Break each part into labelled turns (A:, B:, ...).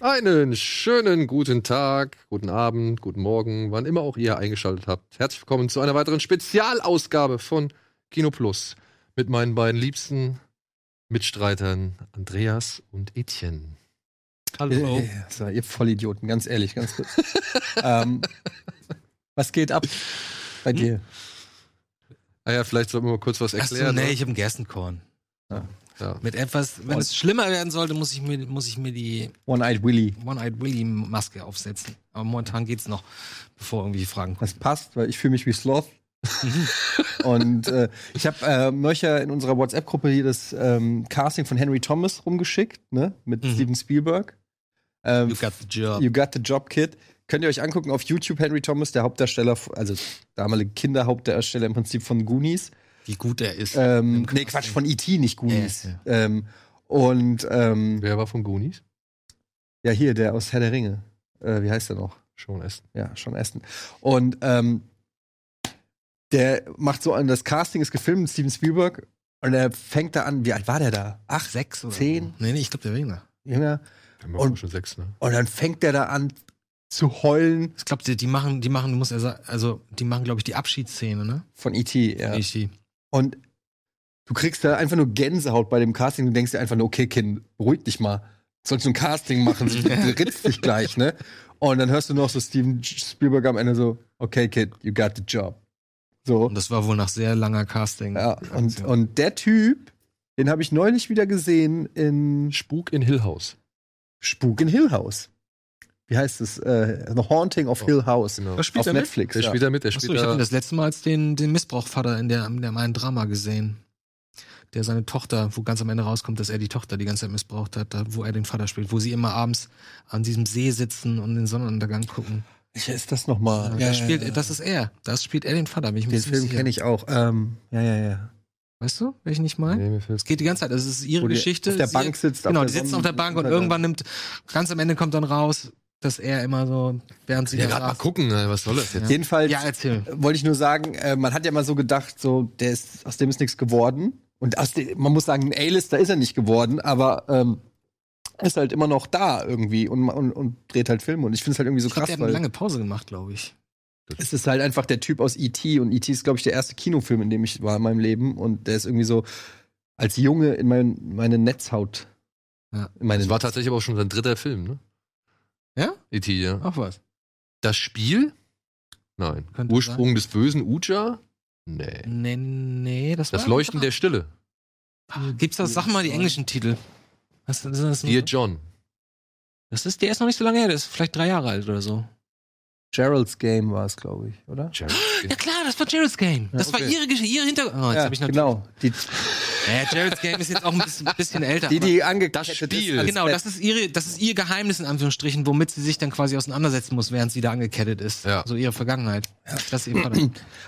A: Einen schönen guten Tag, guten Abend, guten Morgen, wann immer auch ihr eingeschaltet habt. Herzlich willkommen zu einer weiteren Spezialausgabe von Kino Plus mit meinen beiden liebsten Mitstreitern Andreas und Etienne.
B: Äh,
C: Hallo. So, äh, ihr Vollidioten, ganz ehrlich, ganz kurz. ähm, was geht ab bei dir?
A: Ah ja, vielleicht sollten wir mal kurz was
B: Achso,
A: erklären. ne?
B: nee, ich habe ein Gerstenkorn.
C: Ja.
A: Ja.
B: Mit etwas, wenn es schlimmer werden sollte, muss ich mir, muss ich mir die
C: One-Eyed Willy.
B: One-Eyed Willy-Maske aufsetzen. Aber momentan geht's noch, bevor irgendwie Fragen kommen.
C: Das passt, weil ich fühle mich wie Sloth.
B: Mhm.
C: und äh, ich habe äh, Möcher in unserer WhatsApp-Gruppe hier das ähm, Casting von Henry Thomas rumgeschickt, ne? Mit
B: Mhm.
C: Steven Spielberg. Ähm,
B: You got the job.
C: You Got the Job Kid. Könnt ihr euch angucken auf YouTube, Henry Thomas, der Hauptdarsteller, also damalige Kinderhauptdarsteller im Prinzip von Goonies.
B: Wie gut er ist. Im
C: Ähm, nee, Quatsch, von E.T., nicht Goonies.
B: Ja,
C: Ähm, und ähm,
A: Wer war von Goonies?
C: ja, hier, der aus Herr der Ringe. Äh, wie heißt der noch?
A: Schon Essen.
C: Ja, schon Essen. Und ähm, der macht so an, das Casting ist gefilmt mit Steven Spielberg und er fängt da an, wie alt war der da? Acht,
B: Sechs oder
C: Zehn?
B: So. Nee, nee, ich glaube, der Wegner.
C: jünger.
A: Wir
C: Und-
A: haben schon sechs, ne?
C: Und dann fängt der da an zu heulen
B: Ich glaube, die, die machen, die machen, muss er sagen, also die machen, glaube ich, die Abschiedsszene, ne?
C: von E.T. Ja.
B: Ich, die,
C: Und du kriegst da einfach nur Gänsehaut bei dem Casting. Du denkst dir einfach nur, okay, Kind, beruhig dich mal. Sollst du ein Casting machen? Du ritzt dich gleich, ne? Und dann hörst du noch so Steven Spielberg am Ende so, okay, Kid, you got the job. So.
B: und das war wohl nach sehr langer Casting.
C: Ja, und, und der Typ, den habe ich neulich wieder gesehen in
A: Spuk in Hill House.
C: Spuk in Hill House. Wie heißt es? Äh, The Haunting of Hill House.
A: Genau.
B: Was
C: Auf
B: spielt er mit?
C: Netflix.
A: Der
C: ja.
A: spielt da mit, der spielt
B: Achso, ich habe
A: da
B: ihn das letzte Mal als den, den Missbrauchvater in, der, in, der, in einem Drama gesehen. Der seine Tochter, wo ganz am Ende rauskommt, dass er die Tochter die ganze Zeit missbraucht hat, da, wo er den Vater spielt, wo sie immer abends an diesem See sitzen und den Sonnenuntergang gucken.
C: Welcher ist das nochmal?
B: da spielt, Das ist er. Das spielt er den Vater. Bin ich mir
C: den
B: ziemlich
C: Film
B: sicher.
C: kenne ich auch. Ähm, ja, ja, ja.
B: Weißt du, welchen ich meine?
A: Nee, mir fällt's-
B: Es geht die ganze Zeit. Also es ist ihre
C: Wo die
B: Geschichte.
C: auf der
B: Sie-
C: Bank sitzt, auf
B: Genau,
C: der
B: die sitzen
C: Sonnen-
B: auf der Bank und irgendwann nimmt, ganz am Ende kommt dann raus, dass er immer so, während sie
A: Ja,
B: da
A: gerade mal
B: saß-
A: gucken, ne? was soll das jetzt?
C: Jedenfalls
B: Ja, erzähl.
C: wollte ich nur sagen, äh, man hat ja mal so gedacht, so, der ist, aus dem ist nichts geworden. Und aus dem, man muss sagen, ein A-Lister ist er nicht geworden, aber ähm, ist halt immer noch da irgendwie und, und, und dreht halt Filme. Und ich finde es halt irgendwie so
B: Ich glaub,
C: krass,
B: der hat eine
C: weil
B: lange Pause gemacht, glaube ich.
C: es ist halt einfach der Typ aus E.T. Und E.T. ist, glaube ich, der erste Kinofilm, in dem ich war in meinem Leben. Und der ist irgendwie so als Junge in mein, meine Netzhaut.
B: Ja.
C: in meine
A: Das war tatsächlich aber auch schon sein dritter Film, ne?
B: Ja?
A: E.T., ja.
B: Ach was.
A: Das Spiel? Nein.
B: Könnte
A: Ursprung des Bösen, Uja? Nee.
B: Nee, nee, das war.
A: Das Leuchten der Stille.
B: Gibt's das? Sag mal die englischen Titel. Was, das, das,
A: Dear John.
B: das ist, der ist noch nicht so lange her, der ist vielleicht drei Jahre alt oder so.
C: Gerald's Game war es, glaube ich, oder?
A: Jared.
B: Ja klar, das war Jared's Game. Das
A: okay.
B: war ihre, Gesch- ihre Hintergrund. Oh, jetzt hab ich natürlich-
C: genau. Die,
B: Naja, Jared's Game ist jetzt auch ein bisschen, bisschen älter.
C: die,
B: aber-
C: die angekettet
A: Das
C: ist
A: Spiel.
C: als
B: genau, das ist, ihre, das ist ihr Geheimnis in Anführungsstrichen, womit sie sich dann quasi auseinandersetzen muss, während sie da angekettet ist.
A: Ja.
B: So ihre Vergangenheit. Das ist ihr Vater.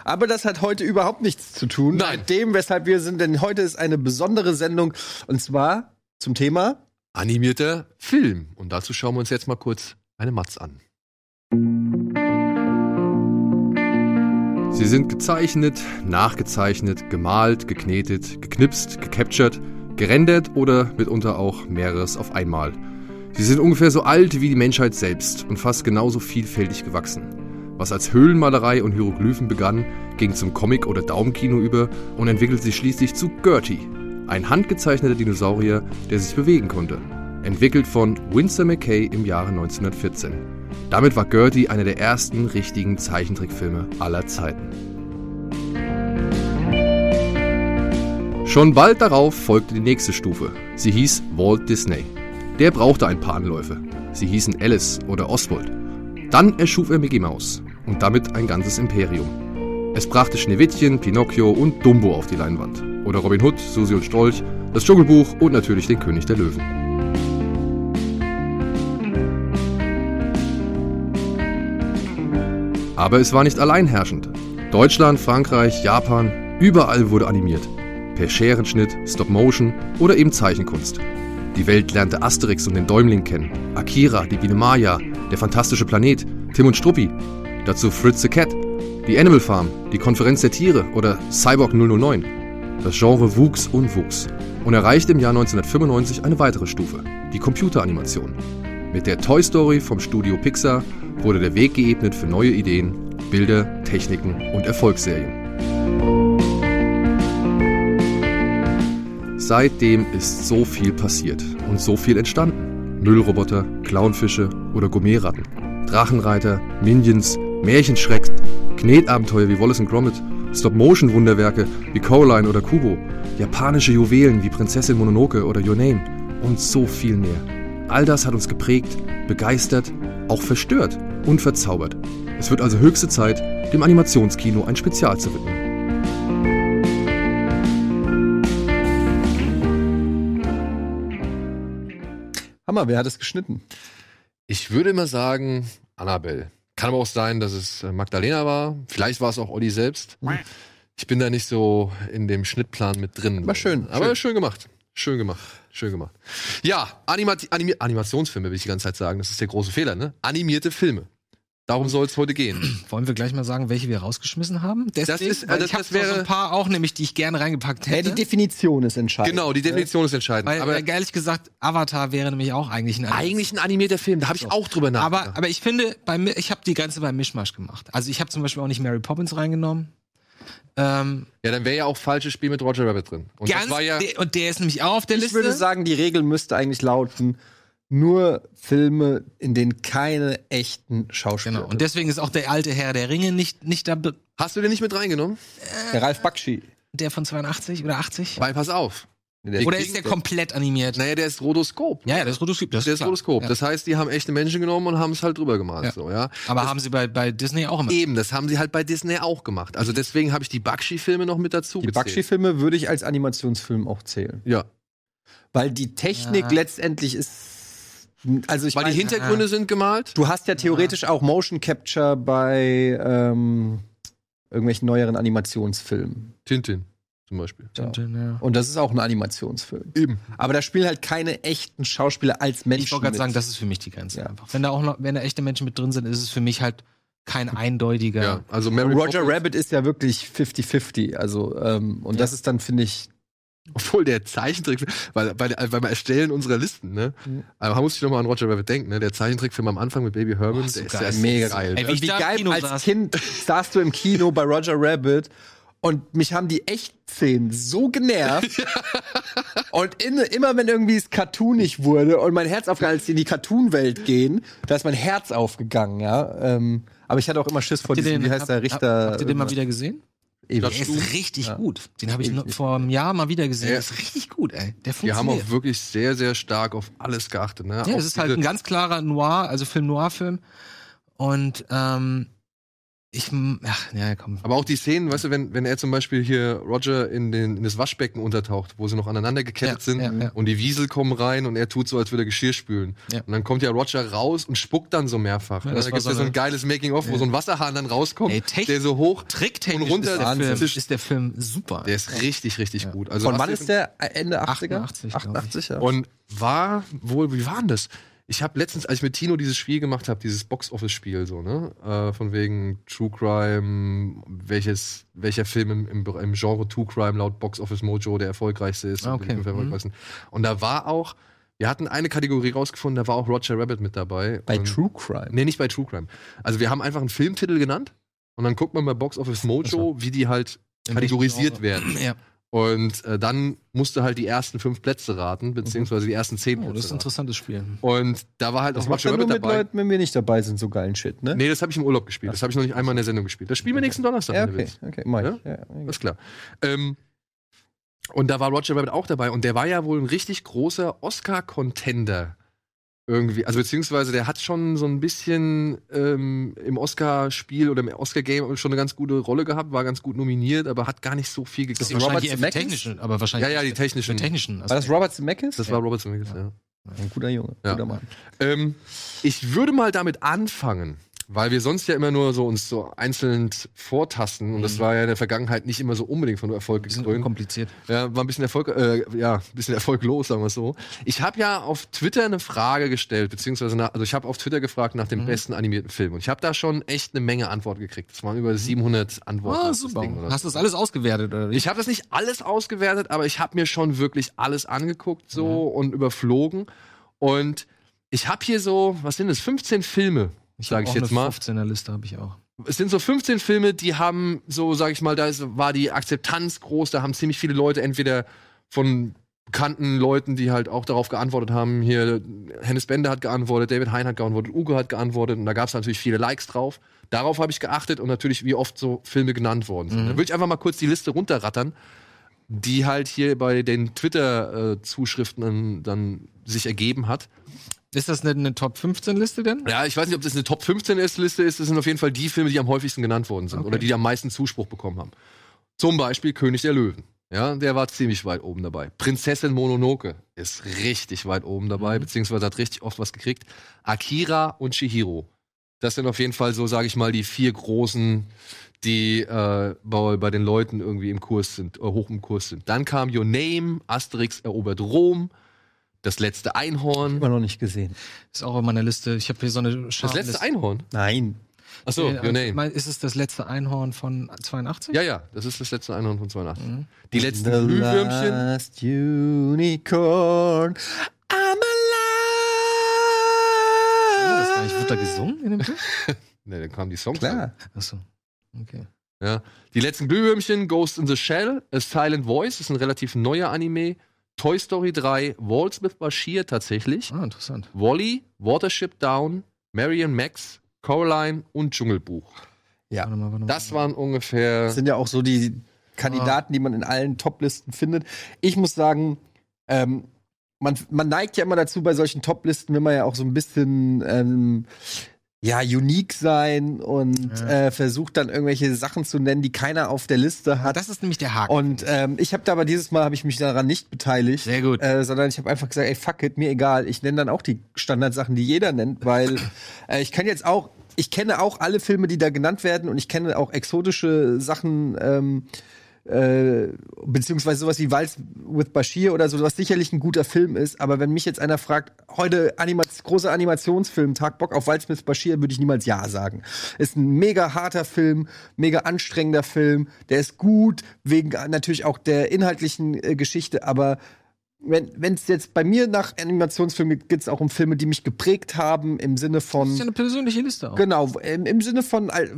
C: Aber das hat heute überhaupt nichts zu tun
A: Nein.
C: mit dem, weshalb wir sind, denn heute ist eine besondere Sendung und zwar zum Thema
A: Animierter Film. Und dazu schauen wir uns jetzt mal kurz eine Matz an.
D: Sie sind gezeichnet, nachgezeichnet, gemalt, geknetet, geknipst, gecaptured, gerendert oder mitunter auch mehreres auf einmal. Sie sind ungefähr so alt wie die Menschheit selbst und fast genauso vielfältig gewachsen. Was als Höhlenmalerei und Hieroglyphen begann, ging zum Comic- oder Daumenkino über und entwickelte sich schließlich zu Gertie, ein handgezeichneter Dinosaurier, der sich bewegen konnte. Entwickelt von Winsor McKay im Jahre 1914. Damit war Gertie einer der ersten richtigen Zeichentrickfilme aller Zeiten. Schon bald darauf folgte die nächste Stufe. Sie hieß Walt Disney. Der brauchte ein paar Anläufe. Sie hießen Alice oder Oswald. Dann erschuf er Mickey Mouse und damit ein ganzes Imperium. Es brachte Schneewittchen, Pinocchio und Dumbo auf die Leinwand. Oder Robin Hood, Susi und Strolch, das Dschungelbuch und natürlich den König der Löwen. Aber es war nicht alleinherrschend. Deutschland, Frankreich, Japan, überall wurde animiert. Per Scherenschnitt, Stop-Motion oder eben Zeichenkunst. Die Welt lernte Asterix und den Däumling kennen, Akira, die Biene Maya, der fantastische Planet, Tim und Struppi, dazu Fritz the Cat, die Animal Farm, die Konferenz der Tiere oder Cyborg 009. Das Genre wuchs und wuchs und erreichte im Jahr 1995 eine weitere Stufe, die Computeranimation.
E: Mit der Toy Story vom Studio Pixar wurde der Weg geebnet für neue Ideen, Bilder, Techniken und Erfolgsserien. Seitdem ist so viel passiert und so viel entstanden. Müllroboter, Clownfische oder Gourmetratten, Drachenreiter, Minions, Märchenschrecks, Knetabenteuer wie Wallace und Gromit, Stop-Motion-Wunderwerke wie Coraline oder Kubo, japanische Juwelen wie Prinzessin Mononoke oder Your Name und so viel mehr. All das hat uns geprägt, begeistert, auch verstört und verzaubert. Es wird also höchste Zeit, dem Animationskino ein Spezial zu widmen.
C: Hammer, wer hat es geschnitten?
D: Ich würde immer sagen, Annabelle. Kann aber auch sein, dass es äh, Magdalena war. Vielleicht war es auch Olli selbst. Ich bin da nicht so in dem Schnittplan mit drin.
C: Aber schön,
D: Aber schön,
C: schön.
D: gemacht. Schön gemacht. Schön gemacht. Ja, Animati Animi Animationsfilme will ich die ganze Zeit sagen. Das ist der große Fehler, ne? Animierte Filme. Darum soll es heute gehen.
B: Wollen wir gleich mal sagen, welche wir rausgeschmissen haben?
D: ist-
B: weil
D: das-
B: ich hab
D: das wäre-
B: so ein paar auch nämlich, die ich gerne reingepackt
C: Ja,
B: hätte.
C: die Definition ist entscheidend.
D: genau, die Definition ist entscheidend.
B: weil,
D: aber
B: aber ehrlich gesagt, Avatar wäre nämlich auch eigentlich ein
D: eigentlich ein animierter Film, da habe ich auch drüber nachgedacht.
B: Aber, aber ich finde, bei, mir- ich habe die ganze beim Mischmasch gemacht. Also ich habe zum Beispiel auch nicht Mary Poppins reingenommen. Ähm,
D: ja, dann wäre ja auch falsches Spiel mit Roger Rabbit drin. Und
B: ganz,
D: das war ja
B: der, und der ist nämlich auch auf der
C: Ich
B: Liste.
C: würde sagen, die Regel müsste eigentlich lauten, nur Filme, in denen keine echten Schauspieler
B: genau. Und deswegen ist auch der alte Herr der Ringe nicht, nicht da, be-
D: Hast du den nicht mit reingenommen?
C: sind. Der Ralf Bakshi.
B: der von 82 oder 80.
D: Weil pass auf.
C: Der
B: Oder ist der komplett animiert?
D: Naja, der ist Rotoskop.
B: Ja, ja, das Rotoskop. Das
D: Der ist
B: klar.
D: Rotoskop.
B: Ja.
D: Das heißt, die haben echte Menschen genommen und haben es halt drüber gemalt.
B: Ja.
D: So, ja?
B: Aber haben sie bei, bei Disney auch immer.
D: Eben, das haben sie halt bei Disney auch gemacht. Also deswegen habe ich die Bakshi-Filme noch mit dazu
C: Die
D: gezählt.
C: Bakshi-Filme würde ich als Animationsfilm auch zählen.
D: Ja,
C: Weil die Technik
B: Ja.
C: letztendlich ist. Also ich
D: weil die
C: mein,
D: Hintergründe sind gemalt.
C: du hast ja theoretisch auch Motion Capture bei ähm, irgendwelchen neueren Animationsfilmen.
D: Tintin zum Beispiel.
B: Ja.
C: Und das ist auch ein Animationsfilm.
D: Eben.
C: Aber da spielen halt keine echten Schauspieler als Menschen.
B: Ich wollte gerade
C: mit.
B: sagen, das ist für mich die Grenze
C: Ja.
B: einfach. Wenn da auch noch, wenn da echte Menschen mit drin sind, ist es für mich halt kein eindeutiger.
D: Ja, also Mary
C: Roger
D: Poppins,
C: Rabbit ist ja wirklich 50-50. Also, ähm, und das ist dann, finde ich,
D: obwohl der Zeichentrick, weil, weil, weil wir erstellen unserer Listen, ne?
C: Mhm.
D: Aber man muss sich nochmal an Roger Rabbit denken, ne? Der Zeichentrickfilm am Anfang mit Baby Herman,
B: Boah, so
D: der
B: geil.
D: der
C: Mega
D: geil.
B: Ey, wie ich
C: Wie
B: da im
C: geil,
B: Kino
C: als
B: saß.
C: Kind saßt du im Kino bei Roger Rabbit und mich haben die Echtszenen so genervt. und in, immer wenn irgendwie es cartoonig wurde und mein Herz aufgegangen, als die in die Cartoon-Welt gehen, da ist mein Herz aufgegangen, ja. Ähm, aber ich hatte auch immer Schiss vor
B: Habt ihr
C: diesem, wie heißt der
B: hab-
C: Richter? ähm,
B: Habt ihr den mal wieder gesehen?
C: Ewig.
B: Der ist richtig
C: Ja.
B: gut. Den habe ich nur vor einem Jahr mal wieder gesehen.
D: Ja.
B: Der ist richtig gut, ey. Der
D: Wir haben
B: funktioniert.
D: auch wirklich sehr, sehr stark auf alles geachtet, ne?
B: ja,
D: Auf
B: das ist halt
D: diese-
B: ein ganz klarer Noir, also Film-Noir-Film. Und ähm, ich, m- ach, ja, komm.
D: Aber auch die Szenen, weißt du, wenn, wenn er zum Beispiel hier Roger in, den, in das Waschbecken untertaucht, wo sie noch aneinander gekettet
B: Ja,
D: sind
B: ja, ja.
D: und die Wiesel kommen rein und er tut so, als würde er Geschirr spülen.
B: Ja.
D: Und dann kommt ja Roger raus und spuckt dann so mehrfach.
B: Ja,
D: Und
B: das
D: da gibt
B: war
D: es ja
B: so
D: so ein
B: eine-
D: geiles Making-of, wo so ein Wasserhahn dann rauskommt,
B: Ey, Technik-
D: der so hoch.
B: tricktechnisch
D: und runter
B: ist, der
D: Wahnsinn.
B: Film, ist der Film super.
D: Der ist richtig, richtig
B: Ja.
D: gut. Also
C: Von
D: hast
C: wann
D: du-
C: ist der? Äh, Ende 80er?
B: 88, glaub ich.
C: 88, ja.
D: Und war wohl, wie war denn das? Ich habe letztens, als ich mit Tino dieses Spiel gemacht habe, dieses Box-Office-Spiel, so, ne? Äh, von wegen True Crime, welches, welcher Film im, im, im Genre True Crime laut Box Office Mojo der erfolgreichste ist.
B: Ah,
D: und
B: okay.
D: die fünf
B: Mhm.
D: erfolgreichsten. Und da war auch, wir hatten eine Kategorie rausgefunden, da war auch Roger Rabbit mit dabei.
C: bei
D: und,
C: True Crime.
D: Nee, nicht bei True Crime. Also wir haben einfach einen Filmtitel genannt und dann guckt man bei Box Office Mojo, wie die halt
B: In
D: kategorisiert
B: welchem
D: werden.
B: Genre? Ja.
D: Und äh, dann musst du halt die ersten fünf Plätze raten, beziehungsweise die ersten zehn
B: Oh, das
D: Plätze.
B: ist ein
D: raten.
B: interessantes Spiel.
D: Und da war halt
C: Das
D: auch
C: macht
D: Roger
C: man nur
D: Rabbit
C: mit
D: dabei.
C: Leuten, wenn wir nicht dabei sind, so geilen Shit, ne?
D: Nee, das habe ich im Urlaub gespielt. Das habe ich noch nicht einmal in der Sendung gespielt. Das spielen wir nächsten Donnerstag.
C: ja,
D: wenn du
C: okay,
D: willst.
C: okay, mach ich. Ja, ja.
D: Alles klar. Ähm, und da war Roger Rabbit auch dabei. Und der war ja wohl ein richtig großer Oscar-Contender. Irgendwie. Also, beziehungsweise, der hat schon so ein bisschen ähm, im Oscar-Spiel oder im Oscar-Game schon eine ganz gute Rolle gehabt, war ganz gut nominiert, aber hat gar nicht so viel gekriegt.
C: Robert
B: eher für
C: Zemeckis?
B: technischen, aber
D: Ja,
B: wahrscheinlich
D: ja, die
B: für
D: technischen.
B: technischen.
C: War das Robert Zemeckis?
D: Das war Robert Zemeckis, ja.
C: Ein guter Junge,
D: Ja.
C: guter Mann.
D: Ähm, ich würde mal damit anfangen, weil wir sonst ja immer nur so uns so einzeln vortasten und
B: Mhm.
D: das war ja in der Vergangenheit nicht immer so unbedingt von Erfolg
B: bisschen
D: gekrönt.
B: unkompliziert.
D: Ja, war ein bisschen Erfolg, äh, ja, ein bisschen erfolglos, sagen wir es so. Ich habe ja auf Twitter eine Frage gestellt, beziehungsweise nach, also ich habe auf Twitter gefragt nach dem
B: Mhm.
D: besten animierten Film und ich habe da schon echt eine Menge Antworten gekriegt. Es waren über 700 Antworten. auf
B: Oh,
D: das
B: Mhm. super.
D: Ding oder
B: Hast
D: so.
B: du das alles ausgewertet? Oder?
D: Ich habe das nicht alles
B: Mhm.
D: ausgewertet, aber ich habe mir schon wirklich alles angeguckt so und überflogen. Und ich habe hier so, was sind das, 15 Filme, sage
B: hab
D: ich
B: auch
D: jetzt
B: eine
D: mal.
B: 15er Liste habe ich auch.
D: es sind so 15 Filme, die haben so, sag ich mal, da ist, war die Akzeptanz groß, da haben ziemlich viele Leute entweder von bekannten Leuten, die halt auch darauf geantwortet haben, hier Hennes Bender hat geantwortet, David Hein hat geantwortet, Ugo hat geantwortet und da gab es natürlich viele Likes drauf. Darauf habe ich geachtet und natürlich, wie oft so Filme genannt worden sind.
B: Mhm.
D: Da will ich einfach mal kurz die Liste runterrattern, die halt hier bei den Twitter-Zuschriften dann sich ergeben hat.
B: Ist das eine, eine Top 15 Liste denn?
D: Ja, ich weiß nicht, ob das eine Top 15 ist, Liste ist. Das sind auf jeden Fall die Filme, die am häufigsten genannt worden sind
B: Okay.
D: oder die, die am meisten Zuspruch bekommen haben. Zum Beispiel König der Löwen. Ja, der war ziemlich weit oben dabei. Prinzessin Mononoke ist richtig weit oben dabei, beziehungsweise hat richtig oft was gekriegt. Akira und Chihiro. Das sind auf jeden Fall so, sage ich mal, die vier großen, die äh, bei, bei den Leuten irgendwie im Kurs sind, äh, hoch im Kurs sind. Dann kam Your Name, Asterix erobert Rom, das letzte Einhorn.
C: Immer noch nicht gesehen.
B: Ist auch in meiner Liste. Ich habe hier so eine also,
D: Das letzte Einhorn?
C: Nein.
D: Achso, Your Name.
B: Mein, ist es das letzte Einhorn von 82?
D: Ja, ja, das ist das letzte Einhorn von 82.
B: Mhm.
D: Die letzten
C: The
D: Glühwürmchen.
C: last unicorn. I'm
B: Ich wusste das gar
C: alive.
B: nicht. Wurde da gesungen in dem Film?
D: Ne, dann kamen die Songs.
C: Mhm. Klar.
B: Achso. Okay.
D: an. Ja. Die letzten Glühwürmchen, Ghost in the Shell, A Silent Voice, ist ein relativ neuer Anime. Toy Story 3, Waltz with Bashir tatsächlich.
B: Ah, interessant.
D: Wally, Watership Down, Marion Max, Coraline und Dschungelbuch.
C: Ja.
B: Warte mal, warte mal.
D: Das waren ungefähr.
C: Das sind ja auch so die Kandidaten, die man in allen Top-Listen findet. Ich muss sagen, ähm, man, man neigt ja immer dazu, bei solchen Top-Listen will man ja auch so ein bisschen ähm, ja, unique sein und
B: Ja.
C: äh, versucht dann irgendwelche Sachen zu nennen, die keiner auf der Liste hat.
B: Ah, das ist nämlich der Haken.
C: Und ähm, ich habe da aber dieses Mal habe ich mich daran nicht beteiligt,
B: Sehr
D: Ähm,
B: gut.
C: äh, sondern ich habe einfach gesagt, ey, fuck it, mir egal. Ich nenne dann auch die Standardsachen, die jeder nennt, weil äh, ich kann jetzt auch, ich kenne auch alle Filme, die da genannt werden und ich kenne auch exotische Sachen, ähm, äh, beziehungsweise sowas wie Walz with Bashir oder so, was sicherlich ein guter Film ist, aber wenn mich jetzt einer fragt, heute Anima großer Animationsfilm, Tag Bock auf Walz with Bashir, würde ich niemals Ja sagen. Ist ein mega harter Film, mega anstrengender Film, der ist gut, wegen äh, natürlich auch der inhaltlichen äh, Geschichte, aber wenn es jetzt bei mir nach Animationsfilmen geht, es auch um Filme, die mich geprägt haben, im Sinne
B: das ist ja
C: von.
B: eine persönliche Liste auch.
C: Genau, im, im Sinne von. all-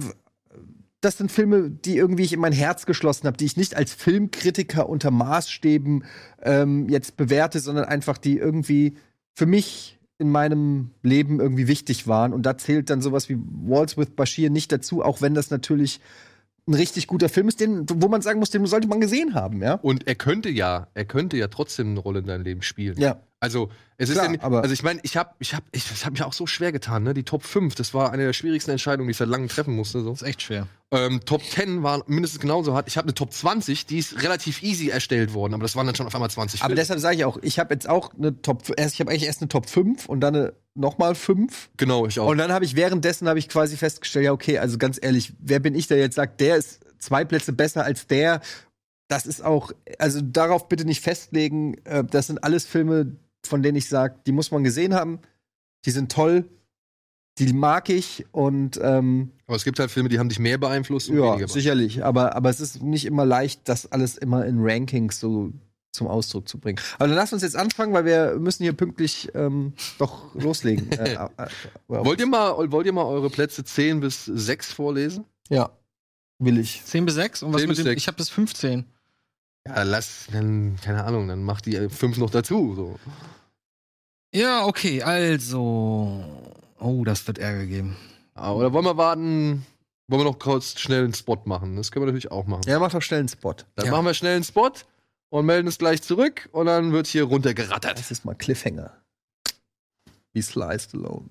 C: Das sind Filme, die irgendwie ich in mein Herz geschlossen habe, die ich nicht als Filmkritiker unter Maßstäben ähm, jetzt bewerte, sondern einfach die irgendwie für mich in meinem Leben irgendwie wichtig waren. Und da zählt dann sowas wie Walls with Bashir nicht dazu, auch wenn das natürlich ein richtig guter Film ist, den, wo man sagen muss, den sollte man gesehen haben, ja?
D: Und er könnte ja, er könnte ja trotzdem eine Rolle in deinem Leben spielen.
C: Ja.
D: Also, es ist
C: Klar,
D: ja nicht,
C: aber-
D: also ich meine, ich habe ich habe ich das hat mir auch so schwer getan, ne? Die Top 5, das war eine der schwierigsten Entscheidungen, die ich seit langem treffen musste so.
B: Das ist echt schwer.
D: Ähm, Top 10 war mindestens genauso hart. Ich habe eine Top 20, die ist relativ easy erstellt worden, aber das waren dann schon auf einmal 20
C: Aber
D: Filme.
C: deshalb sage ich auch, ich habe jetzt auch eine Top, erst, ich habe eigentlich erst eine Top 5 und dann eine nochmal 5.
D: Genau, ich auch.
C: Und dann habe ich währenddessen habe ich quasi festgestellt, ja, okay, also ganz ehrlich, wer bin ich, der jetzt sagt, der ist zwei Plätze besser als der? Das ist auch, also darauf bitte nicht festlegen. Äh, Das sind alles Filme, von denen ich sage, die muss man gesehen haben, die sind toll, die mag ich und ähm,
D: aber es gibt halt Filme, die haben dich mehr beeinflusst und
C: ja,
D: weniger beeinflusst.
C: sicherlich. Aber, aber es ist nicht immer leicht, das alles immer in Rankings so zum Ausdruck zu bringen. Aber dann lass uns jetzt anfangen, weil wir müssen hier pünktlich ähm, doch loslegen. äh, äh, äh,
D: Wollt ihr mal wollt ihr mal eure Plätze 10 bis 6 vorlesen?
C: Ja, will ich.
B: 10 bis 6 und was
D: 10
B: mit
D: bis
B: dem?
D: sechs.
B: Ich habe bis 15.
D: Ja, lass dann keine Ahnung, dann mach die 5 noch dazu so.
B: Ja, okay, also. Oh, das wird Ärger geben.
D: Ah, Oder wollen wir warten? Wollen wir noch kurz schnell einen Spot machen? Das können wir natürlich auch machen.
C: Ja, mach doch schnell einen Spot.
D: Dann
B: Ja.
D: machen wir schnell einen Spot und melden uns gleich zurück und dann wird hier runtergerattert.
C: Das ist mal Cliffhanger. Wie Sliced Alone.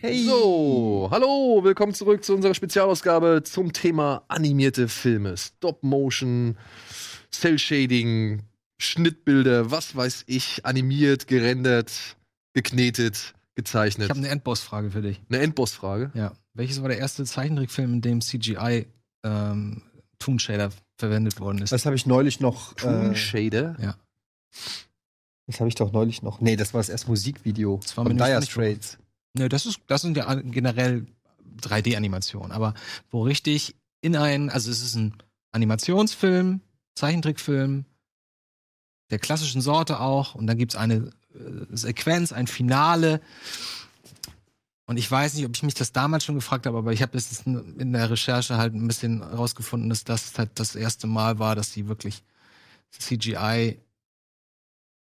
C: Hey.
D: So, hallo, willkommen zurück zu unserer Spezialausgabe zum Thema animierte Filme, Stop Motion, Cell Shading, Schnittbilder, was weiß ich, animiert, gerendert, geknetet,
B: Ich ne-
D: gezeichnet.
B: habe eine Endboss-Frage für dich.
D: Eine Endbossfrage.
B: Ja. Welches war der erste Zeichentrickfilm, in dem CGI ähm, Toon Shader verwendet worden ist?
C: Das habe ich neulich noch.
D: Toon
C: Äh,
D: Shader.
C: das habe ich doch neulich noch. Nee, das war das erste Musikvideo.
B: Das war
C: von
B: mir nämlich
C: Dire
B: nicht
C: Straits.
B: Nö, Ne, das ist, das sind ja an- generell 3D-Animationen, aber wo richtig in einen, also es ist ein Animationsfilm, Zeichentrickfilm, der klassischen Sorte auch, und dann gibt es eine äh, Sequenz, ein Finale. Und ich weiß nicht, ob ich mich das damals schon gefragt habe, aber ich habe jetzt in in der Recherche halt ein bisschen rausgefunden, dass das halt das erste Mal war, dass die wirklich CGI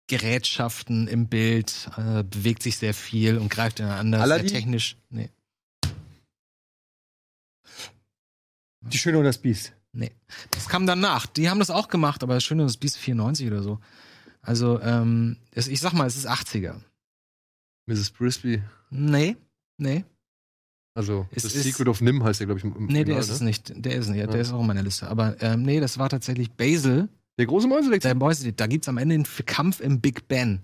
B: Gerätschaften im Bild, äh, bewegt sich sehr viel und greift ineinander.
C: Aladdin?
B: Sehr äh, technisch. Nee.
C: Die Schöne und das Biest.
B: Das kam danach. Die haben das auch gemacht, aber das Schöne ist, bis 94 oder so. Also, ähm, es, ich sag mal, es ist 80er.
D: Mrs. Brisby.
B: Nee, nee,
D: Also,
B: Es
D: The
B: ist-
D: Secret of Nim heißt der, glaube ich, im im
B: nee, der
D: Original,
B: ist es
D: ne?
B: nicht. Der ist nicht, ja,
D: Ja.
B: der ist auch in meiner Liste. Aber ähm, nee, das war tatsächlich Basil,
D: Der große Mäuselektor.
B: der Boys, da gibt's am Ende einen Kampf im Big Ben.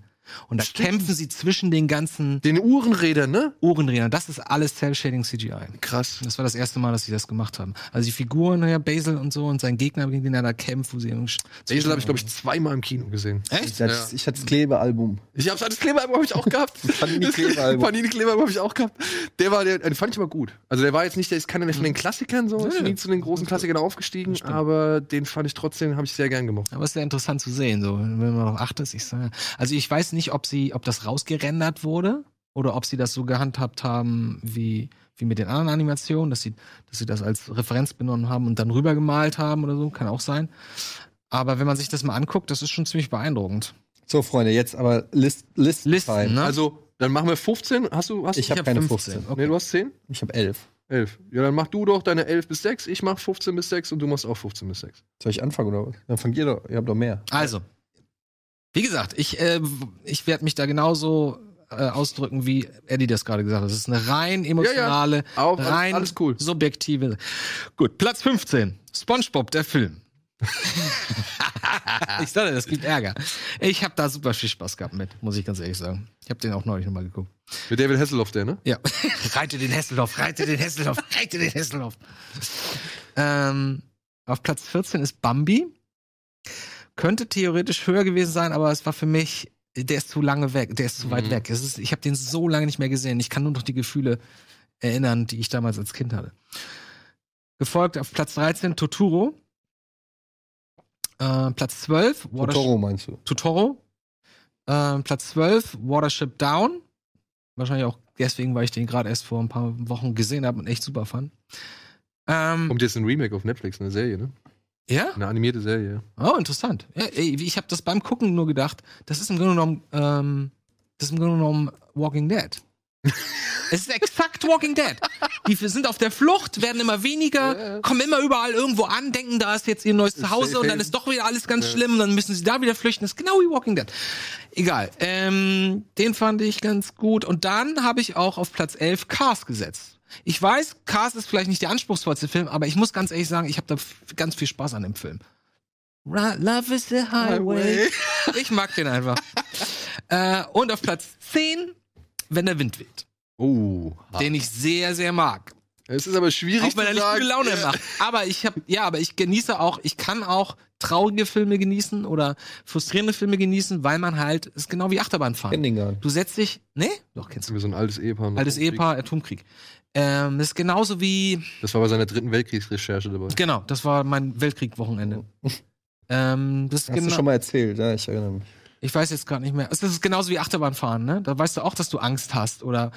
B: Und da kämpfen sie zwischen den ganzen
D: Den Uhrenrädern, ne?
B: Uhrenrädern. Das ist alles Cell-Shading CGI.
D: Krass.
B: Das war das erste Mal, dass sie das gemacht haben. Also die Figuren, ja, Basil und so und sein Gegner, gegen den er da kämpft, wo sie irgendwie.
D: Basil habe ich, glaube ich, zweimal im Kino gesehen.
C: Ich hatte,
D: Ja.
C: ich hatte das Klebealbum.
D: Ich hab's als Kleberalbum hab ich auch gehabt.
C: Panini-Kleberalbum.
D: Panini-Kleberalbum habe ich auch gehabt. Der war, der, den fand ich mal gut. Also der war jetzt nicht, der ist keiner von den Klassikern so, ist
B: Nö.
D: nie zu den großen Klassikern aufgestiegen,
B: Hm. Stimmt.
D: aber den fand ich trotzdem, habe ich sehr gern gemocht.
B: Aber es ist sehr interessant zu sehen, so, wenn man darauf achtet. Ich sage, also ich weiß nicht, ob sie, ob das rausgerendert wurde oder ob sie das so gehandhabt haben wie, wie mit den anderen Animationen, dass sie, dass sie das als Referenz benommen haben und dann rübergemalt haben oder so, kann auch sein. Aber wenn man sich das mal anguckt, das ist schon ziemlich beeindruckend.
C: So, Freunde, jetzt aber List, List
B: Listen,
C: time.
B: ne?
D: Also, dann machen wir 15. Hast du, hast
C: Ich
D: du?
C: hab keine 15.
D: Nee,
B: Okay.
D: du hast 10?
C: Ich habe elf.
D: 11. Ja, dann mach du doch deine 11 bis 6, ich mach 15 bis 6 und du machst auch 15 bis 6.
C: Soll ich anfangen oder was? Dann fangt ihr doch. Ihr habt doch mehr.
B: Also, wie gesagt, ich, äh, w- ich werde mich da genauso äh, ausdrücken, wie Eddie das gerade gesagt hat. Es ist eine rein emotionale,
D: Auf,
B: rein
D: Rein. Alles cool.
B: subjektive. Gut, Platz 15. SpongeBob, der Film. ich dachte, das gibt Ärger. Ich habe da super viel Spaß gehabt mit, muss ich ganz ehrlich sagen. Ich habe den auch neulich nochmal geguckt.
D: Mit David Hasselhoff, der, ne?
B: Ja. reite den Hesselhoff, reite den Hesselhoff, reite den Hesselhoff. Ähm, auf Platz 14 ist Bambi. Könnte theoretisch höher gewesen sein, aber es war für mich, der ist zu lange weg, der ist zu weit
D: Mhm.
B: weg. Es ist, ich habe den so lange nicht mehr gesehen. Ich kann nur noch die Gefühle erinnern, die ich damals als Kind hatte. Gefolgt auf Platz 13 Totoro. Äh, Platz 12 Watership-
C: Totoro meinst du?
B: Tutoro. Ähm, Platz 12, Watership Down. Wahrscheinlich auch deswegen, weil ich den gerade erst vor ein paar Wochen gesehen habe und echt super fand. Ähm,
D: Kommt jetzt ein Remake auf Netflix, eine Serie, ne?
B: ja?
D: Eine animierte Serie.
B: Oh, interessant. Ja, ey, ich habe das beim Gucken nur gedacht, das ist im Grunde genommen, ähm, das ist im Grunde genommen Walking Dead. es ist exakt Walking Dead. Die sind auf der Flucht, werden immer weniger, kommen immer überall irgendwo an, denken, da ist jetzt ihr neues Zuhause und dann ist doch wieder alles ganz schlimm und dann müssen sie da wieder flüchten. Das ist genau wie Walking Dead. Egal. Ähm, den fand ich ganz gut. Und dann habe ich auch auf Platz 11 Cars gesetzt. Ich weiß, Cars ist vielleicht nicht der anspruchsvollste Film, aber ich muss ganz ehrlich sagen, ich habe da f- ganz viel Spaß an dem Film. Ra- Love is the highway. Ich mag den einfach. äh, und auf Platz 10, wenn der Wind weht.
D: Oh.
B: Den ich sehr, sehr mag.
D: Es ist aber schwierig
B: auch wenn er nicht gute Laune macht. Aber ich hab, ja, aber ich genieße auch, ich kann auch traurige Filme genießen oder frustrierende Filme genießen, weil man halt, es ist genau wie Achterbahnfahren.
C: Endingan.
B: Du setzt dich, nee? Doch, kennst du.
D: Sind wir so ein altes Ehepaar. ne?
B: Altes Ehepaar, Atomkrieg. Ähm, das ist genauso wie,
D: Das war bei seiner dritten Weltkriegsrecherche dabei.
B: genau, das war mein Weltkrieg-Wochenende. ähm, das ist
C: Hast du
B: genau-
C: schon mal erzählt, ja, ich erinnere mich.
B: Ich weiß jetzt gerade nicht mehr. Es ist genauso wie Achterbahnfahren, ne? Da weißt du auch, dass du Angst hast oder,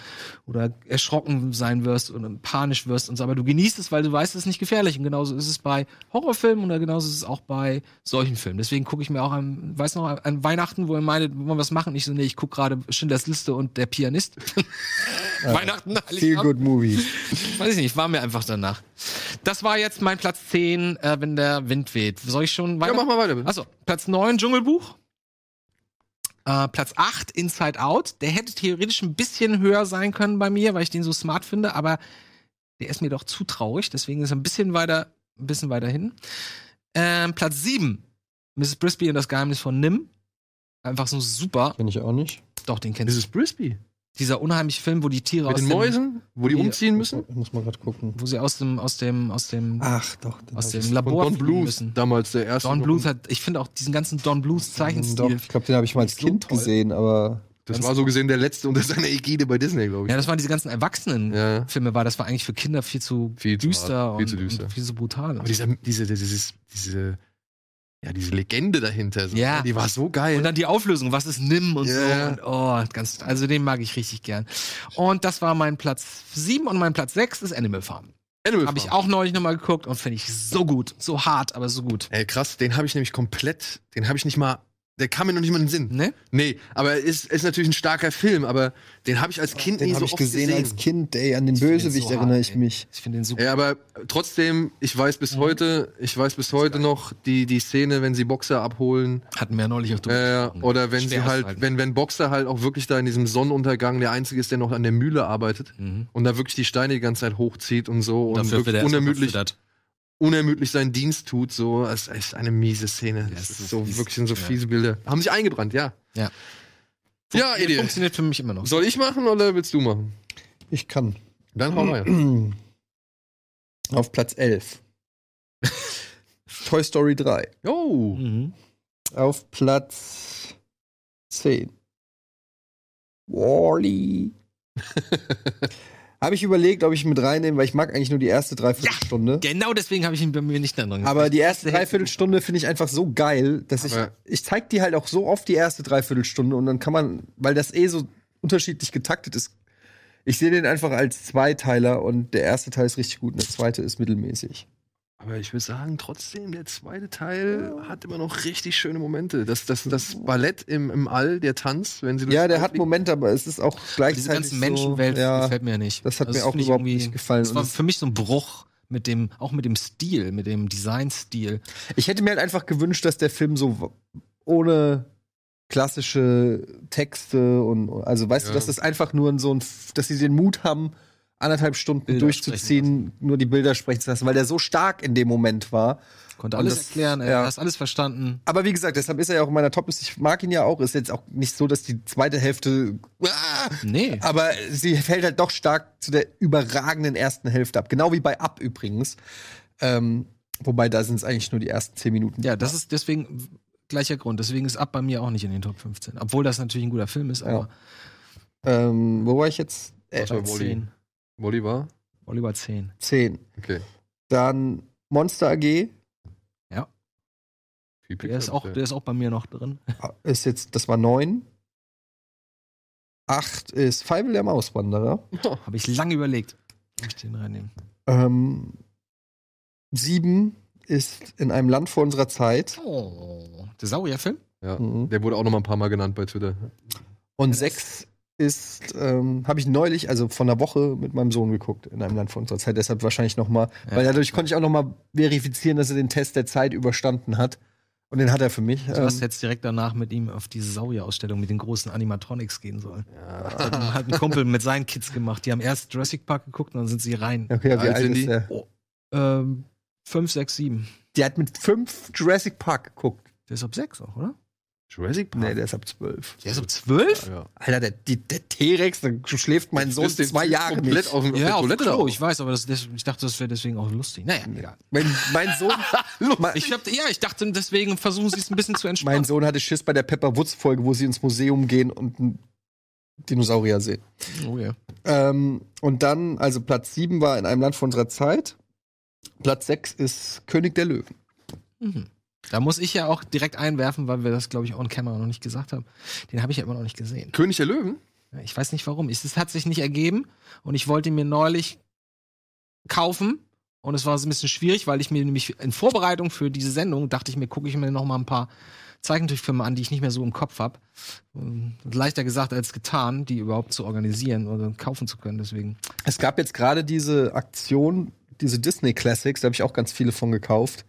B: oder erschrocken sein wirst und panisch wirst und so. Aber du genießt es, weil du weißt, es ist nicht gefährlich. Und genauso ist es bei Horrorfilmen oder genauso ist es auch bei solchen Filmen. Deswegen gucke ich mir auch an, weiß noch, an Weihnachten, wo ihr meinet, wo man was machen. Ich so, nee, ich gucke gerade Schindlers Liste und der Pianist. Weihnachten,
C: Feel
B: Heiligabend.
C: good movie.
B: Weiß ich nicht, war mir einfach danach. Das war jetzt mein Platz 10, äh, wenn der Wind weht. Soll ich schon
D: Ah, Ja, mach mal weiter. bitte.
B: Achso, Platz 9, Dschungelbuch. Äh, Platz 8, Inside Out. Der hätte theoretisch ein bisschen höher sein können bei mir, weil ich den so smart finde, aber der ist mir doch zu traurig, deswegen ist er ein bisschen weiter, ein bisschen weiter hin. Ähm, Platz 7, Mrs. Brisby und das Geheimnis von Nim. Einfach so super.
C: Bin ich auch nicht.
B: Doch, den kennst du.
D: Dieses Brisby.
B: Dieser unheimliche Film, wo die Tiere
D: Mit
B: aus
D: den
B: dem-
D: Mäusen, wo die
B: Ja.
D: umziehen müssen.
C: Ich muss mal gerade gucken.
B: wo sie aus dem, aus dem, aus dem,
C: Ach, doch.
B: aus dem
D: Ah, Von
B: Labor
D: Don
B: fliehen
D: Bluth,
B: müssen.
D: damals der erste.
B: Don
D: noch-
B: Bluth hat, ich finde auch diesen ganzen Don Bluth
C: Doch,
B: Zeichenstil.
C: ich glaube, den habe ich mal als
B: So
C: Kind
B: toll.
C: gesehen, aber
D: Das war so gesehen der letzte unter seiner Ägide bei Disney, glaube ich.
B: Ja, das waren diese ganzen Erwachsenen.
D: Ja.
B: Filme war, das war eigentlich für Kinder viel zu
D: Viel zu
B: düster,
D: hart, viel zu
B: und,
D: düster.
B: und viel zu brutal.
D: Aber dieser, diese, dieses, diese, ja, diese Legende dahinter, so,
B: Ja.
D: ne, die war so geil.
B: Und dann die Auflösung, was ist Nimm und
D: Ja.
B: so. Und, oh, ganz, also den mag ich richtig gern. Und das war mein Platz 7 und mein Platz 6 ist Animal Farm.
D: Animal
B: Habe ich
D: Farm.
B: auch neulich nochmal geguckt und finde ich so gut. So hart, aber so gut.
D: Ey, krass, den habe ich nämlich komplett, den habe ich nicht mal, der kam mir noch nicht mal in den Sinn.
B: Ne?
D: Nee, aber ist, ist natürlich ein starker Film, aber den habe ich als Kind nie so
C: den habe ich
D: oft
C: gesehen, als Kind, ey. An den
B: Ich find den
C: Bösewicht
B: so hart,
C: erinnere ich
B: ey.
C: mich.
B: Ich finde den super.
D: Ja, aber trotzdem, ich weiß
B: Mhm.
D: bis heute, ich weiß bis heute noch die, die Szene, wenn sie Boxer abholen,
B: Hatten wir ja neulich auch
D: äh,
B: gesprochen.
D: oder wenn
B: Schwer
D: sie halt,
B: aushalten.
D: wenn, wenn Boxer halt auch wirklich da in diesem Sonnenuntergang der Einzige ist, der noch an der Mühle arbeitet
B: Mhm.
D: und da wirklich die Steine die ganze Zeit hochzieht und so und
B: Dafür wird
D: wirklich
B: er erstmal
D: unermüdlich,
B: verfüttert.
D: unermüdlich seinen Dienst tut, so, es ist eine miese Szene.
B: Ja,
D: das
B: es ist
D: ist so,
B: fies.
D: wirklich sind so
B: Ja.
D: fiese Bilder. Haben sich eingebrannt, ja.
B: Ja.
D: Ja,
B: Funktioniert-
D: Edil.
B: Funktioniert für mich immer noch.
D: Soll ich machen oder willst du machen?
C: Ich kann.
D: Dann
B: Mhm.
D: hau rein.
C: Auf Platz 11. Toy Story 3.
D: Oh.
B: Mhm.
C: Auf Platz 10. Wally. Habe ich überlegt, ob ich ihn mit reinnehme, weil ich mag eigentlich nur die erste Dreiviertelstunde.
B: Genau deswegen habe ich ihn bei mir nicht in Erinnerung.
C: aber die erste Dreiviertelstunde finde ich einfach so geil, dass ich.
D: Aber-
C: Ich zeig die halt auch so oft die erste Dreiviertelstunde und dann kann man, weil das eh so unterschiedlich getaktet ist. Ich sehe den einfach als Zweiteiler und der erste Teil ist richtig gut und der zweite ist mittelmäßig.
D: Aber ich würde sagen, trotzdem, der zweite Teil hat immer noch richtig schöne Momente. Das, das, das Ballett im, im All, der Tanz, wenn sie durchs
C: Ja, der
D: All
C: hat
D: fliegen.
C: Momente, aber es ist auch gleichzeitig.
B: diese ganzen
C: so,
B: Menschenwelt
C: ja,
B: gefällt mir ja nicht.
C: Das hat
B: Also
C: mir auch
B: finde ich
C: überhaupt
B: irgendwie-
C: nicht gefallen.
B: Das war
C: Und das-
B: für mich so ein Bruch mit dem, auch mit dem Stil, mit dem Designstil.
C: Ich hätte mir halt einfach gewünscht, dass der Film so w- ohne klassische Texte und also weißt du,
D: Ja.
C: dass das einfach nur in so ein, F- dass sie den Mut haben, anderthalb Stunden
B: Bilder sprechen
C: durchzuziehen, nur die Bilder sprechen zu lassen, weil der so stark in dem Moment war.
B: Konnte
C: Und
B: alles
C: das-
B: erklären, ey,
C: ja.
B: hast alles verstanden.
C: Aber wie gesagt, deshalb ist er ja auch in meiner Toplist. Ich mag ihn ja auch. Ist jetzt auch nicht so, dass die zweite Hälfte, Ah!
B: Nee.
C: aber sie fällt halt doch stark zu der überragenden ersten Hälfte ab. Genau wie bei Up übrigens. Ähm, wobei da sind es eigentlich nur die ersten zehn Minuten.
B: Ja, das ist deswegen gleicher Grund. Deswegen ist Ab bei mir auch nicht in den Top 15. Obwohl das natürlich ein guter Film ist, aber
C: Ähm, wo war ich jetzt? Äh,
D: Warte mal, Wall-E.
B: 10.
D: Wally war?
B: Oliver 10.
C: 10.
D: Okay.
C: Dann Monster AG
D: Viel
B: Der ist, auch, der ist auch bei mir noch drin.
C: ist jetzt, das war 9. 8 ist Feivel der Mauswanderer.
B: Habe ich lange überlegt, ob ich den reinnehme.
C: Ähm, 7 ist in einem Land vor unserer Zeit.
B: Oh. Der Saurierfilm?
D: ja.
C: Mhm.
D: Der wurde auch noch mal ein paar Mal genannt bei Twitter.
C: Und 6 ist, ähm, habe ich neulich, also vor einer Woche mit meinem Sohn geguckt, in einem Land vor unserer Zeit. Deshalb wahrscheinlich nochmal,
B: Ja.
C: mal, weil dadurch konnte ich auch nochmal verifizieren, dass er den Test der Zeit überstanden hat. Und den hat er für mich.
B: Du hast
C: Ähm,
B: jetzt direkt danach mit ihm auf diese Saurier-Ausstellung mit den großen Animatronics gehen sollen. Hat, ein- hat ein Kumpel mit seinen Kids gemacht. Die haben erst Jurassic Park geguckt und dann sind sie rein.
C: okay, wie
D: Alt
C: alt
D: sind
C: ist
D: die? Oh,
C: der?
B: Ähm, fünf, sechs, sieben.
C: Der hat mit 5 Jurassic Park geguckt.
B: Der ist ab sechs auch, oder?
D: Jurassic Park?
C: Nee, der ist ab zwölf.
B: Der ist ab zwölf?
D: ja.
C: Alter, der, die- der T-Rex, da schläft mein Sohn
D: Ist den
C: zwei
D: Typ
C: Jahre
D: komplett
C: nicht.
D: auf, auf
B: Ja,
D: der
B: auf dem
D: Toilette
B: Klo,
D: auch.
B: ich weiß, aber das, das, ich dachte, das wäre deswegen auch lustig. Naja, egal.
C: Mein, mein Sohn, mein,
B: Ich hab, ja, ich dachte, deswegen versuchen sie es ein bisschen zu
C: mein
B: entspannen.
C: Sohn hatte Schiss bei der Pepper Woods Folge, wo sie ins Museum gehen und einen Dinosaurier sehen.
B: Oh, ja.
C: Ähm, und dann, also Platz sieben war in einem Land von unserer Zeit. Platz sechs ist König der Löwen.
B: mhm. Da muss ich ja auch direkt einwerfen, weil wir das, glaube ich, on camera noch nicht gesagt haben. Den habe ich ja immer noch nicht gesehen.
D: König der Löwen?
B: Ja, Ich weiß nicht warum. Es es hat sich nicht ergeben und ich wollte ihn mir neulich kaufen und es war so ein bisschen schwierig, weil ich mir nämlich in Vorbereitung für diese Sendung dachte ich mir, gucke ich mir noch mal ein paar Zeichentrickfilme an, die ich nicht mehr so im Kopf habe. Leichter gesagt als getan, die überhaupt zu organisieren oder kaufen zu können. Deswegen.
C: Es gab jetzt gerade diese Aktion, diese Disney Classics, da habe ich auch ganz viele von gekauft,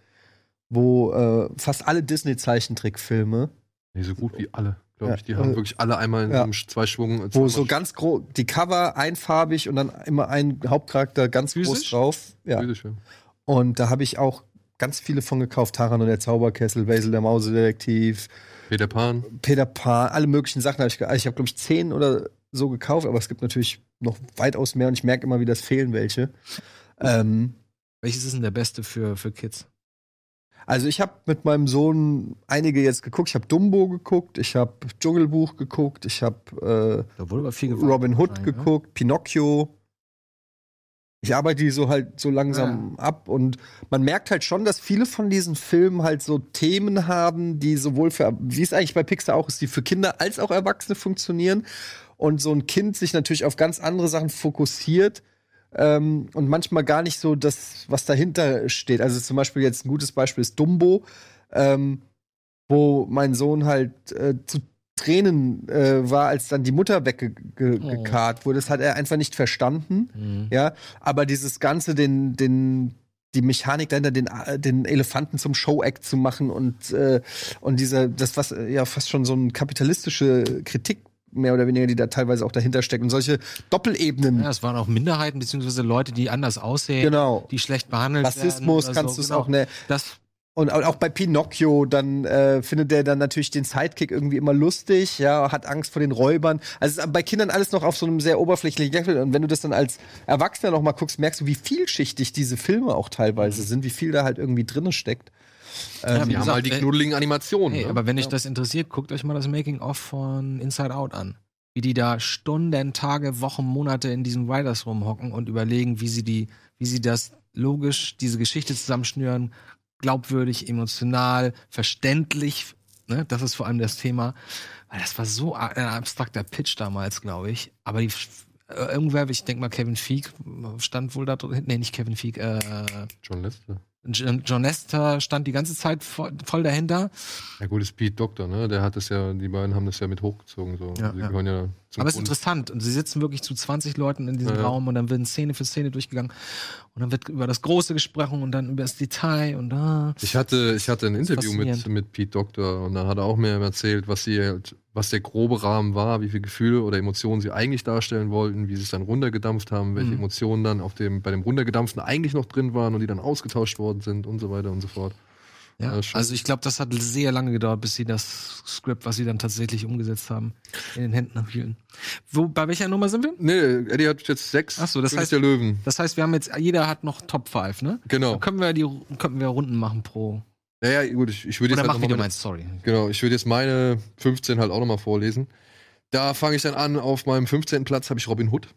C: wo äh, fast alle Disney Zeichentrickfilme
D: Nee, so gut wie alle. glaube
C: Ja.
D: ich. Die haben
C: Also-
D: wirklich alle einmal in
C: Ja.
D: einem Sch- zwei Schwungen.
C: Wo so ganz groß, die Cover einfarbig und dann immer ein Hauptcharakter ganz groß
D: Physisch?
C: drauf. Ja.
D: Jüdische.
C: Und da habe ich auch ganz viele von gekauft. Taran und der Zauberkessel, Basil der Mausedetektiv,
D: Peter Pan.
C: Peter Pan, alle möglichen Sachen habe ich ge- also Ich habe, glaube ich, zehn oder so gekauft, aber es gibt natürlich noch weitaus mehr und ich merke immer, wie das fehlen welche. Ähm,
B: Welches ist denn der beste für, für Kids?
C: also ich habe mit meinem Sohn einige jetzt geguckt. Ich habe Dumbo geguckt, ich habe Dschungelbuch geguckt, ich habe
B: Da wurde aber viel
C: äh,
B: gewartet
C: Robin Hood
B: wahrscheinlich, ne? oder?
C: geguckt, Pinocchio. Ich arbeite die so halt so
B: Ah,
C: langsam ab und man merkt halt schon, dass viele von diesen Filmen halt so Themen haben, die sowohl für, wie es eigentlich bei Pixar auch ist, die für Kinder als auch Erwachsene funktionieren. Und so ein Kind sich natürlich auf ganz andere Sachen fokussiert ähm, und manchmal gar nicht so das, was dahinter steht. Also zum Beispiel jetzt ein gutes Beispiel ist Dumbo, ähm, wo mein Sohn halt äh, zu Tränen äh, war, als dann die Mutter
B: Oh.
C: weggekarrt wurde. Das hat er einfach nicht verstanden.
B: Mhm.
C: Ja, aber dieses Ganze, den, den, die Mechanik dahinter, den, äh, den Elefanten zum Showact zu machen und, äh, und diese, das, was äh, ja fast schon so eine kapitalistische Kritik mehr oder weniger, die da teilweise auch dahinter steckt und solche Doppelebenen.
B: Ja, es waren auch Minderheiten, beziehungsweise Leute, die anders aussehen,
C: Genau.
B: die schlecht behandelt werden.
C: Rassismus
B: oder
C: kannst
B: so.
C: du es
B: Genau.
C: auch ne
B: Das,
C: und au- auch bei Pinocchio dann äh, findet der dann natürlich den Sidekick irgendwie immer lustig ja hat Angst vor den Räubern also es ist bei Kindern alles noch auf so einem sehr oberflächlichen Level und wenn du das dann als Erwachsener noch mal guckst merkst du wie vielschichtig diese Filme auch teilweise sind wie viel da halt irgendwie drinne steckt
B: ja,
D: Die
B: wie
D: haben
B: gesagt,
D: halt die
B: äh,
D: knuddeligen Animationen.
B: Hey,
D: ne?
B: aber wenn euch das interessiert, guckt euch mal das Making-of von Inside Out an. Wie die da Stunden, Tage, Wochen, Monate in diesem Writers Room hocken und überlegen, wie sie die, wie sie das logisch, diese Geschichte zusammenschnüren, glaubwürdig, emotional, verständlich. Ne? Das ist vor allem das Thema. Weil das war so a- ein abstrakter Pitch damals, glaube ich. Aber die, äh, irgendwer, ich denke mal, Kevin Feig stand wohl da drin. Nee, nicht Kevin Feig, äh,
D: John Lester.
B: John John Lester stand die ganze Zeit vo- voll dahinter.
D: Ja gut, ist Pete Doctor, ne? Der hat das ja, die beiden haben das ja mit hochgezogen. So.
B: Ja,
D: die
B: ja.
D: gehören ja zum
B: Aber es ist
D: Bund.
B: interessant. Und sie sitzen wirklich zu 20 Leuten in diesem
D: Ja, ja.
B: Raum und dann wird Szene für Szene durchgegangen. Und dann wird über das Große gesprochen und dann über das Detail und da.
D: Ich hatte, ich hatte ein
B: ist
D: Interview mit,
B: faszinierend.
D: mit Pete Doctor und da hat er auch mir erzählt, was sie, halt- was der grobe Rahmen war, wie viele Gefühle oder Emotionen sie eigentlich darstellen wollten, wie sie es dann runtergedampft haben, welche
B: Mhm.
D: Emotionen dann auf dem, bei dem runtergedampften eigentlich noch drin waren und die dann ausgetauscht worden sind und so weiter und so fort.
B: Ja.
D: Ja, schön.
B: also ich glaube, das hat sehr lange gedauert, bis sie das Skript, was sie dann tatsächlich umgesetzt haben, in den Händen hielten. Wo, bei welcher Nummer sind wir?
D: Nee, Eddie hat jetzt sechs.
B: Ach so, das
D: König
B: heißt-
D: der Löwen.
B: Das heißt, wir haben jetzt, jeder hat noch Top 5, ne?
D: Genau.
B: Dann können wir die, könnten wir Runden machen pro.
D: Naja, gut, ich, ich würde jetzt halt noch
B: Oder mach, wie
D: mal
B: du
D: mit-
B: meinst, sorry.
D: Genau, ich würde jetzt meine 15 halt auch nochmal vorlesen. Da fange ich dann an, auf meinem 15. Platz habe ich Robin Hood.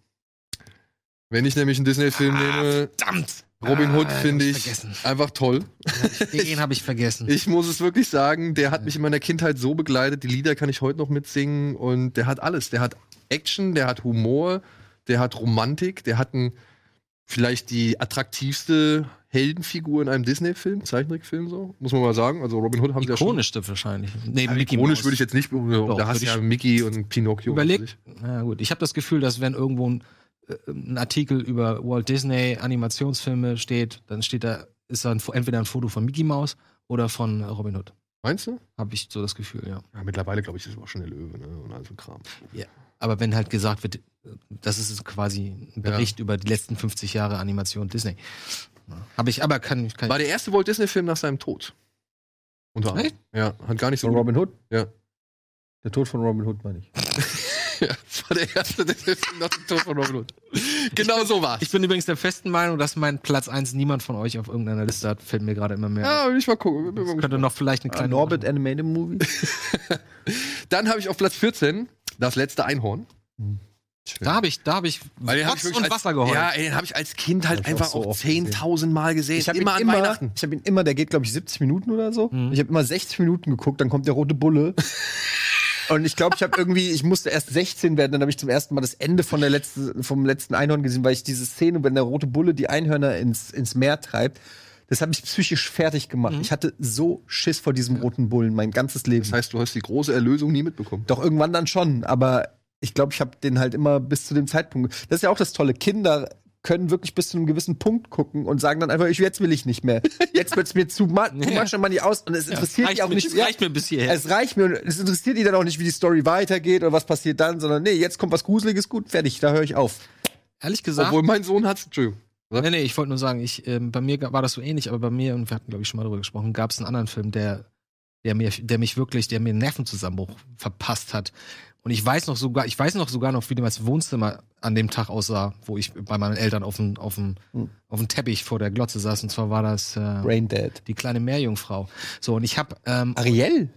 D: Wenn ich nämlich einen Disney-Film nehme,
B: Verdammt!
D: Äh, Robin Hood
B: Ah,
D: finde
B: hab
D: ich
B: Vergessen. Hm.
D: einfach toll.
B: Den habe ich vergessen.
D: Ich muss es wirklich sagen, der hat mich in meiner Kindheit so begleitet, die Lieder kann ich heute noch mitsingen und der hat alles. Der hat Action, der hat Humor, der hat Romantik, der hat ein, vielleicht die attraktivste Heldenfigur in einem Disney-Film, Zeichentrickfilm so, muss man mal sagen. Also Robin Hood haben sie ja schon.
B: Ikonischste wahrscheinlich. Nee,
D: Ja,
B: Mickey
D: ikonisch
B: Mouse.
D: würde ich jetzt nicht.
B: Doch,
D: da hast du
B: würde
D: ja
B: ich-
D: Mickey und Pinocchio.
B: Überlegt. Na gut, ich habe das Gefühl, dass wenn irgendwo ein, äh, ein Artikel über Walt Disney Animationsfilme steht, dann steht da, ist da ein, Fo- entweder ein Foto von Mickey Mouse oder von Robin Hood.
D: Meinst du?
B: Habe ich so das Gefühl, ja.
D: Ja, mittlerweile, glaube ich, ist es auch schon der Löwe ne? und all so ein Kram.
B: Aber wenn halt gesagt wird, äh, das ist quasi ein
D: Ja.
B: Bericht über die letzten 50 Jahre Animation Disney. Habe ich, aber kann, kann
D: War der erste Walt Disney-Film nach seinem Tod. Unter anderem.
B: Echt?
D: Ja, hat gar nicht so
C: von Robin Hood
D: Ja.
C: der Tod von Robin Hood meine ich
D: Ja, das war der erste Disney-Film nach dem Tod von Robin Hood. Genau so war's.
B: ich bin übrigens der festen Meinung, dass mein Platz 1 niemand von euch auf irgendeiner Liste hat. Fällt mir gerade immer mehr. auf.
D: Ja, will ich mal gucken. Bin mal
B: Das
D: gespannt.
B: könnte noch vielleicht eine
C: ein
B: kleine.
C: Norbit Animated Movie
D: Dann habe ich auf Platz 14 das letzte Einhorn.
B: Da habe ich, da habe ich
D: Weil den hab
B: Rotz
D: ich wirklich
B: und
D: als-
B: Wasser geholt.
D: Ja, ey, den habe ich als Kind
C: Hab
D: halt
C: ich auch
D: einfach
C: so
D: auch
C: oft gesehen.
D: 10.000 Mal gesehen.
C: Ich habe ihn
D: immer an
C: immer,
D: Weihnachten.
C: Ich habe ihn immer, der geht, glaube ich, 70 Minuten oder so.
B: Mhm.
C: Ich habe immer 60 Minuten geguckt, dann kommt der rote Bulle. Und ich glaube, ich habe irgendwie, ich musste erst 16 werden, dann habe ich zum ersten Mal das Ende von der letzten, vom letzten Einhorn gesehen, weil ich diese Szene, wenn der rote Bulle die Einhörner ins, ins Meer treibt, das hat mich psychisch fertig gemacht.
D: Mhm.
C: Ich hatte so Schiss vor diesem roten Bullen mein ganzes Leben.
D: Das heißt, du hast die große Erlösung nie mitbekommen.
C: Doch irgendwann dann schon, aber ich glaube, ich habe den halt immer bis zu dem Zeitpunkt. Das ist ja auch das Tolle. Kinder können wirklich bis zu einem gewissen Punkt gucken und sagen dann einfach, ich, jetzt will ich nicht mehr. Jetzt wird's mir zu ma- too
F: Ja.
C: much and money aus und es interessiert die
F: reicht
C: auch
F: mir,
C: nicht.
F: das reicht mir bis hierher.
C: Es reicht mir und es interessiert die dann auch nicht, wie die Story weitergeht oder was passiert dann, sondern nee, jetzt kommt was Gruseliges, gut, fertig, da höre ich auf.
B: Ehrlich gesagt,
D: Obwohl mein Sohn hat's, Entschuldigung.
B: Nee, nee, ich wollte nur sagen, ich, ähm, bei mir ga- war das so ähnlich, aber bei mir, und wir hatten, glaube ich, schon mal darüber gesprochen, gab es einen anderen Film, der, der, mir, der mich wirklich, der mir einen Nervenzusammenbruch verpasst hat. Und ich weiß noch sogar, ich weiß noch sogar noch, wie das Wohnzimmer an dem Tag aussah, wo ich bei meinen Eltern auf dem, auf dem,
C: Hm.
B: auf dem Teppich vor der Glotze saß. Und zwar war das äh,
C: Brain Dead.
B: die kleine Meerjungfrau. So, und ich habe ähm,
C: Ariel?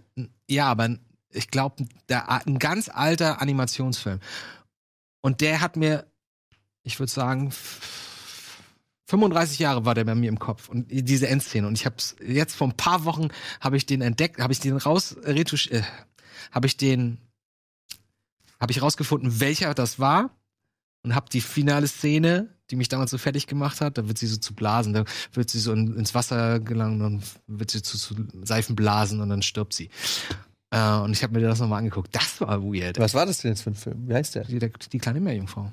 B: ja, aber ich glaube, ein ganz alter Animationsfilm. Und der hat mir, ich würde sagen, f- 35 Jahre war der bei mir im Kopf und diese Endszene. Und ich habe jetzt vor ein paar Wochen habe ich den entdeckt, habe ich den raus, retusch, äh, habe ich den, habe ich rausgefunden, welcher das war und habe die finale Szene, die mich damals so fertig gemacht hat, da wird sie so zu Blasen, da wird sie so in, ins Wasser gelangen, dann wird sie zu, zu Seifenblasen und dann stirbt sie. Äh, und ich habe mir das nochmal angeguckt. Das war weird.
C: Was war das denn jetzt für ein Film? Wie heißt der?
B: Die, die kleine Meerjungfrau.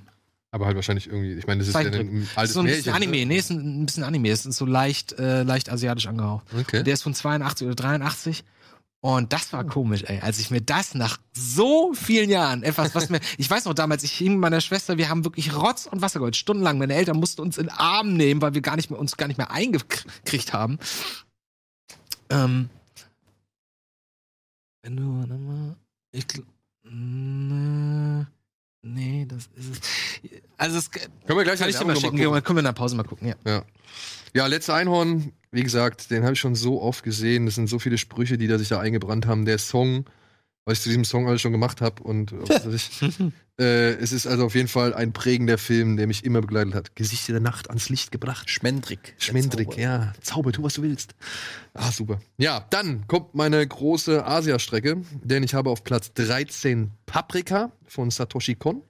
D: Aber halt wahrscheinlich irgendwie, ich meine, das ist ja
B: Zeichentrick.
D: ein
B: Das ist
D: altes
B: so ein bisschen
D: Märchen,
B: Anime,
D: ne?
B: nee, ist ein, ein bisschen Anime. Es ist so leicht, äh, leicht asiatisch angehaucht.
D: Okay.
B: Der ist von 82 oder 83. Und das war komisch, ey. Als ich mir das nach so vielen Jahren, etwas, was mir, ich weiß noch damals, ich hing mit meiner Schwester, wir haben wirklich Rotz und Wasser geholt, stundenlang. Meine Eltern mussten uns in den Arm nehmen, weil wir gar nicht mehr, uns gar nicht mehr eingekriegt haben. Ähm, wenn du, warte mal, ich, gl- nee, nee, das ist es. Also, es, kann
D: Können wir gleich
B: ich
D: das
B: dir
D: Album
B: mal
D: noch
B: schicken,
D: gucken.
B: Können wir in der Pause mal gucken, ja.
D: Ja, letzte Einhorn, wie gesagt, den habe ich schon so oft gesehen. Das sind so viele Sprüche, die da sich da eingebrannt haben. Der Song, was ich zu diesem Song alles schon gemacht habe und was weiß ich, äh, es ist also auf jeden Fall ein prägender Film, der mich immer begleitet hat. Gesichter der Nacht ans Licht gebracht.
C: Schmendrick.
D: Schmendrick, ja. Zauber, tu, was du willst. Ah, super. Ja, dann kommt meine große Asia-Strecke, denn ich habe auf Platz 13 Paprika von Satoshi Kon.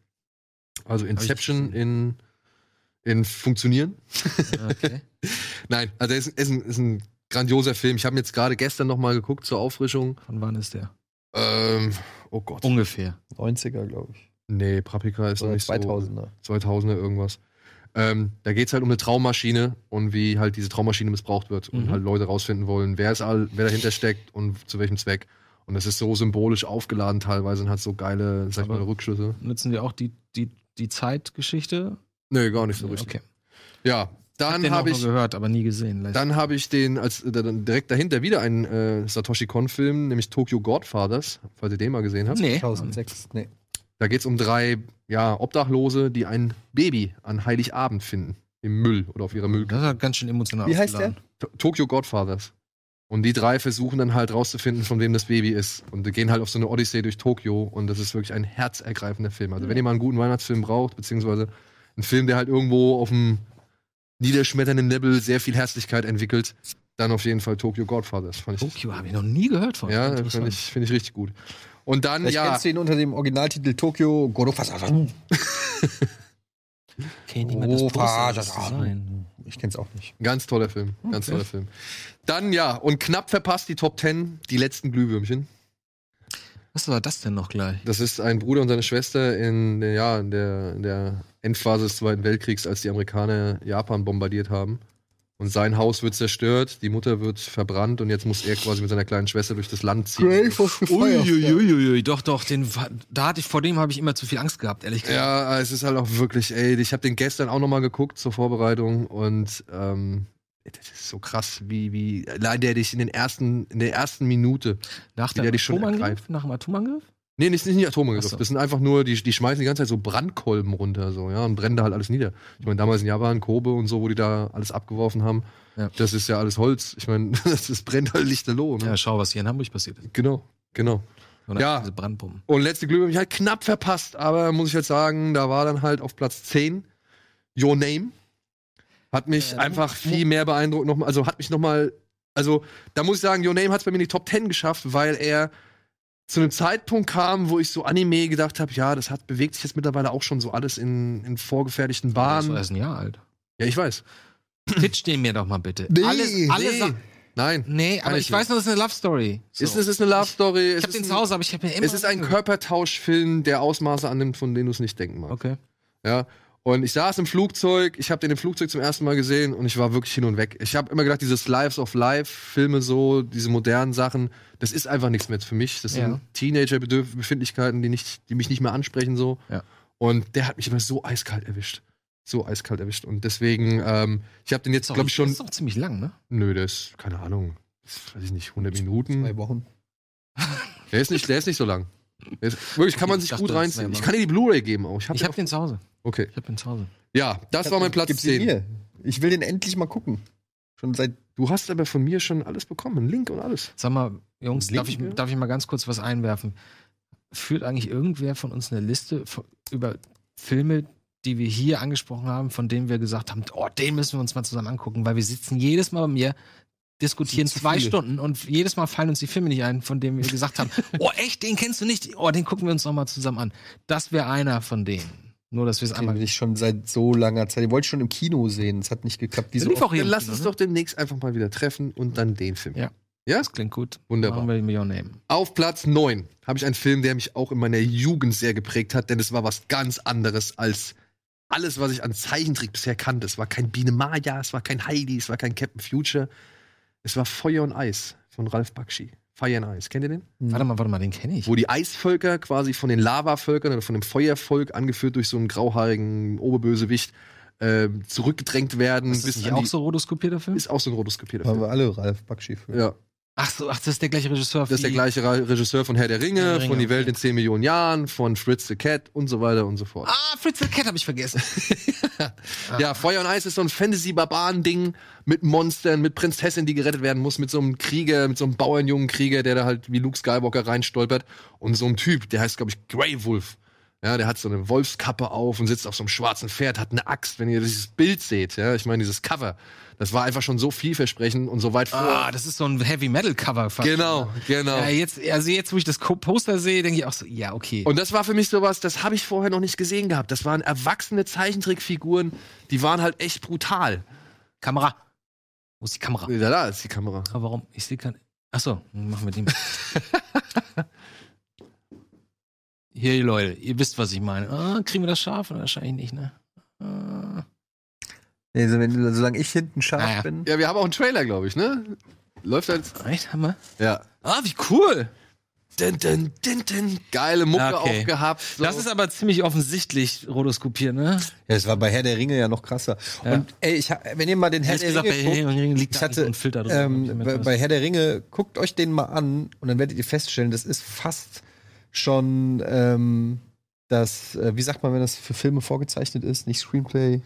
D: Also Inception in, in Funktionieren.
B: Okay.
D: Nein, also es ist, ist, ein, ist ein grandioser Film. Ich habe ihn jetzt gerade gestern noch mal geguckt zur Auffrischung.
B: Von wann ist der?
D: Ähm, oh Gott.
B: Um Ungefähr.
C: 90er, glaube ich.
D: Nee, Paprika ist noch
C: Oder
D: nicht 2000.
C: 2000er.
D: so. 2000er irgendwas. Ähm, da geht es halt um eine Traummaschine und wie halt diese Traummaschine missbraucht wird und
B: Mhm.
D: halt Leute rausfinden wollen, wer es all, wer dahinter steckt und zu welchem Zweck. Und das ist so symbolisch aufgeladen teilweise und hat so geile, sag ich mal,
B: Aber-
D: Rückschlüsse.
B: Nutzen wir auch die, die, die Zeitgeschichte?
D: Nee, gar nicht so richtig.
B: Okay.
D: Ja, dann
B: Den
D: habe
B: auch
D: ich
B: mal gehört, aber nie gesehen. Leider.
D: Dann habe ich den als äh, dann direkt dahinter wieder einen äh, Satoshi Kon-Film, nämlich Tokyo Godfathers, falls ihr den mal gesehen habt.
B: nee.
C: 2006. Nee.
D: Da geht es um drei ja, Obdachlose, die ein Baby an Heiligabend finden. Im Müll oder auf ihrer Müllkippe.
B: Das hat ganz schön emotional
C: Wie heißt
B: aufgeladen.
D: To- Tokyo Godfathers. Und die drei versuchen dann halt rauszufinden, von wem das Baby ist. Und die gehen halt auf so eine Odyssee durch Tokio. Und das ist wirklich ein herzergreifender Film. Also, wenn ihr mal einen guten Weihnachtsfilm braucht, beziehungsweise einen Film, der halt irgendwo auf einem niederschmetternden Level sehr viel Herzlichkeit entwickelt, dann auf jeden Fall Tokyo Godfathers. Fand ich,
B: Tokio habe ich noch nie gehört von.
D: ja,
B: Interessant.
D: finde ich, find ich richtig gut. Und dann,
C: Vielleicht
D: ja,
C: kennst du ihn unter dem Originaltitel Tokyo Ah, Gorofasa.
B: Okay, niemand das Poster, das kann sein.
C: Ich kenn's auch nicht.
D: ganz toller Film. Ganz toller Film. Dann, ja, und knapp verpasst die Top 10, die letzten Glühwürmchen.
B: Was war das denn noch gleich?
D: Das ist ein Bruder und seine Schwester in, der- ja, in, der, in der Endphase des Zweiten Weltkriegs, als die Amerikaner Japan bombardiert haben. Und sein Haus wird zerstört, die Mutter wird verbrannt und jetzt muss er quasi mit seiner kleinen Schwester durch das Land ziehen.
B: Uiuiuiui, doch, doch, den, wa- da hatte ich, vor dem habe ich immer zu viel Angst gehabt, ehrlich gesagt.
D: Ja, es ist halt auch wirklich, ey, ich habe den gestern auch nochmal geguckt zur Vorbereitung und ähm, das ist so krass, wie, wie allein der dich in den ersten, in der ersten Minute.
B: Nach
D: Wie der
B: dem
D: dich schon
B: Atomangriff?
D: ergreift.
B: Nach dem Atomangriff?
D: Nee, nicht, nicht in die Atome gegriffen.
B: Ach so.
D: Das sind einfach nur, die, die schmeißen die ganze Zeit so Brandkolben runter so, ja, und brennen da halt alles nieder. Ich meine, damals in Japan, Kobe und so, wo die da alles abgeworfen haben,
B: Ja.
D: das ist ja alles Holz. Ich meine, das, das brennt halt lichterloh. Ne?
B: Ja, schau, was hier in Hamburg passiert ist.
D: Genau, genau.
B: Oder
D: Ja.
B: Diese Brandbomben.
D: Und letzte Glühbirne habe ich halt knapp verpasst, aber muss ich jetzt sagen, da war dann halt auf Platz 10 Your Name. Hat mich einfach viel mehr beeindruckt, noch, mal- also hat mich nochmal, also da muss ich sagen, Your Name hat es bei mir in die Top 10 geschafft, weil er zu einem Zeitpunkt kam, wo ich so Anime gedacht habe, ja, das hat, bewegt sich jetzt mittlerweile auch schon so alles in, in vorgefertigten
B: Das war
D: Bahnen.
B: erst ein Jahr alt.
D: Ja, ich weiß.
B: Pitch den mir doch mal bitte.
C: Nee,
B: alles, alle nee.
D: Nein.
B: nee, aber
D: Kann
B: ich,
D: ich
B: weiß nur, das ist eine Love Story. So.
D: Es, ist, es ist eine Love Story.
B: ich
D: es
B: habe
D: ist
B: den
D: ein-
B: zu Hause, aber ich habe mir immer.
D: Es ist ein Körpertauschfilm, der Ausmaße annimmt, von denen du es nicht denken magst.
B: Okay.
D: Ja. Und ich saß im Flugzeug, ich habe den im Flugzeug zum ersten Mal gesehen und ich war wirklich hin und weg. Ich habe immer gedacht, dieses Lives of Life, Filme so, diese modernen Sachen, das ist einfach nichts mehr für mich. Das
B: Ja.
D: sind Teenager-Befindlichkeiten, die, nicht, die mich nicht mehr ansprechen so.
B: Ja.
D: Und der hat mich immer so eiskalt erwischt. So eiskalt erwischt. Und deswegen, ähm, ich habe den jetzt, glaube ich, schon.
B: Das ist auch ziemlich lang, ne?
D: Nö, der ist, keine Ahnung, weiß ich nicht, 100
C: Zwei
D: Minuten.
C: Wochen.
D: Der ist nicht, der ist nicht so lang. Der ist, wirklich, kann
B: Okay,
D: man
B: ich
D: sich
B: dachte,
D: gut
B: das wär
D: reinziehen.
B: mal-
D: Ich kann dir die Blu-ray geben auch. Ich hab
B: Ich
D: die
B: habe den zu Hause.
D: auch- okay.
B: Ich habe den zu Hause.
D: Ja, das war mein Platz
C: Gib sie
D: 10.
C: mir. Ich will den endlich mal gucken. Schon seit
D: Du hast aber von mir schon alles bekommen, einen Link und alles.
B: Sag mal, Jungs, darf ich,
D: Linke?
B: darf ich mal ganz kurz was einwerfen? Führt eigentlich irgendwer von uns eine Liste von, über Filme, die wir hier angesprochen haben, von denen wir gesagt haben, oh, den müssen wir uns mal zusammen angucken, weil wir sitzen jedes Mal bei mir, diskutieren
C: Sind zu
B: zwei
C: viele.
B: Stunden und jedes Mal fallen uns die Filme nicht ein, von denen wir gesagt haben, oh, echt, den kennst du nicht, oh, den gucken wir uns nochmal zusammen an. Das wäre einer von denen. Nur, dass wir es
C: den
B: einmal.
C: will ich schon seit so langer Zeit. Den wollte ich schon im Kino sehen. Es hat nicht geklappt. Wie so
B: lief
C: oft.
B: auch hier
D: Dann
B: im
D: lass
B: Kino,
D: uns
B: ne?
D: doch demnächst einfach mal wieder treffen und dann den Film.
B: Ja.
D: Ja?
B: Das klingt gut.
D: Wunderbar.
B: Machen wir den Your Name.
D: Auf Platz 9 habe ich einen Film, der mich auch in meiner Jugend sehr geprägt hat, denn es war was ganz anderes als alles, was ich an Zeichentrick bisher kannte. Es war kein Biene Maya, es war kein Heidi, es war kein Captain Future. Es war Feuer und Eis von Ralf Bakshi. Fire and Ice. Kennt ihr den?
B: Warte mal, warte mal, den kenne ich.
D: Wo die Eisvölker quasi von den Lavavölkern oder von dem Feuervolk, angeführt durch so einen grauhaarigen Oberbösewicht, äh, zurückgedrängt werden.
B: Ist das nicht
D: an
B: auch
D: die-
B: so rotoskopierter Film?
D: Ist auch so ein rotoskopierter
C: Haben
D: Film.
C: wir alle Ralf Bakshi für.
D: Ja.
B: Ach so, ach, das ist der gleiche Regisseur.
D: Das ist der
B: wie-
D: gleiche Ra- Regisseur von Herr der Ringe,
B: Herr der Ringe,
D: von Die Welt
B: okay.
D: in 10 Millionen Jahren, von Fritz the Cat und so weiter und so fort.
B: Ah, Fritz the Cat habe ich vergessen.
D: Ja, Feuer und Eis ist so ein Fantasy-Barbaren-Ding mit Monstern, mit Prinzessin, die gerettet werden muss, mit so einem Krieger, mit so einem Bauernjungen Krieger, der da halt wie Luke Skywalker reinstolpert und so ein Typ, der heißt, glaube ich, Grey Wolf. Ja, der hat so eine Wolfskappe auf und sitzt auf so einem schwarzen Pferd, hat eine Axt, wenn ihr dieses Bild seht, ja, ich meine dieses Cover, das war einfach schon so vielversprechend und so weit vor.
B: Ah, das ist so ein Heavy Metal Cover. fast.
D: genau, genau.
B: Ja, jetzt, also jetzt, wo ich das Co- Poster sehe, denke ich auch so, ja, okay.
D: Und das war für mich sowas, das habe ich vorher noch nicht gesehen gehabt. Das waren erwachsene Zeichentrickfiguren, die waren halt echt brutal.
B: Kamera. Wo ist die Kamera?
D: Da, da ist die Kamera.
B: Ah, warum? Ich sehe keine. Achso, machen wir den. Hier, Leute, ihr wisst, was ich meine. Ah, kriegen wir das scharf? Wahrscheinlich nicht, ne? Ah.
C: Nee, Also, wenn, solange ich hinten scharf
B: Naja.
C: bin.
D: Ja, wir haben auch einen Trailer, glaube ich, ne? Läuft als.
B: Echt, haben wir?
D: Ja.
B: Ah, wie cool!
D: Dun, dun, dun, dun. Geile Mucke
B: Okay.
D: auch gehabt. So.
B: Das ist aber ziemlich offensichtlich rotoskopiert, ne?
C: Ja, es war bei Herr der Ringe ja noch krasser.
B: Ja.
C: Und ey, ich, ha- wenn ihr mal den Herr
B: Ehrlich
C: der
B: gesagt, bei
C: Ringe
B: Herr
C: guckt,
B: der Ringe liegt
C: ich
B: da
C: hatte,
B: ein Filter drüber, hab ich
C: ähm,
B: mir
C: bei,
B: etwas-
C: bei Herr der Ringe, guckt euch den mal an und dann werdet ihr feststellen, das ist fast schon ähm, das, äh, wie sagt man, wenn das für Filme vorgezeichnet ist, nicht Screenplay,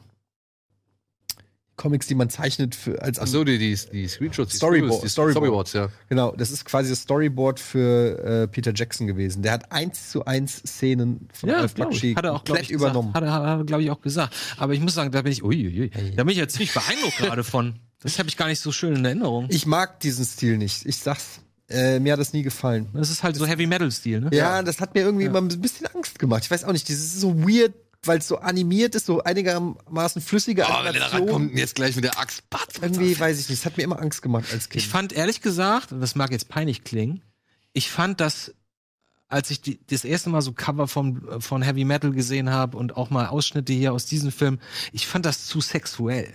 C: Comics, die man zeichnet für, als
B: Mhm.
D: Ach so, die, die, die Screenshots. Die
C: Storyboard-
D: Stories, die
C: Storyboard.
D: Storyboards, ja.
C: Genau, das ist quasi das Storyboard für äh, Peter Jackson gewesen. Der hat eins zu eins Szenen von
B: Ja,
C: Ralph
B: glaub ich.
C: Bakshi
B: hat er auch glaub
C: komplett
B: ich,
C: übernommen.
B: Gesagt. Hat er, hat er glaube ich, auch gesagt. Aber ich muss sagen, da bin ich, uiuiui, da bin ich ja ziemlich beeindruckt gerade von. Das habe ich gar nicht so schön in Erinnerung.
C: Ich mag diesen Stil nicht. Ich sag's. Äh, mir hat das nie gefallen.
B: Das ist halt so Heavy Metal Stil, ne?
C: Ja, das hat mir irgendwie immer ein bisschen Angst gemacht. Ich weiß auch nicht, das ist so weird, weil es so animiert ist, so einigermaßen flüssige
D: Oh, wenn der da
C: Animation.
D: kommt und jetzt gleich mit der Axt. Batz, batz,
C: irgendwie weiß ich nicht, es hat mir immer Angst gemacht als Kind.
B: Ich fand ehrlich gesagt, und das mag jetzt peinlich klingen, ich fand das, als ich die, das erste Mal so Cover von, von Heavy Metal gesehen habe und auch mal Ausschnitte hier aus diesem Film, ich fand das zu sexuell.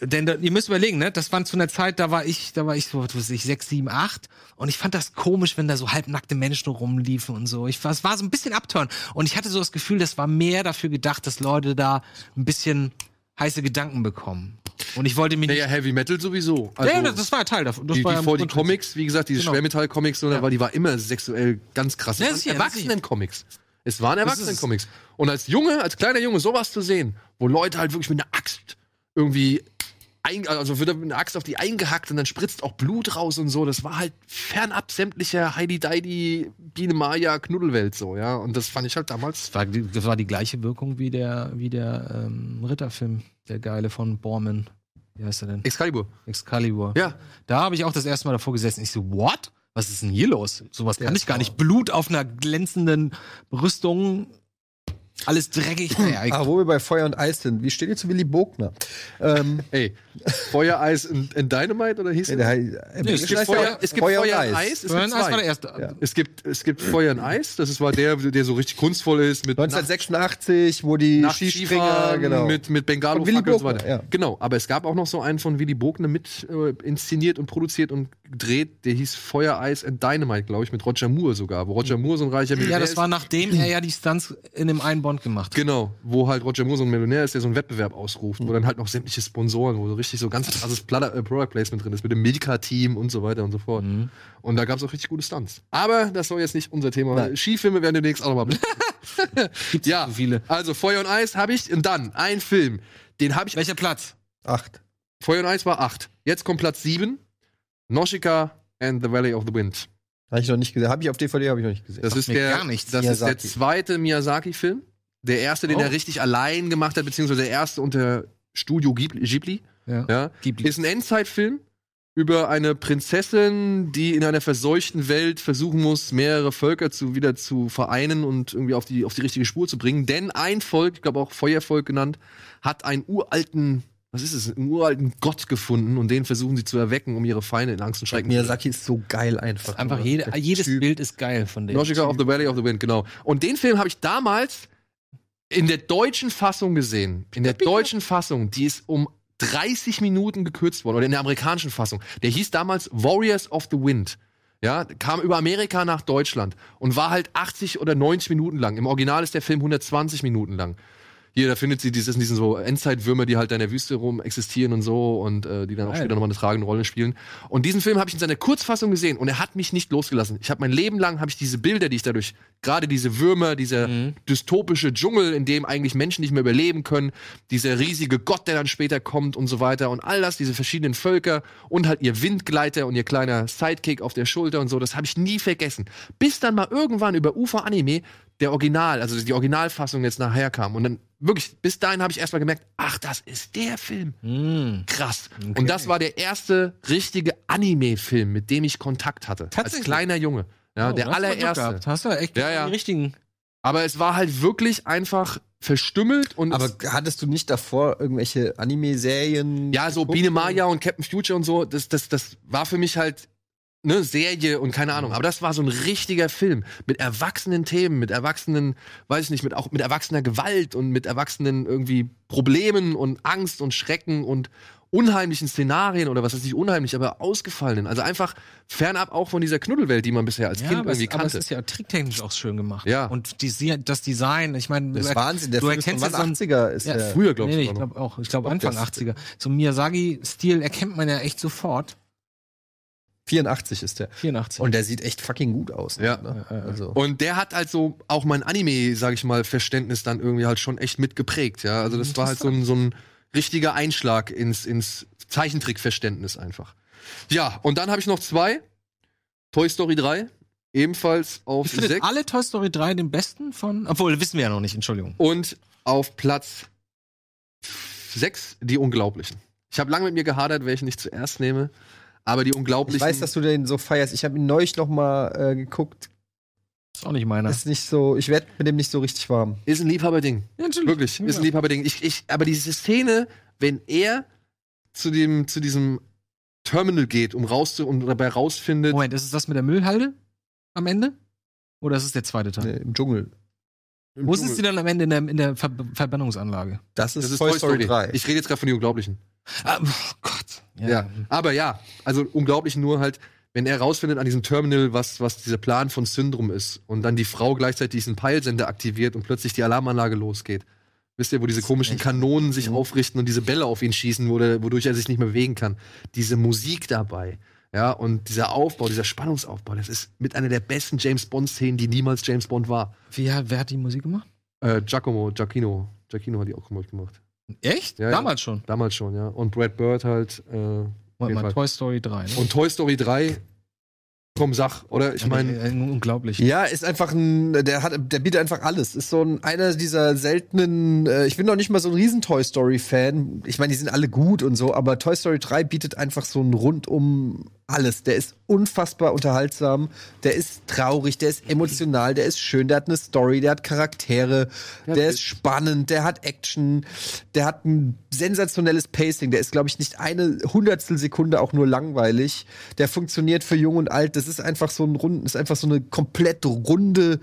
B: Denn da, ihr müsst überlegen, ne? Das waren zu einer Zeit, da war ich, da war ich so, was weiß ich, sechs, sieben, acht. Und ich fand das komisch, wenn da so halbnackte Menschen rumliefen und so. Ich war, es war so ein bisschen Abturn. Und ich hatte so das Gefühl, das war mehr dafür gedacht, dass Leute da ein bisschen heiße Gedanken bekommen. Und ich wollte mich nicht
D: Naja, Heavy Metal sowieso. Also,
B: ja, ja, das war ja Teil davon. Das
D: die,
B: war ja
D: die vor die
B: Grundprinzip.
D: Comics, wie gesagt, diese
B: Genau.
D: Schwermetall-Comics, sondern weil die war immer sexuell ganz krass.
B: Ja,
D: Es
B: sicher,
D: waren Erwachsenen-Comics. Es waren
B: Das ist-
D: Erwachsenen-Comics. Und als Junge, als kleiner Junge, sowas zu sehen, wo Leute halt wirklich mit einer Axt irgendwie, ein, also wird da mit einer Axt auf die eingehackt und dann spritzt auch Blut raus und so. Das war halt fernab sämtlicher Heidi-Deidi, Biene-Maja-Knuddelwelt so, ja. Und das fand ich halt damals.
B: Das war, die- das war die gleiche Wirkung wie der, wie der ähm, Ritterfilm, der geile von Borman. Wie heißt er denn?
D: Excalibur.
B: Excalibur.
D: Ja.
B: Da habe ich auch das erste Mal davor gesessen. Ich so, what? Was ist denn hier los? Sowas kann ich gar nicht. Blut auf einer glänzenden Rüstung. Alles dreckig. Naja, egal.
C: Aber Ah, wo wir bei Feuer und Eis sind, wie steht ihr zu Willy Bogner? Ähm,
D: Ey, Feuereis in, in Dynamite oder hieß
C: nee,
D: es?
C: der, hei- äh,
B: Nee, es
D: Es
C: Englisch
D: gibt
C: heißt ja
D: Feuer,
C: auch
D: es gibt Feuer und Eis. Es
B: Burn
D: gibt,
B: Eis war der
D: zwei.
B: erste.
C: Ja.
D: es gibt es gibt Feuer und Eis. Das ist war der, der so richtig kunstvoll ist mit
C: 1986, wo die
D: Nach
C: Skispringer,
D: Skifahren,
C: genau.
D: mit, mit Bengalo
C: Von Willy
D: Fackeln und so
C: Bogner,
D: weiter.
C: ja.
D: Genau, aber es gab auch noch so einen von Willy Bogner mit äh, inszeniert und produziert und gedreht, der hieß Feuer, Eis and Dynamite, glaube ich, mit Roger Moore sogar, wo Roger Moore so ein reicher Millionär
B: Ja, das war nachdem er ja die Stunts in dem einen Bond
D: ist.
B: gemacht hat.
D: Genau, wo halt Roger Moore so ein Millionär ist, der so einen Wettbewerb ausruft,
B: Mhm.
D: wo dann halt noch sämtliche Sponsoren, wo so richtig so ganz krasses Platter, äh, Product Placement drin ist, mit dem Milka-Team und so weiter und so fort.
B: Mhm.
D: Und da gab es auch richtig gute Stunts. Aber das soll jetzt nicht unser Thema sein.
C: Nein.
D: Skifilme werden demnächst auch nochmal. ja,
B: viele.
D: Also Feuer und Eis habe ich und dann ein Film. Den habe ich.
B: Welcher Platz?
C: Acht.
D: Feuer und Eis war 8. Jetzt kommt Platz 7. Nausicaa and the Valley of the Wind.
C: Habe ich noch nicht gesehen. Habe ich auf DVD, habe ich noch nicht gesehen.
D: Das ist
B: mir
D: der,
B: gar nichts.
D: das ist der
C: Miyazaki.
D: zweite Miyazaki-Film. Der erste, den
B: Oh.
D: er richtig allein gemacht hat, beziehungsweise der erste unter Studio Ghibli. Ghibli
B: Ja.
D: ja.
B: Ghibli.
D: Ist ein Endzeitfilm über eine Prinzessin, die in einer verseuchten Welt versuchen muss, mehrere Völker zu, wieder zu vereinen und irgendwie auf die, auf die richtige Spur zu bringen. Denn ein Volk, ich glaube auch Feuervolk genannt, hat einen uralten, was ist es, einen uralten Gott gefunden und den versuchen sie zu erwecken, um ihre Feinde in Angst und Schrecken zu
C: Miyazaki ist so geil einfach.
B: Einfach
C: Oder?
B: jede,
C: Der
B: jedes
C: Typ.
B: Bild ist geil von dem.
D: Nausicaa of the Valley of the Wind, genau. Und den Film habe ich damals in der deutschen Fassung gesehen. In der deutschen Fassung, die ist um 30 Minuten gekürzt worden, oder in der amerikanischen Fassung. Der hieß damals Warriors of the Wind. Ja, kam über Amerika nach Deutschland und war halt 80 oder 90 Minuten lang. Im Original ist der Film 120 Minuten lang. Hier, da findet sie dieses, diesen so Endzeitwürmer, die halt da in der Wüste rum existieren und so und äh, die dann auch
B: Geil.
D: später nochmal eine tragende Rolle spielen. Und diesen Film habe ich in seiner Kurzfassung gesehen und er hat mich nicht losgelassen. Ich habe mein Leben lang habe ich diese Bilder, die ich dadurch, gerade diese Würmer, dieser dystopische Dschungel, in dem eigentlich Menschen nicht mehr überleben können, dieser riesige Gott, der dann später kommt und so weiter und all das, diese verschiedenen Völker und halt ihr Windgleiter und ihr kleiner Sidekick auf der Schulter und so, das habe ich nie vergessen. Bis dann mal irgendwann über Ufa Anime der Original, also die Originalfassung jetzt nachher kam. Und dann wirklich, bis dahin habe ich erstmal gemerkt, ach, das ist der Film.
B: Mm.
D: Krass. Und das war der erste richtige Anime-Film, mit dem ich Kontakt hatte. Als
B: Tatsächlich?
D: kleiner Junge. Ja,
B: Oh,
D: der
B: hast du mal Glück
D: allererste.
B: gehabt. Hast du echt
D: Ja, ja.
B: die richtigen.
D: Aber es war halt wirklich einfach verstümmelt und
C: Aber hattest du nicht davor irgendwelche Anime-Serien?
D: Ja, so
C: geguckt?
D: Biene Maya und Captain Future und so, das, das, das war für mich halt ne Serie und keine Ahnung. Aber das war so ein richtiger Film mit erwachsenen Themen, mit erwachsenen, weiß ich nicht, mit auch mit erwachsener Gewalt und mit erwachsenen irgendwie Problemen und Angst und Schrecken und unheimlichen Szenarien oder was ist nicht unheimlich, aber ausgefallenen. Also einfach fernab auch von dieser Knuddelwelt, die man bisher als Kind
B: aber, es,
D: irgendwie
B: aber es
D: kannte.
B: ist ja tricktechnisch auch schön gemacht.
D: Ja.
B: Und die, das Design, ich meine,
C: Das
B: du-
C: ist Wahnsinn. Der
B: du
C: Film ist von
B: erkennst
C: wann?
B: das an-
C: 80er ist
B: Ja,
C: der.
D: Früher, glaube
B: nee, nee,
D: ich.
B: ich
D: sogar noch.
B: glaube auch. Ich glaube
C: glaub,
B: Anfang 80er.
C: das-
B: So Miyazaki-Stil erkennt man ja echt sofort.
C: 84 ist der.
B: 84.
C: Und der sieht echt fucking gut aus.
D: Ja.
C: Ne? Also.
D: Und der hat halt so auch mein Anime, sag ich mal, Verständnis dann irgendwie halt schon echt mitgeprägt, ja. Also das war halt so ein, so ein richtiger Einschlag ins, ins Zeichentrickverständnis einfach. Ja, und dann habe ich noch zwei. Toy Story 3, ebenfalls auf
B: ich finde
D: 6
B: alle Toy Story 3 den besten von. Obwohl, wissen wir ja noch nicht, Entschuldigung.
D: und auf Platz 6 die Unglaublichen. Ich habe lange mit mir gehadert, welchen ich zuerst nehme, aber die Unglaublichen.
C: Ich weiß, dass du den so feierst. Ich habe ihn neulich noch mal äh, geguckt.
B: Ist auch nicht meiner.
C: Ist nicht so, ich werde mit dem nicht so richtig warm.
D: ist ein Liebhaberding.
B: Ja, natürlich.
D: Wirklich, ist ein Liebhaberding. Ich, ich, aber diese Szene, wenn er zu, dem, zu diesem Terminal geht, um rauszu und dabei rausfindet,
B: Moment, ist es das mit der Müllhalde am Ende? Oder ist es der zweite Teil?
C: Nee, Im Dschungel.
D: im
B: Wo
D: Dschungel.
B: sind sie dann am Ende in der, in der Ver Verbrennungsanlage?
C: Das ist,
D: Das ist
C: Toy Story 3.
D: Ich rede jetzt gerade von den Unglaublichen.
B: Ah, oh Gott.
D: Ja. Aber ja, also unglaublich nur halt, wenn er rausfindet an diesem Terminal, was, was dieser Plan von Syndrom ist und dann die Frau gleichzeitig diesen Peilsender aktiviert und plötzlich die Alarmanlage losgeht. Wisst ihr, wo diese komischen
B: echt-
D: Kanonen sich aufrichten und diese Bälle auf ihn schießen, wo der- wodurch er sich nicht mehr bewegen kann. Diese Musik dabei. Ja, und dieser Aufbau, dieser Spannungsaufbau, das ist mit einer der besten James Bond-Szenen, die niemals James Bond war.
B: Wie, wer hat die Musik gemacht?
D: Äh, Giacomo, Giacchino. Giacchino hat die auch gemacht.
B: Echt?
D: Ja, ja.
B: Damals schon.
D: Damals schon, ja. Und Brad Bird halt. Äh,
B: Warte
D: jeden
B: mal,
D: Fall.
B: Toy Story 3. Ne?
D: und Toy Story 3, komm, sag, oder? Ich meine,
B: Äh, äh, unglaublich.
C: Ja, ist einfach ein, der hat, der bietet einfach alles. Ist so ein, einer dieser seltenen, äh, ich bin noch nicht mal so ein riesen Toy Story Fan. Ich meine, die sind alle gut und so, aber Toy Story 3 bietet einfach so ein rundum alles. Der ist unfassbar unterhaltsam, der ist traurig, der ist emotional, der ist schön, der hat eine Story, der hat Charaktere, der ist spannend, der hat Action, der hat ein sensationelles Pacing, der ist, glaube ich, nicht eine Hundertstel Sekunde auch nur langweilig. Der funktioniert für jung und alt. Das ist einfach so ein Runden, ist einfach so eine komplett runde,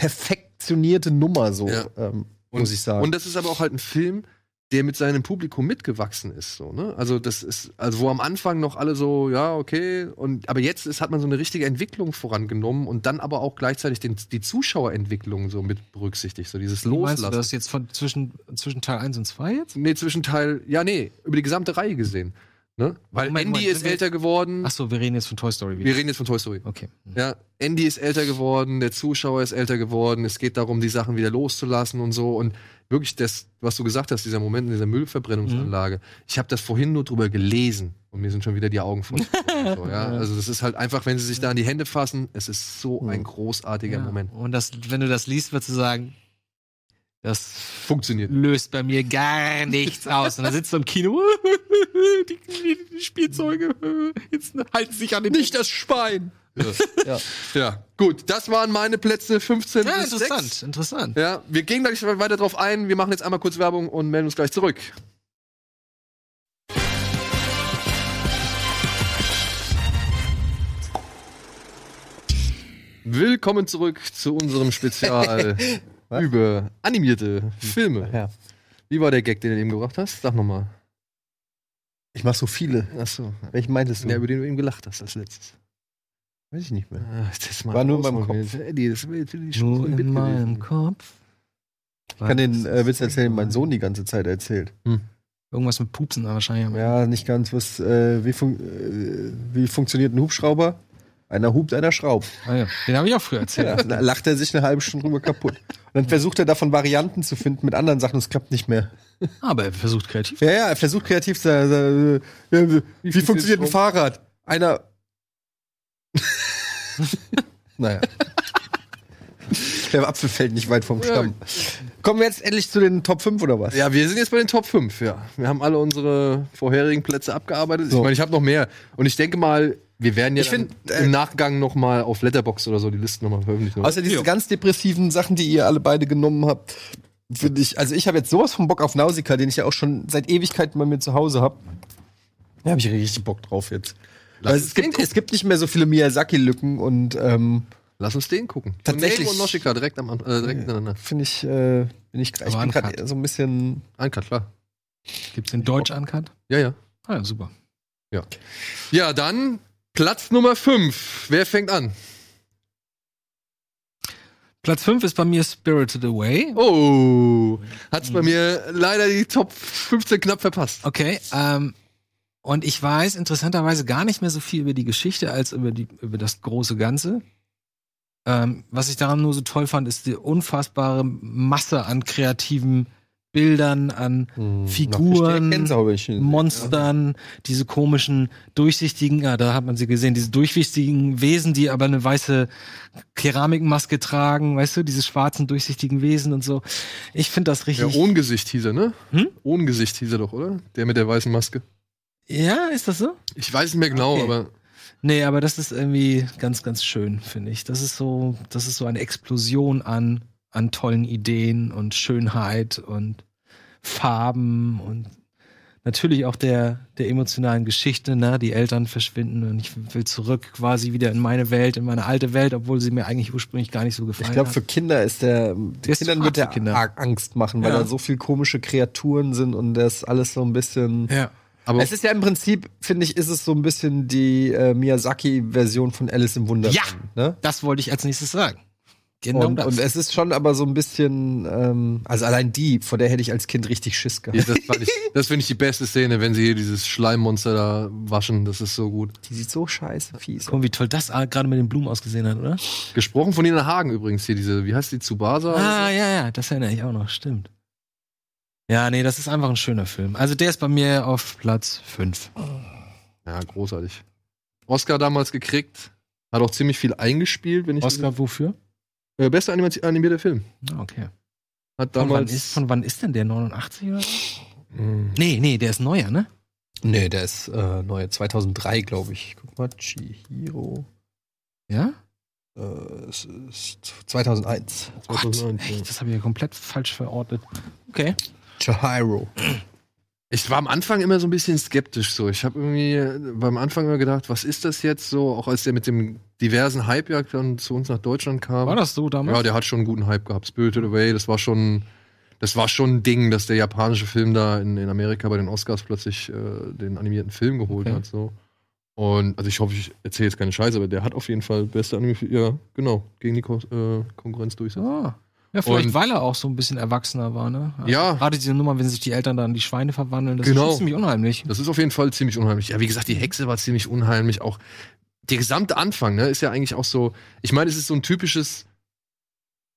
C: perfektionierte Nummer, so
D: Ja.
C: ähm, muss ich sagen.
D: Und das ist aber auch halt ein Film, der mit seinem Publikum mitgewachsen ist, so, ne? Also das ist, also wo am Anfang noch alle so, ja, okay, und aber jetzt ist, hat man so eine richtige Entwicklung vorangenommen und dann aber auch gleichzeitig den, die Zuschauerentwicklung so mit berücksichtigt, so dieses
B: Wie meinst du
D: Loslassen.
B: das jetzt von zwischen, zwischen Teil 1 und 2 jetzt?
D: Nee, Zwischenteil, ja, nee, über die gesamte Reihe gesehen. Ne? Weil
B: Moment,
D: Andy
B: Moment,
D: ist
B: wenn wir-
D: älter geworden.
B: Achso, wir reden jetzt von Toy Story wieder.
D: wir reden jetzt von Toy Story.
B: Okay.
D: Ja, Andy ist älter geworden, der Zuschauer ist älter geworden, es geht darum, die Sachen wieder loszulassen und so. Und wirklich das, was du gesagt hast, dieser Moment in dieser Müllverbrennungsanlage,
B: Mhm.
D: ich habe das vorhin nur drüber gelesen und mir sind schon wieder die Augen voll. so, ja? Also das ist halt einfach, wenn sie sich da an die Hände fassen, es ist so ein großartiger
B: Mhm. Ja.
D: Moment.
B: Und das, wenn du das liest, würdest du sagen, das
D: Funktioniert.
B: löst bei mir gar nichts aus. Und dann sitzt du im Kino, die, die, die Spielzeuge äh, jetzt halten sich an den
D: Nicht das Schwein!
C: Ja.
D: ja, gut, das waren meine Plätze 15
B: Ja,
D: bis 6.
B: interessant, interessant.
D: Ja, wir gehen gleich weiter drauf ein. Wir machen jetzt einmal kurz Werbung und melden uns gleich zurück. Willkommen zurück zu unserem Spezial über animierte Filme.
C: Ja.
D: Wie war der Gag, den du eben gebracht hast? Sag nochmal.
C: Ich mach so viele.
D: Achso.
C: Welchen meintest du?
D: Der, über den du eben gelacht hast als letztes.
C: Weiß ich nicht mehr.
D: Ach, das
C: War nur in meinem
D: Kopf. Eddie, das war jetzt die
B: Nur in meinem Kopf.
C: Ich kann den äh, Witz erzählen, den mein Sohn die ganze Zeit erzählt.
D: Hm.
B: Irgendwas mit Pupsen aber wahrscheinlich.
C: Ja, nicht ganz. Was, äh, wie, fun äh, wie funktioniert ein Hubschrauber? Einer hupt, einer schraubt.
B: Ah, ja. Den habe ich auch früher erzählt.
C: Ja, da lacht er sich eine halbe Stunde drüber kaputt. Und dann versucht er davon Varianten zu finden mit anderen Sachen. Es klappt nicht mehr.
B: Aber er versucht kreativ.
C: Ja, ja, er versucht kreativ zu sein. Äh, äh, Wie funktioniert ein Fahrrad? Einer. naja. Der Apfel fällt nicht weit vom Stamm. Kommen wir jetzt endlich zu den Top 5 oder was?
D: Ja, wir sind jetzt bei den Top 5, ja. Wir haben alle unsere vorherigen Plätze abgearbeitet. Ich
C: So.
D: meine, ich habe noch mehr. Und ich denke mal, wir werden ja
C: Ich
D: dann
C: find, äh, Also,
D: im Nachgang noch mal auf Letterbox oder so die Listen noch mal veröffentlichen. oder?
C: Außer diese ganz depressiven Sachen, die ihr alle beide genommen habt, finde ich. Also ich habe jetzt sowas vom Bock auf Nausicaa, den ich ja auch schon seit Ewigkeiten bei mir zu Hause habe. Da habe ich richtig Bock drauf jetzt. Weil
D: uns
C: es, gibt, es gibt nicht mehr so viele Miyazaki-Lücken und ähm,
D: Lass uns den gucken.
C: Tatsächlich.
D: Nemo und Noshika direkt, am, An- äh, direkt ineinander.
C: finde ich, äh, bin ich, ich
B: Aber
C: bin
B: uncut.
C: gerade so ein bisschen.
D: Uncut, klar.
B: Gibt es den Deutsch-Uncut?
D: Ja, ja.
B: Ah ja, super.
D: Ja, dann Platz Nummer 5. Wer fängt an?
B: Platz 5 ist bei mir Spirited Away.
D: Oh, hat's bei mir leider die Top 15 knapp verpasst.
B: Okay, ähm, und ich weiß interessanterweise gar nicht mehr so viel über die Geschichte als über, die, über das große Ganze. Ähm, was ich daran nur so toll fand, ist die unfassbare Masse an kreativen Bildern, an
D: Hm,
C: Hm,
B: Figuren,
C: Monster.
B: Monstern, diese komischen, durchsichtigen, ja, da hat man sie gesehen, diese durchsichtigen Wesen, die aber eine weiße Keramikmaske tragen, weißt du, diese schwarzen, durchsichtigen Wesen und so. Ich finde das
D: Ja,
B: richtig.
D: Ohngesicht hieß er, ne?
B: Hm?
D: Ohngesicht hieß er doch, oder? Der mit der weißen Maske.
B: ja, ist das so?
D: Ich weiß nicht mehr genau,
B: Okay.
D: aber
B: Nee, aber das ist irgendwie ganz, ganz schön, finde ich. Das ist so, das ist so eine Explosion an, an tollen Ideen und Schönheit und Farben und natürlich auch der, der emotionalen Geschichte, ne? Die Eltern verschwinden und ich will zurück quasi wieder in meine Welt, in meine alte Welt, obwohl sie mir eigentlich ursprünglich gar nicht so gefallen
C: Ich glaube,
B: hat.
C: für Kinder ist der. Die
B: ist
C: Kindern
B: zu hart
C: wird der
B: für Kinder.
C: arg Angst machen, weil
B: Ja.
C: da so viel komische Kreaturen sind und das alles so ein bisschen.
B: ja.
D: Aber-
C: es ist ja im Prinzip, finde ich, ist es so ein bisschen die äh, Miyazaki-Version von Alice im Wunderland.
B: Ja!
C: Ne?
B: Das wollte ich als nächstes sagen. Genau
C: Und,
B: das.
C: und es ist schon aber so ein bisschen, ähm, also allein die, vor der hätte ich als Kind richtig Schiss
D: Ja,
C: gehabt.
D: das fand ich, das finde ich die beste Szene, wenn sie hier dieses Schleimmonster da waschen. Das ist so gut.
C: Die sieht so scheiße fies aus.
B: Guck mal, wie toll das gerade mit den Blumen ausgesehen hat, oder?
D: Gesprochen von Nina Hagen übrigens hier, diese, wie heißt die, Tsubasa?
B: Ah, ja, ja, das erinnere ich auch noch, stimmt. Ja, nee, das ist einfach ein schöner Film. Also der ist bei mir auf Platz 5.
D: Ja, großartig. Oscar damals gekriegt, hat auch ziemlich viel eingespielt, wenn ich.
B: Oscar, wofür?
D: Äh, bester anima- animierter Film.
B: Ah, Okay.
D: Hat
B: Von wann,
D: damals.
B: ist, von wann ist denn der? 89 oder? so?
D: Mm.
B: Nee, nee, der ist neuer, ne?
C: Nee, der ist äh, neu. 2003, glaube ich. Guck mal, Chihiro.
B: Ja?
C: Äh, es ist 2001.
B: Gott, echt, das habe ich ja komplett falsch verordnet. Okay.
C: Chihiro.
D: Ich war am Anfang immer so ein bisschen skeptisch so. Ich habe irgendwie äh, beim Anfang immer gedacht, was ist das jetzt so? Auch als der mit dem diversen Hype ja dann zu uns nach Deutschland kam.
B: War das so damals?
D: Ja, der hat schon einen guten Hype gehabt. Spirited Away, das war schon, das war schon ein Ding, dass der japanische Film da in, in Amerika bei den Oscars plötzlich äh, den animierten Film geholt
B: Okay.
D: hat. So. Und also ich hoffe, ich erzähle jetzt keine Scheiße, aber der hat auf jeden Fall beste Anime, ja, genau, gegen die Ko äh, Konkurrenz durchsetzen.
B: Ah. Ja, vielleicht
D: Und-
B: weil er auch so ein bisschen erwachsener war, ne? Also
D: Ja.
B: Gerade diese Nummer, wenn sich die Eltern dann in die Schweine verwandeln, das
D: Genau.
B: ist schon ziemlich unheimlich.
D: Das ist auf jeden Fall ziemlich unheimlich. Ja, wie gesagt, die Hexe war ziemlich unheimlich. Auch der gesamte Anfang, ne, ist ja eigentlich auch so. Ich meine, es ist so ein typisches,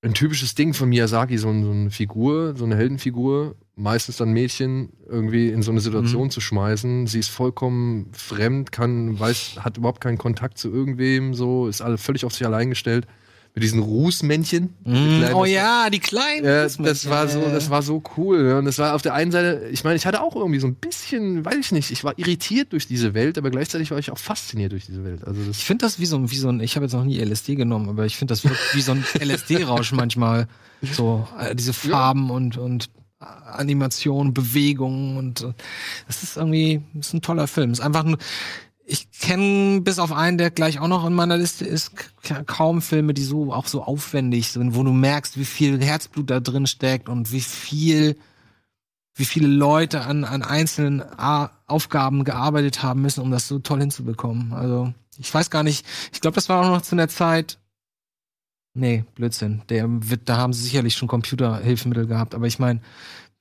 D: ein typisches Ding von Miyazaki, so, ein, so eine Figur, so eine Heldenfigur, meistens dann Mädchen irgendwie in so eine
B: Mhm.
D: Situation zu schmeißen. Sie ist vollkommen fremd, kann, weiß, hat überhaupt keinen Kontakt zu irgendwem, so ist alle völlig auf sich allein gestellt. Mit diesen Rußmännchen,
B: Mm,
D: kleinen-
B: oh ja, die kleinen.
D: ja,
B: Christmas-
D: das war so,
B: äh,
D: das war so cool. ja. Und das war auf der einen Seite, ich meine, ich hatte auch irgendwie so ein bisschen, weiß ich nicht, ich war irritiert durch diese Welt, aber gleichzeitig war ich auch fasziniert durch diese Welt. Also
B: Ich
D: das,
B: finde das wie so, ein- wie so ein, ich habe jetzt noch nie LSD genommen, aber ich finde das wirkt wie so ein LSD-Rausch manchmal. So, äh, diese Farben und, und äh, Animation, Bewegung und äh, das ist irgendwie, das ist ein toller Film. Ist einfach nur, ich kenne bis auf einen, der gleich auch noch in meiner Liste ist, k- kaum Filme, die so auch so aufwendig sind, wo du merkst, wie viel Herzblut da drin steckt und wie viel wie viele Leute an, an einzelnen A Aufgaben gearbeitet haben müssen, um das so toll hinzubekommen. Also, ich weiß gar nicht. Ich glaube, das war auch noch zu einer Zeit. Nee, Blödsinn. Der wird, da haben sie sicherlich schon Computerhilfsmittel gehabt. Aber ich meine,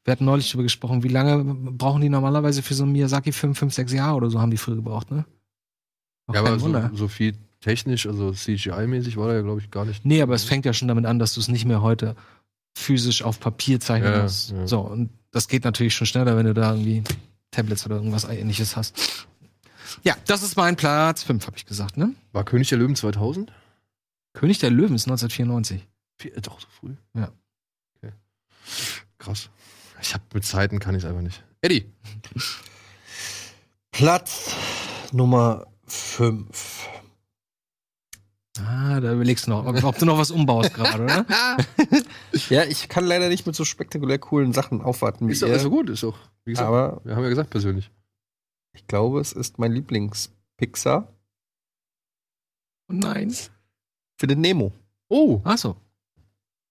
B: wir hatten neulich darüber gesprochen, wie lange brauchen die normalerweise für so einen Miyazaki-Film? Fünf, sechs Jahre oder so haben die früher gebraucht, ne? Auch
D: ja,
B: kein
D: aber so,
B: Wunder.
D: so viel technisch, also CGI-mäßig war da ja, glaube ich, gar nicht.
B: Nee, aber es fängt ja schon damit an, dass du es nicht mehr heute physisch auf Papier zeichnen
D: Ja,
B: musst.
D: ja.
B: So, und das geht natürlich schon schneller, wenn du da irgendwie Tablets oder irgendwas ähnliches hast. Ja, das ist mein Platz. Fünf, habe ich gesagt, ne?
D: War König der Löwen 2000?
B: König der Löwen ist 1994.
D: Viel, äh, doch, so früh.
B: Ja.
D: Okay. Krass. Ich habe mit Zeiten kann ich es einfach nicht. Eddie,
C: Platz Nummer 5.
B: Ah, da überlegst du noch, ob, ob du noch was umbaust gerade, oder?
C: Ja, ich kann leider nicht mit so spektakulär coolen Sachen aufwarten wie
D: ist doch
C: ihr,
D: ist doch gut, ist doch. Wie gesagt,
C: aber
D: wir haben ja gesagt persönlich.
C: ich glaube, es ist mein Lieblings-Pixar.
B: Oh Nein.
C: Findet Nemo.
D: Oh,
B: Ach so,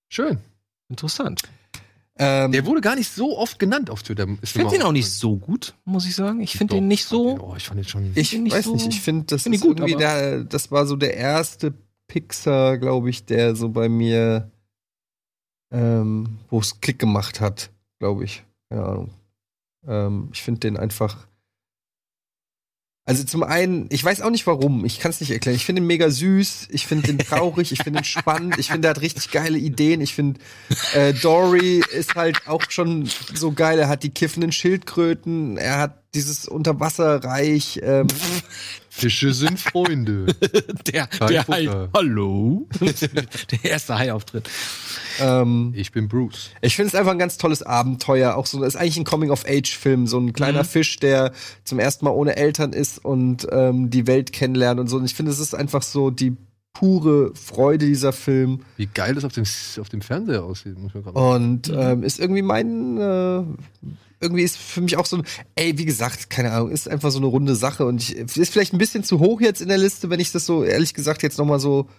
D: schön.
B: interessant.
C: Ähm,
D: Der wurde gar nicht so oft genannt auf Twitter.
B: Ich finde ihn auch nicht so gut, muss ich sagen. Ich finde ihn nicht so.
D: Oh, ich fand ihn schon.
C: Ich
B: Find ich
C: weiß
B: so-
C: nicht, ich finde, das
B: find ich
C: ist
B: gut,
C: irgendwie
B: aber-
C: der, das war so der erste Pixar, glaube ich, der so bei mir, ähm, wo es Klick gemacht hat, glaube ich. Keine Ahnung. Ähm, ich finde den einfach. Also zum einen, ich weiß auch nicht warum, ich kann es nicht erklären. Ich finde ihn mega süß, ich finde ihn traurig, ich finde ihn spannend, ich finde, er hat richtig geile Ideen. Ich finde, äh, Dory ist halt auch schon so geil. Er hat die kiffenden Schildkröten, er hat dieses Unterwasserreich. Ähm,
D: Fische sind Freunde.
B: Der,
D: der Hai.
B: Hallo? der erste Hai-Auftritt.
C: ähm,
D: Ich bin Bruce.
C: ich finde es einfach ein ganz tolles Abenteuer. Auch so, das ist eigentlich ein Coming-of-Age-Film. So ein
B: Mhm.
C: kleiner Fisch, der zum ersten Mal ohne Eltern ist und ähm, die Welt kennenlernt und so. Und ich finde, es ist einfach so die pure Freude dieser Film.
D: Wie geil das auf dem, auf dem Fernseher aussieht, muss man gerade sagen.
C: Und
B: Mhm.
C: ähm, ist irgendwie mein, äh, irgendwie ist für mich auch so ein, ey, wie gesagt, keine Ahnung, ist einfach so eine runde Sache und ich, ist vielleicht ein bisschen zu hoch jetzt in der Liste, wenn ich das so, ehrlich gesagt, jetzt nochmal so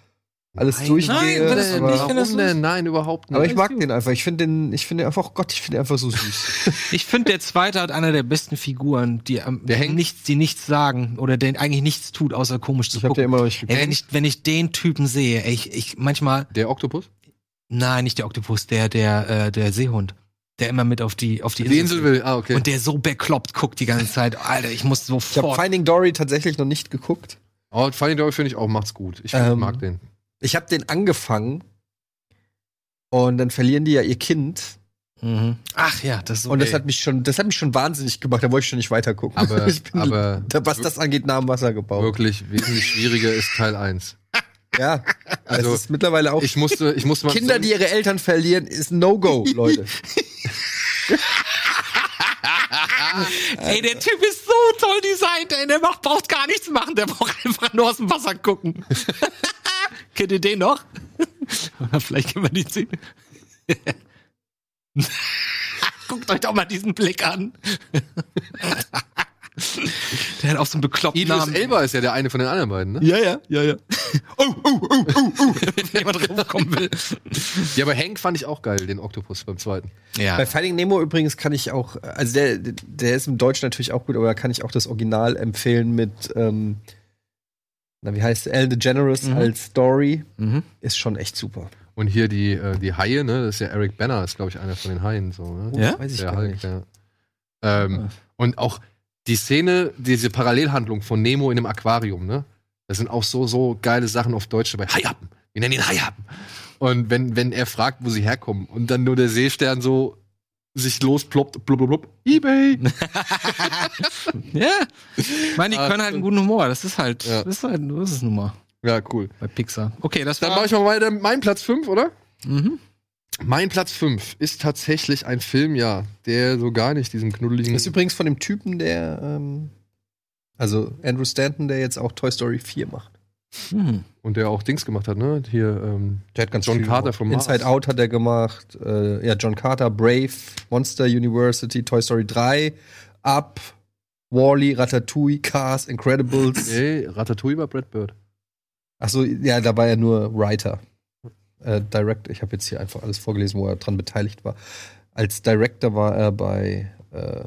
C: alles durchgehe.
B: nein, das ist
C: aber,
B: nicht- finde das
D: Warum
B: so-
D: denn? Nein, überhaupt nicht.
C: aber ich mag den einfach. Ich finde den, ich finde einfach, oh Gott, ich finde den einfach so süß.
B: Ich finde, der zweite hat einer der besten Figuren, die, ähm,
D: Der Hank?
B: nichts, die nichts sagen oder der eigentlich nichts tut, außer komisch zu
C: Ich habe
B: gucken.
C: den immer noch nicht
B: Ey,
C: geguckt.
B: wenn ich, wenn ich den Typen sehe, ey, ich, ich manchmal,
D: der Oktopus?
B: nein, nicht der Oktopus, der, der, äh, der Seehund, der immer mit auf die, auf die,
D: Die Insel will. Ah, okay.
B: Und der so bekloppt guckt die ganze Zeit. Alter, ich muss
C: Ich habe
B: sofort.
C: Finding Dory tatsächlich noch nicht geguckt.
D: Oh, Funny Dory finde ich auch, macht's gut. Ich find,
C: Ähm,
D: mag den.
C: Ich habe den angefangen und dann verlieren die ja ihr Kind
B: Mhm. Ach ja, das ist so.
C: und das hat mich schon, das hat mich schon wahnsinnig gemacht. Da wollte ich schon nicht weiter gucken.
D: Aber,
C: ich bin
D: aber
C: Da, was das angeht, nah am Wasser gebaut.
D: wirklich wesentlich schwieriger ist Teil 1.
C: Ja, also,
D: Also,
C: es ist mittlerweile auch
D: Ich musste, ich musste mal.
C: Kinder, die ihre Eltern verlieren, ist No-Go, Leute.
B: ey, der Typ ist so toll designt, ey, der macht, braucht gar nichts machen, der braucht einfach nur aus dem Wasser gucken. Kennt ihr den noch? Oder vielleicht können wir die sehen. Guckt euch doch mal diesen Blick an. der hat auch so einen bekloppten
D: Idris
B: Namen.
D: Elba ist ja der eine von den anderen beiden, ne?
B: Ja, ja, ja, ja. Oh, oh, oh, oh, oh, wenn jemand draufkommen will.
D: Ja, aber Hank fand ich auch geil, den Oktopus beim zweiten.
B: Ja.
C: Bei Finding Nemo übrigens kann ich auch, also der, der ist im Deutschen natürlich auch gut, aber da kann ich auch das Original empfehlen mit, ähm, na, wie heißt der? Ellen DeGeneres als Story.
B: Mhm.
C: Ist schon echt super.
D: Und hier die, äh, die Haie, ne? Das ist ja Eric Banner, ist, glaube ich, einer von den Haien, so, ne?
B: Ja?
C: Weiß ich
D: der
C: gar
D: Hulk,
C: nicht.
D: ja. Ähm, Und auch die Szene, diese Parallelhandlung von Nemo in dem Aquarium, ne? Das sind auch so, so geile Sachen auf Deutsch dabei. Haiappen! Wir nennen ihn Haiappen! Und wenn, wenn er fragt, wo sie herkommen und dann nur der Seestern so sich losploppt, blub, blub, blub, Ebay!
B: ja. Ich meine, die
D: Ah,
B: können halt einen guten Humor. Das ist halt,
D: Ja.
B: das ist halt, das ist nun mal
D: Ja, cool.
B: bei Pixar. Okay, das
D: Dann
B: war.
D: mache ich mal weiter mit meinem Platz 5, oder?
B: mhm.
D: Mein Platz 5 ist tatsächlich ein Film, ja, der so gar nicht diesem knuddeligen.
C: Ist übrigens von dem Typen, der, ähm, also Andrew Stanton, der jetzt auch Toy Story 4 macht.
B: Mhm.
D: Und der auch Dings gemacht hat, ne? Hier, ähm,
C: Der hat ganz
D: John
C: viel
D: Carter
C: gemacht.
D: vom Mars.
C: Inside Out hat er gemacht. Äh, ja, John Carter, Brave, Monster University, Toy Story 3, Up, Wally, Ratatouille, Cars, Incredibles.
D: nee, Ratatouille war Brad Bird.
C: Achso, ja, da war er nur Writer. Äh, Direct, ich habe jetzt hier einfach alles vorgelesen, wo er dran beteiligt war. Als Director war er bei äh,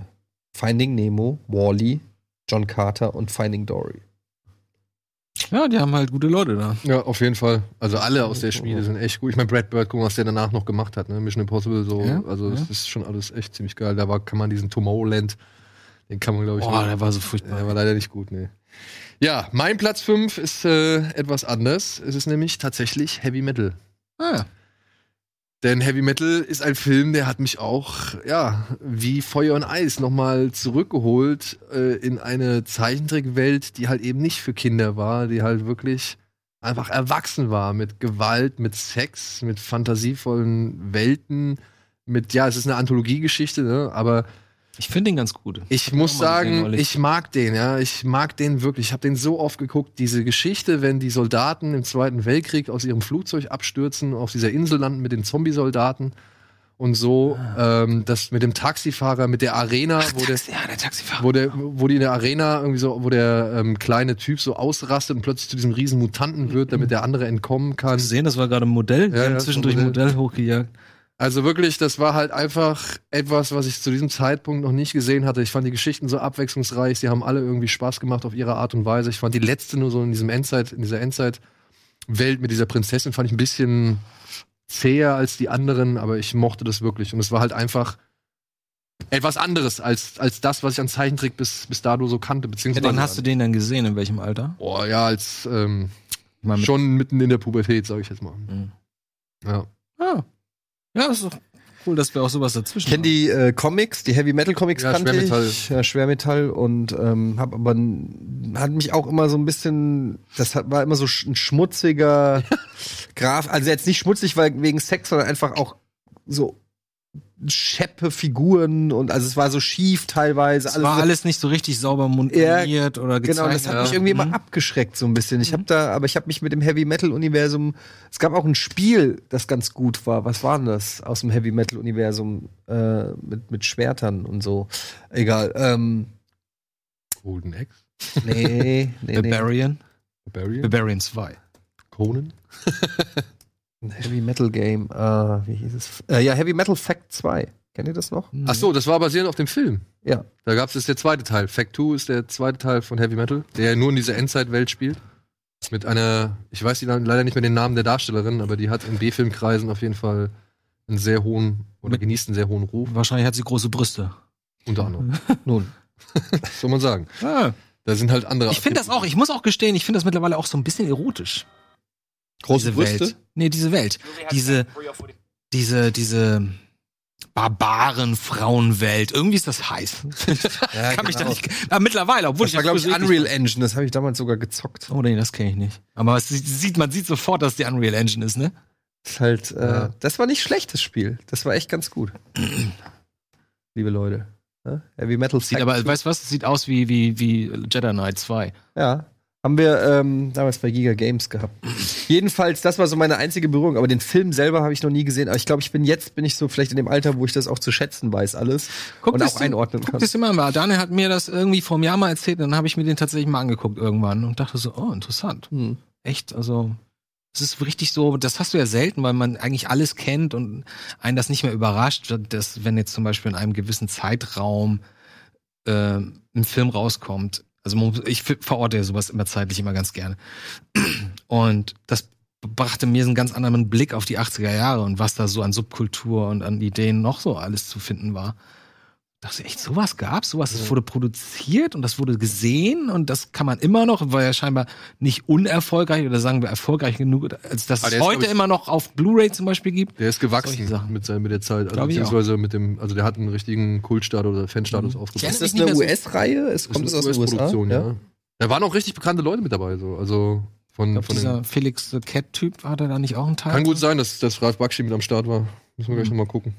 C: Finding Nemo, Wally, John Carter und Finding Dory.
B: Ja, die haben halt gute Leute da.
D: Ja, auf jeden Fall. Also alle aus der Schmiede sind echt gut. Ich meine, Brad Bird, guck mal, was der danach noch gemacht hat, ne? Mission Impossible, so.
B: Ja,
D: also,
B: ja.
D: das ist schon alles echt ziemlich geil. Da war, kann man diesen Tomorrowland, den kann man, glaube ich,
B: Boah,
D: nur-
B: der war so furchtbar.
D: Der war leider nicht gut, ne. Ja, mein Platz 5 ist äh, etwas anders. Es ist nämlich tatsächlich Heavy Metal.
B: Ah,
D: Denn Heavy Metal ist ein Film, der hat mich auch, ja, wie Feuer und Eis nochmal zurückgeholt äh, in eine Zeichentrickwelt, die halt eben nicht für Kinder war, die halt wirklich einfach erwachsen war mit Gewalt, mit Sex, mit fantasievollen Welten, mit, ja, es ist eine Anthologiegeschichte, ne? aber
B: ich finde den ganz gut.
D: ich
B: auch
D: muss
B: mal gesehen
D: sagen,
B: neulich.
D: ich mag den, ja. Ich mag den wirklich. Ich habe den so oft geguckt, diese Geschichte, wenn die Soldaten im Zweiten Weltkrieg aus ihrem Flugzeug abstürzen, auf dieser Insel landen mit den Zombie-Soldaten und so,
B: Ah.
D: ähm, das mit dem Taxifahrer, mit der Arena, wo der,
B: Taxi, ja, der Taxifahrer.
D: wo, der, wo die in der Arena irgendwie so, wo der ähm, kleine Typ so ausrastet und plötzlich zu diesem riesen Mutanten wird, damit der andere entkommen kann.
B: Gesehen, das war gerade ein Modell.
D: Ja,
B: die haben
D: ja,
B: zwischendurch
D: so ein
B: ein
D: Modell.
B: Modell hochgejagt.
D: Also wirklich, das war halt einfach etwas, was ich zu diesem Zeitpunkt noch nicht gesehen hatte. Ich fand die Geschichten so abwechslungsreich, sie haben alle irgendwie Spaß gemacht auf ihre Art und Weise. Ich fand die letzte nur so in diesem Endzeit, in dieser Endzeit-Welt mit dieser Prinzessin fand ich ein bisschen zäher als die anderen, aber ich mochte das wirklich. Und es war halt einfach etwas anderes als, als das, was ich an Zeichentrick bis, bis dato so kannte. Beziehungsweise
B: Wann hast du den dann gesehen? In welchem Alter?
D: Oh ja, als ähm,
B: Ich meine, mit-
D: schon mitten in der Pubertät, sage ich jetzt mal.
B: Mhm.
D: Ja.
B: Ah. Ja, ist doch cool, dass wir auch sowas dazwischen
C: Ich kenne die äh, Comics, die Heavy Metal Comics
D: Ja,
C: kannte
D: Schwermetall.
C: ich, ja, Schwermetall und ähm, hab aber n- hat mich auch immer so ein bisschen, das hat, war immer so sch ein schmutziger Graf, also jetzt nicht schmutzig weil wegen Sex, sondern einfach auch so scheppe Figuren und also es war so schief teilweise.
B: Es war
C: so-
B: alles nicht so richtig sauber moniert oder gezeichnet.
C: Genau, das hat
B: ja.
C: mich irgendwie immer
B: Mhm.
C: abgeschreckt so ein bisschen. Ich habe da, aber ich habe mich mit dem Heavy Metal Universum. Es gab auch ein Spiel, das ganz gut war. Was war denn das aus dem Heavy Metal Universum äh, mit mit Schwertern und so? Egal. Ähm,
D: Golden Axe,
C: nee, nee, nee.
B: Barbarian.
D: Barbarian,
B: Barbarian 2.
D: Conan.
C: Ein Heavy Metal Game. Äh, wie hieß es? Äh, ja, Heavy Metal Fact 2. Kennt ihr das noch?
D: Ach
B: Mhm.
D: so, das war basierend auf dem Film.
C: Ja.
D: Da gab es jetzt der zweite Teil. Fact 2 ist der zweite Teil von Heavy Metal, der nur in dieser Endzeit-Welt spielt. Mit einer, ich weiß die leider nicht mehr den Namen der Darstellerin, aber die hat in B-Filmkreisen auf jeden Fall einen sehr hohen oder
B: Mit- Mhm.
D: genießt einen sehr hohen Ruf,
B: Wahrscheinlich hat sie große Brüste.
D: unter anderem.
C: Nun.
D: Soll man sagen.
B: Ah.
D: Da sind halt andere.
B: Ich finde das auch, ich muss auch gestehen, ich finde das mittlerweile auch so ein bisschen erotisch. diese
C: Große Brüste?
B: Welt. Nee, diese Welt. Diese, diese, diese barbaren Frauenwelt. Irgendwie ist das heiß.
C: Ja,
B: Kann mich da
C: genau.
B: nicht, aber mittlerweile, obwohl
C: Das war glaube ich
B: früher-
C: Unreal Engine. Das habe ich damals sogar gezockt.
B: Oh nee, das kenne ich nicht. Aber es sieht, man sieht sofort, dass die Unreal Engine ist, ne?
C: Ist halt, äh,
D: Ja.
C: das war nicht schlecht, das Spiel. Das war echt ganz gut. Liebe Leute. Ne? Heavy Metal
B: Sieht aber, weißt du was? Das sieht aus wie, wie, wie Jedi Knight 2.
C: Ja. Haben wir ähm, damals bei Giga Games gehabt. Jedenfalls, das war so meine einzige Berührung. Aber den Film selber habe ich noch nie gesehen. Aber ich glaube, ich bin jetzt bin ich so vielleicht in dem Alter, wo ich das auch zu schätzen weiß alles und
B: das
C: auch einordnen
B: guck
C: kann.
B: das immer mal. Daniel hat mir das irgendwie vor einem Jahr mal erzählt und dann habe ich mir den tatsächlich mal angeguckt irgendwann und dachte so, oh, interessant.
C: Hm.
B: Echt, also es ist richtig so, das hast du ja selten, weil man eigentlich alles kennt und einen das nicht mehr überrascht, dass wenn jetzt zum Beispiel in einem gewissen Zeitraum äh, ein Film rauskommt. Also man muss- ich f- verorte ja sowas immer zeitlich immer ganz gerne. Und das brachte mir so einen ganz anderen Blick auf die 80er Jahre und was da so an Subkultur und an Ideen noch so alles zu finden war. Dachte ich, echt, sowas gab's, sowas das wurde produziert und das wurde gesehen und das kann man immer noch, war ja scheinbar nicht unerfolgreich oder sagen wir erfolgreich genug, als dass
D: Aber der
B: es
D: ist,
B: heute
D: glaub ich-
B: immer noch auf Blu-ray zum Beispiel gibt.
D: Der ist
B: Solche
D: gewachsen
B: Sachen.
D: mit, sein, mit der Zeit. Also,
B: Glaub ich auch. Mhm.
D: beziehungsweise mit dem, also der hat einen richtigen Kultstatus oder Fanstatus aufgebaut.
B: Yes.
C: Ist das
B: Nicht
C: eine
B: mehr so-
C: US-Reihe? Es kommt
D: Das ist
C: es aus den USA?
D: US-Produktion, ja. Da waren auch richtig bekannte Leute mit dabei, so. Also von,
B: Ich glaube,
D: von den,
B: dieser Felix the Cat-Typ war da nicht auch ein Teil.
D: Kann gut sein, dass, dass Ralf Bakshi mit am Start war. Müssen wir gleich
B: Mhm.
D: nochmal gucken.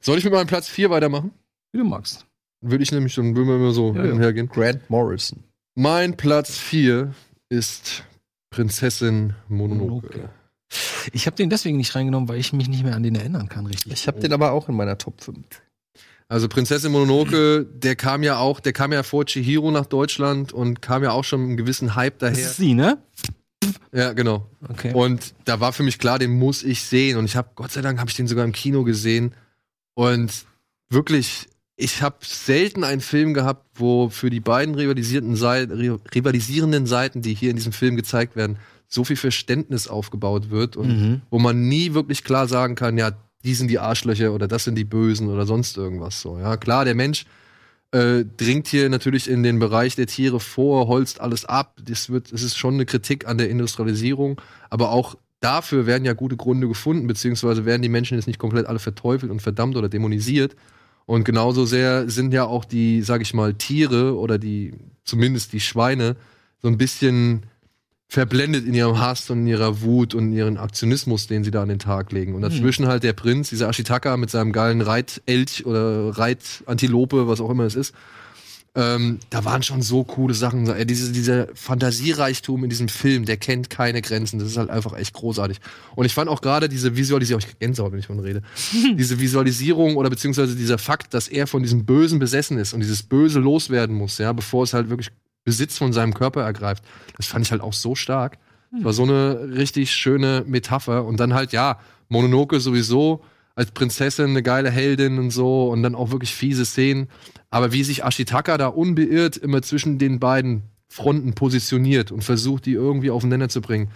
D: Soll ich mit meinem Platz 4 weitermachen?
B: Wie du magst.
D: Würde ich nämlich, dann würden wir immer so
B: Ja,
D: hin und
B: ja.
D: her gehen.
C: Grant Morrison.
D: Mein Platz 4 ist Prinzessin Mononoke.
B: Mononoke. Ich habe den deswegen nicht reingenommen, weil ich mich nicht mehr an den erinnern kann, richtig.
C: Ich habe den aber auch in meiner Top 5.
D: Also Prinzessin Mononoke, der kam ja auch, der kam ja vor Chihiro nach Deutschland und kam ja auch schon mit einem gewissen Hype
B: Das
D: daher.
B: ist sie, ne?
D: Ja, genau.
B: Okay.
D: Und da war für mich klar, den muss ich sehen. Und ich habe, Gott sei Dank, habe ich den sogar im Kino gesehen. Und wirklich, ich habe selten einen Film gehabt, wo für die beiden rivalisierten Sei- ri- rivalisierenden Seiten, die hier in diesem Film gezeigt werden, so viel Verständnis aufgebaut wird und
B: Mhm.
D: wo man nie wirklich klar sagen kann, ja, die sind die Arschlöcher oder das sind die Bösen oder sonst irgendwas so. Ja, klar, der Mensch äh, dringt hier natürlich in den Bereich der Tiere vor, holzt alles ab. Das wird, es ist schon eine Kritik an der Industrialisierung, aber auch dafür werden ja gute Gründe gefunden, beziehungsweise werden die Menschen jetzt nicht komplett alle verteufelt und verdammt oder dämonisiert. Und genauso sehr sind ja auch die, sag ich mal, Tiere oder die, zumindest die Schweine, so ein bisschen verblendet in ihrem Hass und in ihrer Wut und in ihren Aktionismus, den sie da an den Tag legen. Und dazwischen halt der Prinz, dieser Ashitaka mit seinem geilen Reitelch oder Reitantilope, was auch immer es ist. Ähm, da waren schon so coole Sachen. Äh, Diese, dieser Fantasiereichtum in diesem Film, der kennt keine Grenzen. Das ist halt einfach echt großartig. Und ich fand auch gerade diese Visualisierung, ich krieg Gänsehaut, wenn ich von rede, diese Visualisierung oder beziehungsweise dieser Fakt, dass er von diesem Bösen besessen ist und dieses Böse loswerden muss, ja, bevor es halt wirklich Besitz von seinem Körper ergreift. Das fand ich halt auch so stark. Das war so eine richtig schöne Metapher. Und dann halt, ja, Mononoke sowieso als Prinzessin eine geile Heldin und so und dann auch wirklich fiese Szenen. Aber wie sich Ashitaka da unbeirrt immer zwischen den beiden Fronten positioniert und versucht, die irgendwie aufeinander zu bringen.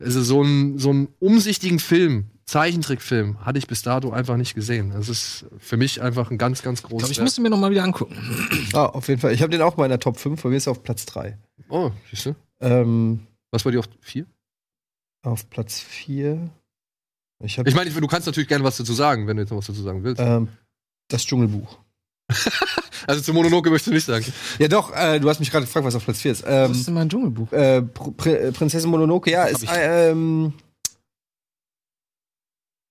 D: Also so einen so einen umsichtigen Film, Zeichentrickfilm, hatte ich bis dato einfach nicht gesehen. Das ist für mich einfach ein ganz, ganz
B: Ich
D: großes.
B: glaube, ich muss ihn mir noch mal wieder angucken.
C: Ah, auf jeden Fall. Ich habe den auch in meiner Top 5, bei mir ist er auf Platz 3.
D: oh, siehst du?
C: Ähm,
D: Was war die auf vier?
C: auf Platz 4. Ich habe
D: Ich meine, du kannst natürlich gerne was dazu sagen, wenn du jetzt noch was dazu sagen willst.
C: ähm, das Dschungelbuch.
D: Also zu Mononoke möchtest du nicht sagen.
C: Ja, doch, äh, du hast mich gerade gefragt, was auf Platz 4 ist.
B: Das
C: Ähm,
B: ist in meinem Dschungelbuch.
C: äh, Pr Pr Prinzessin Mononoke, ja, ist.
B: ich.
C: Äh, ähm,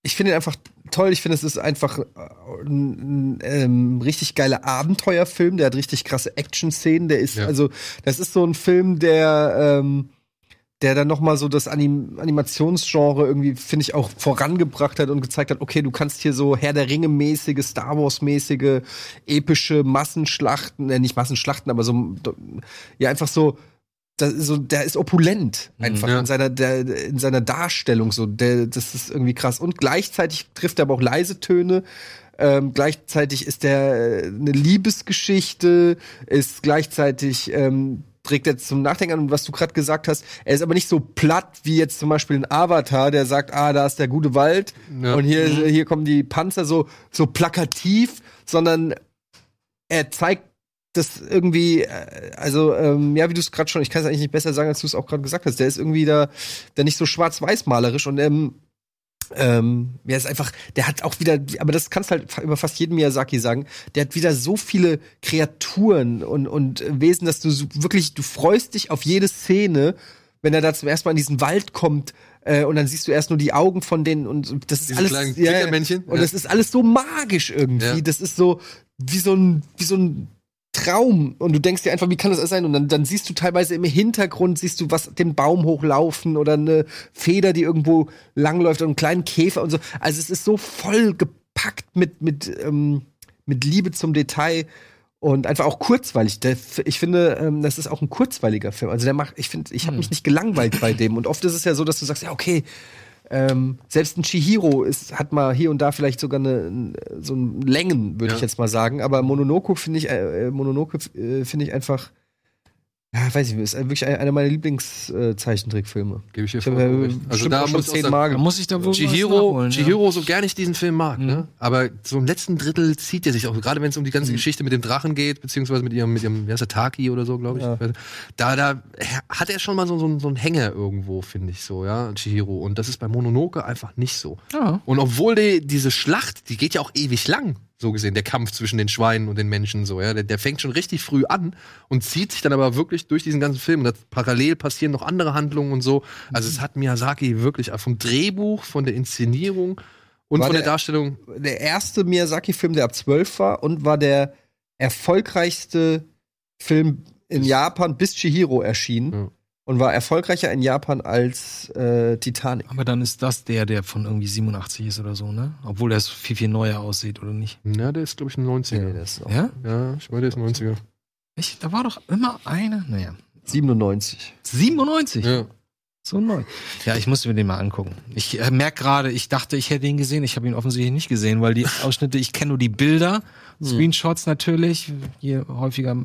C: ich finde ihn einfach toll. Ich finde, es ist einfach äh, ein, ein ähm, richtig geiler Abenteuerfilm. Der hat richtig krasse Action-Szenen. Der ist,
D: Ja.
C: also, das ist so ein Film, der. Ähm, der dann nochmal so das Anim Animationsgenre irgendwie, finde ich, auch vorangebracht hat und gezeigt hat, okay, du kannst hier so Herr der Ringe-mäßige, Star Wars-mäßige, epische Massenschlachten, äh, nicht Massenschlachten, aber so, ja, einfach so, das ist so der ist opulent einfach
D: Ja.
C: in, seiner, der, in seiner Darstellung so, der, das ist irgendwie krass. Und gleichzeitig trifft er aber auch leise Töne, ähm, gleichzeitig ist der äh, eine Liebesgeschichte, ist gleichzeitig ähm, trägt er zum Nachdenken an, und was du gerade gesagt hast. Er ist aber nicht so platt wie jetzt zum Beispiel ein Avatar, der sagt, ah, da ist der gute Wald
D: Ja.
C: und hier, hier kommen die Panzer so, so plakativ, sondern er zeigt das irgendwie, äh, also ähm, ja, wie du es gerade schon, ich kann es eigentlich nicht besser sagen, als du es auch gerade gesagt hast. Der ist irgendwie da, der nicht so schwarz-weiß malerisch und ähm, ähm, ja, ist einfach, der hat auch wieder, aber das kannst halt fa- über fast jeden Miyazaki sagen, der hat wieder so viele Kreaturen und, und äh, Wesen, dass du so wirklich, du freust dich auf jede Szene, wenn er da zum ersten Mal in diesen Wald kommt äh, und dann siehst du erst nur die Augen von denen und das ist
D: Diese
C: alles
D: kleinen
C: ja, ja.
D: Klickermännchen,
C: und
D: ja.
C: das ist alles so magisch irgendwie.
D: Ja.
C: Das ist so, wie so ein, wie so ein Traum. Und du denkst dir einfach, wie kann das alles sein? Und dann, dann siehst du teilweise im Hintergrund, siehst du was den Baum hochlaufen oder eine Feder, die irgendwo langläuft und einen kleinen Käfer und so. Also es ist so voll gepackt mit, mit, ähm, mit Liebe zum Detail und einfach auch kurzweilig. Der, F- ich finde, ähm, das ist auch ein kurzweiliger Film. Also der macht, ich finde, ich habe mich nicht gelangweilt bei dem. Und oft ist es ja so, dass du sagst, ja, okay, ähm, selbst ein Chihiro ist, hat mal hier und da vielleicht sogar eine, so ein Längen, würde
E: Ja.
C: ich jetzt mal sagen. Aber Mononoke finde ich, äh, äh, Mononoke äh, finde ich einfach, ja, weiß ich nicht, ist wirklich einer meiner Lieblingszeichentrickfilme.
D: Gebe ich dir
C: Ich
D: vor.
C: habe äh,
D: Also
C: bestimmt
D: da
C: auch schon
D: muss ich auch sagen,
C: zehnmal
B: Da
C: geguckt.
B: muss ich da wohl was
D: Chihiro,
B: nachholen, ne? Mhm. ja.
D: Chihiro, so gerne ich diesen Film mag, ne? aber so im letzten Drittel zieht er sich auch, gerade wenn es um die ganze
B: Mhm.
D: Geschichte mit dem Drachen geht, beziehungsweise mit ihrem, mit ihrem, wie heißt er, Taki oder so, glaube ich. Also, Da, da hat er schon mal so, so, einen- so einen Hänger irgendwo, finde ich so, ja, Chihiro. Und das ist bei Mononoke einfach nicht so.
B: Ja.
D: Und obwohl die, diese Schlacht, die geht ja auch ewig lang, so gesehen, der Kampf zwischen den Schweinen und den Menschen, so, ja, der, der fängt schon richtig früh an und zieht sich dann aber wirklich durch diesen ganzen Film. Und das, parallel passieren noch andere Handlungen und so. Also
B: Mhm.
D: es hat Miyazaki wirklich vom Drehbuch, von der Inszenierung und
C: War
D: von der,
C: der-
D: Darstellung.
C: der erste Miyazaki-Film, der ab 12 war und war der erfolgreichste Film in Japan, bis Chihiro erschien.
D: Ja.
C: Und war erfolgreicher in Japan als äh, Titanic.
B: Aber dann ist das der, der von irgendwie 87 ist oder so, ne? Obwohl er viel, viel neuer aussieht, oder nicht?
D: Na, der ist, glaube ich, ein
C: Nee,
D: 90er.
C: das ist auch
B: Ja?
D: Ja, ich meine, der ist 90er.
B: Ich, da war doch immer einer. Naja.
C: 97.
B: 97?
D: Ja.
B: So neu. Ja, ich muss mir den mal angucken. Ich äh, merke gerade, ich dachte, ich hätte ihn gesehen. Ich habe ihn offensichtlich nicht gesehen, weil die Ausschnitte, ich kenne nur die Bilder, Screenshots natürlich, hier häufiger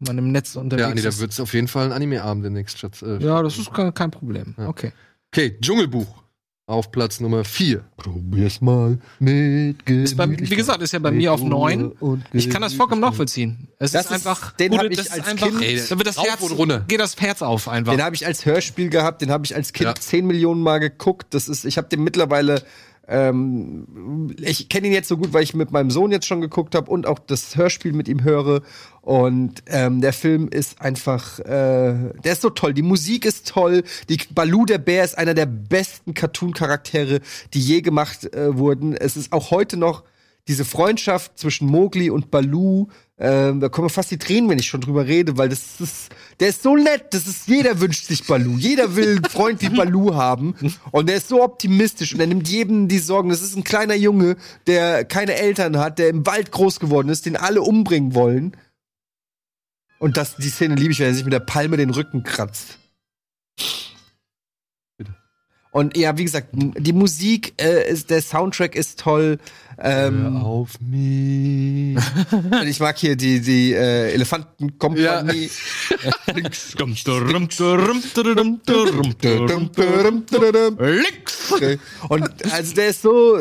B: man im Netz unterwegs
D: Ja, Anni, da
B: ist.
D: wird es auf jeden Fall einen Anime-Abend demnächst statt. Äh,
B: ja, das ist kein, kein Problem.
D: Ja.
B: Okay.
D: Okay, Dschungelbuch. Auf Platz Nummer 4.
C: Probier's mal mit
B: Ist bei, wie gesagt, ist ja bei mir auf neun. Ich kann das vollkommen nachvollziehen. Es
C: Das
B: ist
C: ist-
B: einfach,
C: den
B: oder
C: hab ich
B: das ist
C: als
B: einfach,
C: Kind-
D: Ey,
B: da wird das
D: rauf
B: Herz,
D: und runter.
B: geht das Herz auf einfach.
C: Den habe ich als Hörspiel gehabt, den habe ich als Kind
D: Ja.
C: 10 Millionen Mal geguckt. Das ist, ich habe den mittlerweile, ähm, ich kenne ihn jetzt so gut, weil ich mit meinem Sohn jetzt schon geguckt habe und auch das Hörspiel mit ihm höre. Und ähm, der Film ist einfach, äh, der ist so toll. Die Musik ist toll. Die Baloo der Bär ist einer der besten Cartoon-Charaktere, die je gemacht äh, wurden. Es ist auch heute noch diese Freundschaft zwischen Mowgli und Baloo, ähm, da kommen mir fast die Tränen, wenn ich schon drüber rede, weil das ist, der ist so nett, das ist, jeder wünscht sich Baloo, jeder will einen Freund wie Baloo haben und der ist so optimistisch und er nimmt jedem die Sorgen, das ist ein kleiner Junge, der keine Eltern hat, der im Wald groß geworden ist, den alle umbringen wollen und das, die Szene liebe ich, wenn er sich mit der Palme den Rücken kratzt. Und ja, wie gesagt, m- die Musik, äh, ist, der Soundtrack ist toll. Ähm,
D: auf mich.
C: und ich mag hier die, die äh, Elefantenkompanie. Und also der ist so,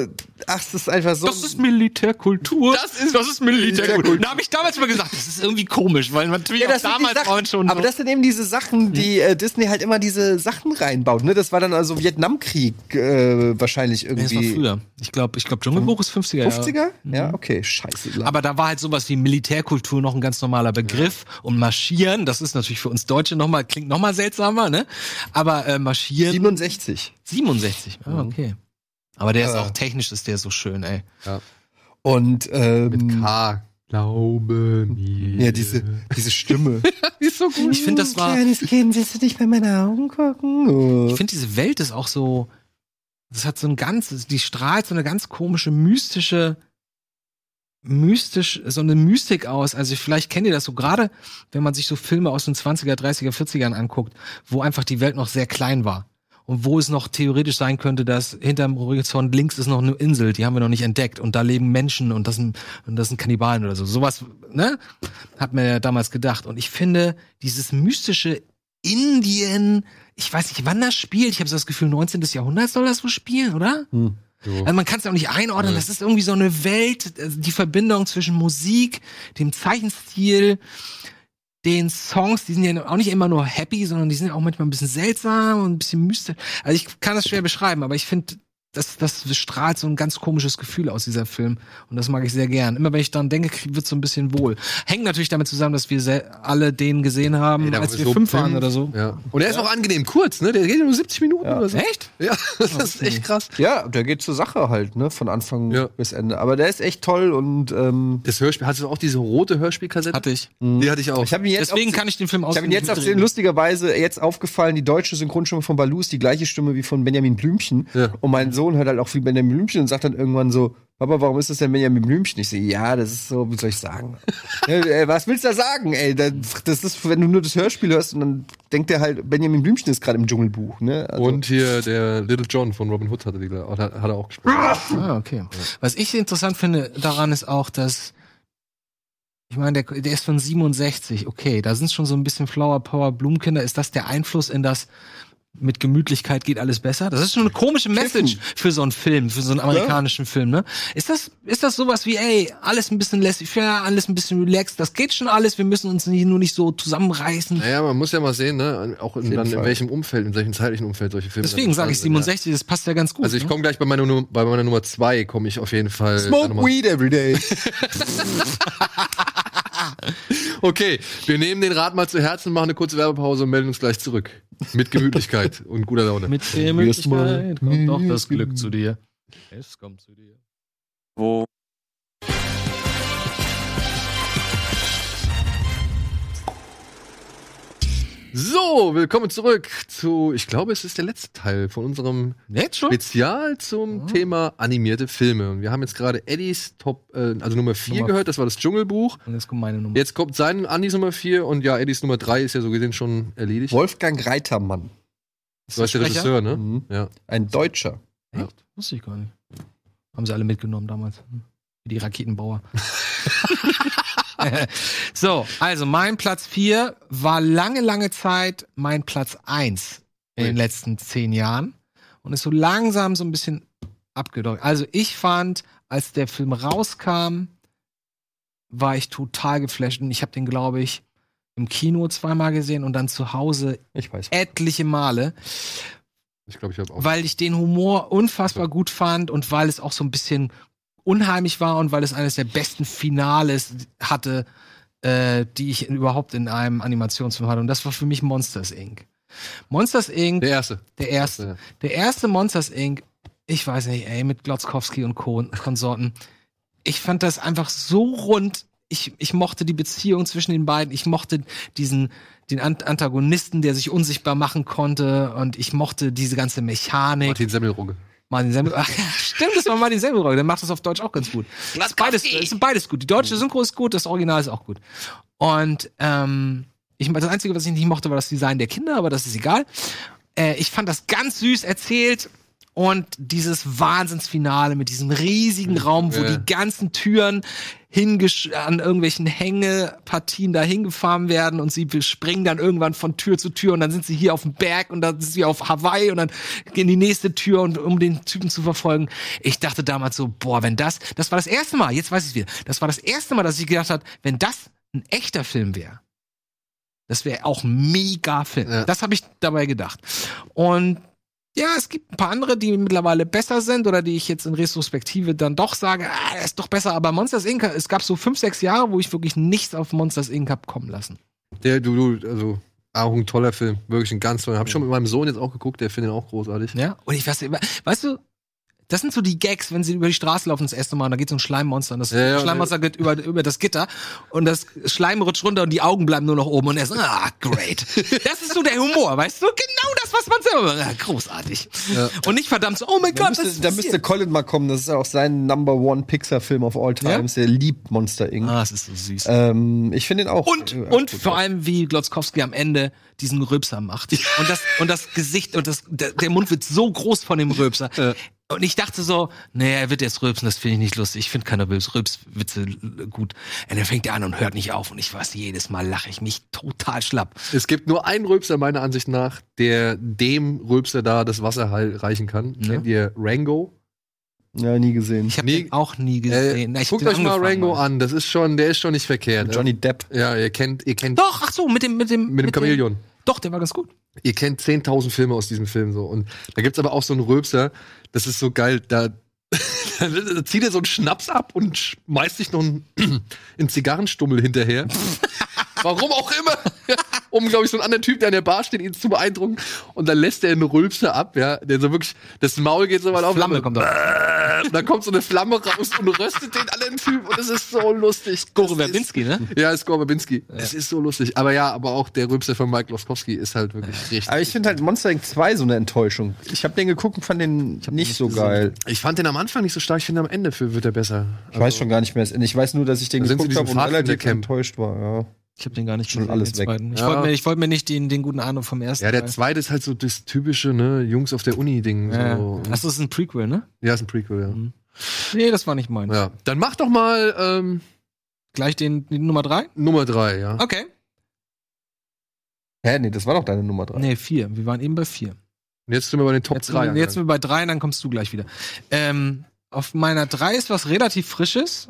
C: ach, das ist einfach so.
B: Das ist Militärkultur.
D: Das ist-
B: Militärkultur. Da habe ich damals mal gesagt, das ist irgendwie komisch, weil natürlich
C: Ja,
B: auch
C: das sind die
B: damals
C: Sachen,
B: waren schon.
C: aber das sind eben diese Sachen, die äh, Disney halt immer diese Sachen reinbaut. Ne? Das war dann also Vietnamkrieg äh, wahrscheinlich
B: Nee, das war
C: irgendwie.
B: früher. Ich glaube, ich glaub, Dschungelbuch ist 50er. Jahre.
C: 50er? Ja, okay, scheiße.
B: Aber da war halt sowas wie Militärkultur noch ein ganz normaler Begriff und marschieren, das ist natürlich für uns Deutsche nochmal, klingt nochmal seltsamer, ne? Aber äh, marschieren
C: 67.
B: 67. Ah,
D: Mhm.
B: okay. Aber der ist
C: Ja.
B: auch technisch ist der so schön, ey.
C: Und ähm,
D: K. Glaube mir.
C: ja, diese, diese Stimme.
D: ist so gut.
B: Ich finde das war
C: Kleines Kind, willst du dich bei meinen Augen gucken? Oh.
B: ich finde diese Welt ist auch so das hat so ein ganz die strahlt so eine ganz komische mystische mystisch so eine Mystik aus. Also vielleicht kennt ihr das so gerade, wenn man sich so Filme aus den 20er, 30er, 40ern anguckt, wo einfach die Welt noch sehr klein war. Und wo es noch theoretisch sein könnte, dass hinterm Horizont links ist noch eine Insel, die haben wir noch nicht entdeckt. Und da leben Menschen und das sind, und das sind Kannibalen oder so. Sowas, ne? Hat man ja damals gedacht. Und ich finde, dieses mystische Indien, ich weiß nicht, wann das spielt. Ich habe so das Gefühl, 19. Jahrhundert soll das wohl spielen, oder? Also man kann es ja auch nicht einordnen. Das ist irgendwie so eine Welt, also die Verbindung zwischen Musik, dem Zeichenstil, den Songs, die sind ja auch nicht immer nur happy, sondern die sind ja auch manchmal ein bisschen seltsam und ein bisschen mystisch. Also ich kann das schwer beschreiben, aber ich finde, das, das strahlt so ein ganz komisches Gefühl aus, dieser Film. Und das mag ich sehr gern. Immer wenn ich daran denke, wird so ein bisschen wohl. Hängt natürlich damit zusammen, dass wir sehr, alle den gesehen haben,
D: Ey, da
B: als
D: war
B: wir
D: so
B: fünf waren
D: fünf.
B: oder so.
D: Ja. Und der ist auch angenehm kurz, ne? Der geht ja nur 70 Minuten
C: Ja.
D: oder so.
B: Echt?
D: Ja, das ist echt krass.
C: Ja, der geht zur Sache halt, ne? Von Anfang
D: Ja.
C: bis Ende. Aber der ist echt toll und ähm,
D: Das Hörspiel, hattest du auch diese rote Hörspielkassette?
B: Hatte Mhm. ich.
D: Die hatte ich auch.
C: ich habe ihn jetzt
B: Deswegen
C: auf,
B: kann ich den Film
C: ich hab ihn jetzt auf
B: mitreden.
C: lustigerweise jetzt aufgefallen, die deutsche Synchronstimme von Baloo ist die gleiche Stimme wie von Benjamin Blümchen.
D: Ja.
C: Und mein Sohn hört halt auch viel Benjamin Blümchen und sagt dann irgendwann so, Papa, warum ist das denn Benjamin Blümchen? Ich sehe, ja, das ist so, wie soll ich sagen? Ja, äh, Was willst du da sagen, ey? Da- Das ist, wenn du nur das Hörspiel hörst und dann denkt er halt, Benjamin Blümchen ist gerade im Dschungelbuch, ne? Also-
D: Und äh, hier der Little John von Robin Hood hatte die, hat, hat er auch gespielt.
B: Ah, okay. Was ich interessant finde daran ist auch, dass ich meine, der, der ist von 67. Okay, da sind schon so ein bisschen Flower Power Blumenkinder. Ist das der Einfluss in das mit Gemütlichkeit geht alles besser? Das ist schon eine komische Message für so einen Film, für so einen amerikanischen Film, ne? Ist das, ist das sowas wie, ey, alles ein bisschen laissez-faire, alles ein bisschen relaxed, das geht schon alles, wir müssen uns nicht, nur nicht so zusammenreißen.
D: Naja, man muss ja mal sehen, ne? Auch in, dann, in
C: Fall.
D: welchem Umfeld, in welchem zeitlichen Umfeld solche Filme.
B: Deswegen
C: also,
B: sage ich
D: interessant sind,
B: 67, das passt ja ganz
D: Ja.
B: gut.
D: Also ich
B: ne?
D: komme gleich bei meiner, Nu- bei meiner Nummer 2 komme ich auf jeden Fall.
C: Smoke
D: dann noch mal-
C: weed every day.
D: Okay, wir nehmen den Rat mal zu Herzen, machen eine kurze Werbepause und melden uns gleich zurück. Mit Gemütlichkeit und guter Laune.
B: mit der Möglichkeit kommt doch das Glück zu dir. Es kommt zu dir.
F: Wo?
D: So, willkommen zurück zu, ich glaube, es ist der letzte Teil von unserem
B: Jetzt schon?
D: Spezial zum
B: Oh.
D: Thema animierte Filme. Und wir haben jetzt gerade Eddies Top, äh, also Nummer 4
B: Nummer-
D: gehört, das war das Dschungelbuch.
B: Und jetzt kommt meine Nummer.
D: Jetzt kommt sein Andis Nummer 4 und ja, Eddies Nummer 3 ist ja so gesehen schon erledigt.
C: Wolfgang Reitermann.
D: Du hast ja
B: Sprecher?
D: Regisseur, ne?
C: Mhm.
D: Ja.
C: Ein Deutscher.
B: Echt? Wusste ich gar nicht. Haben sie alle mitgenommen damals. Hm. Wie die Raketenbauer. so, also mein Platz 4 war lange, lange Zeit mein Platz 1 in den
D: Ui.
B: letzten zehn Jahren und ist so langsam so ein bisschen abgedeutet. Also ich fand, als der Film rauskam, war ich total geflasht und ich habe den, glaube ich, im Kino zweimal gesehen und dann zu Hause
C: Ich weiß.
B: etliche Male.
D: Ich glaube, ich habe auch.
B: weil ich den Humor unfassbar gut fand und weil es auch so ein bisschen unheimlich war und weil es eines der besten Finales hatte, äh, die ich überhaupt in einem Animationsfilm hatte. Und das war für mich Monsters Inc. Monsters Inc.
D: Der
B: Der,
D: erste.
B: erste. Der erste Monsters Inc. Ich weiß nicht, ey, mit Glotzkowski und Co. Konsorten. Ich fand das einfach so rund. Ich, ich mochte die Beziehung zwischen den beiden. Ich mochte diesen, den An Antagonisten, der sich unsichtbar machen konnte. Und ich mochte diese ganze Mechanik.
D: Martin Semmelrogge.
B: Martin Semmel. Ach, stimmt, das war Martin Semmelrogge. Der macht das auf Deutsch auch ganz gut. Ist beides, ist beides gut. Die deutsche Synchro ist gut, das Original ist auch gut. Und ähm, ich, das Einzige, was ich nicht mochte, war das Design der Kinder, aber das ist egal. Äh, ich fand das ganz süß erzählt. Und dieses Wahnsinnsfinale mit diesem riesigen Raum, wo
D: Ja.
B: die ganzen Türen hingesch an irgendwelchen Hängepartien da hingefahren werden und sie springen dann irgendwann von Tür zu Tür und dann sind sie hier auf dem Berg und dann sind sie auf Hawaii und dann gehen die nächste Tür und um den Typen zu verfolgen. Ich dachte damals so, boah, wenn das, das war das erste Mal, jetzt weiß ich wieder, das war das erste Mal, dass ich gedacht habe, wenn das ein echter Film wäre, das wäre auch ein mega Film.
D: Ja.
B: Das habe ich dabei gedacht. Und ja, es gibt ein paar andere, die mittlerweile besser sind oder die ich jetzt in Retrospektive dann doch sage, ah, der ist doch besser. Aber Monsters Inc., es gab so fünf, sechs Jahre, wo ich wirklich nichts auf Monsters Inc. hab kommen lassen.
D: Der, du, du, also, auch ein toller Film. Wirklich ein ganz toller. Hab ich schon mit meinem Sohn jetzt auch geguckt, der findet ihn auch großartig.
B: Ja? Und ich weiß, immer- weißt du, das sind so die Gags, wenn sie über die Straße laufen das erste Mal und da geht so ein Schleimmonster und das
D: Ja, ja,
B: Schleimmonster geht über, über das Gitter und das Schleim rutscht runter und die Augen bleiben nur noch oben und er ist, ah, great. Das ist so der Humor, weißt du? Genau das, was man selber macht. Ah, Großartig. Und nicht verdammt so, oh mein
C: Da
B: Gott, was
C: müsste,
B: ist
C: da
B: passiert?
C: müsste Colin mal kommen. Das ist auch sein Number One Pixar-Film of all times. Er liebt Monster Inc.
B: Ah, es ist so süß.
C: Ähm, ich finde ihn auch.
B: Und,
C: äh,
B: und
C: gut.
B: vor allem, wie Glotzkowski am Ende diesen Röpser macht. Und das, und das Gesicht und das, der, der Mund wird so groß von dem Röpser. Und ich dachte so, nee, er wird jetzt rülpsen, das finde ich nicht lustig. Ich finde keine Rülps- Rülpswitze l- gut. Und dann fängt er an und hört nicht auf. Und ich weiß, jedes Mal lache ich mich total schlapp.
D: Es gibt nur einen Rülpser, meiner Ansicht nach, der dem Rülpser da das Wasser halt reichen kann.
B: Ja.
D: Kennt ihr Rango?
C: Ja, nie gesehen.
B: Ich habe
D: Nee,
B: den auch nie
D: Äh,
B: gesehen. Na, ich hab
D: guckt
B: den
D: euch mal
B: angefangen
D: Rango an. Das ist schon, der ist schon nicht verkehrt.
C: Johnny Depp.
D: Ja, ihr kennt, ihr kennt
B: Doch, ach so, mit dem, mit dem,
D: mit dem Chamäleon.
B: Doch, der war ganz gut.
D: Ihr kennt 10.000 Filme aus diesem Film so. Und da gibt's aber auch so einen Röpser, das ist so geil, da, da zieht er so einen Schnaps ab und schmeißt sich noch einen, einen Zigarrenstummel hinterher. Warum auch immer. um, glaube ich, so einen anderen Typ, der an der Bar steht, ihn zu beeindrucken. Und dann lässt er einen Rülpser ab, ja. Der so wirklich, das Maul geht so mal auf.
B: Flamme
D: und
B: kommt auf.
D: dann, und dann kommt so eine Flamme raus und röstet den anderen Typ. Und es ist so lustig.
B: Gore
D: Das ist-
B: Verbinski, ne?
D: Ja, ist Gore Verbinski. Es ist so lustig. Aber ja, aber auch der Rülpser von Mike Loskowski ist halt wirklich richtig.
C: Aber ich finde halt Monster Inc. 2 so eine Enttäuschung. Ich habe den geguckt und fand den nicht so geil.
D: Ich fand den am Anfang nicht so stark, ich finde am Ende für, wird er besser. Also,
C: Ich weiß schon gar nicht mehr. das Ende. Ich weiß nur, dass ich den
D: Da sind sie
C: geguckt
D: diesem
C: habe und
D: Pfadfinder
C: relativ
D: Camp.
C: enttäuscht war. Ja.
B: Ich habe den gar nicht
C: Schon
B: gesehen,
C: alles
B: den
C: weg.
B: zweiten. Ich
D: Ja.
B: wollte mir, ich wollt mir nicht den, den guten Ahnung vom ersten.
D: Ja, der
B: Teil.
D: zweite ist halt so das typische, ne, Jungs auf der Uni-Ding.
B: Ja.
D: So. Und-
B: Achso, das ist ein Prequel, ne?
D: Ja, ist ein Prequel, ja.
B: Nee, das war nicht mein.
D: ja. Dann mach doch mal ähm,
B: Gleich den, den Nummer 3?
D: Nummer drei, ja.
B: Okay.
C: Hä, nee, das war doch deine Nummer 3.
B: Nee, 4. Wir waren eben bei 4.
D: Und jetzt sind wir bei den Top
B: Jetzt,
D: drei.
B: jetzt sind
D: angelangt.
B: wir bei 3 und dann kommst du gleich wieder. Ähm, auf meiner 3 ist was relativ Frisches,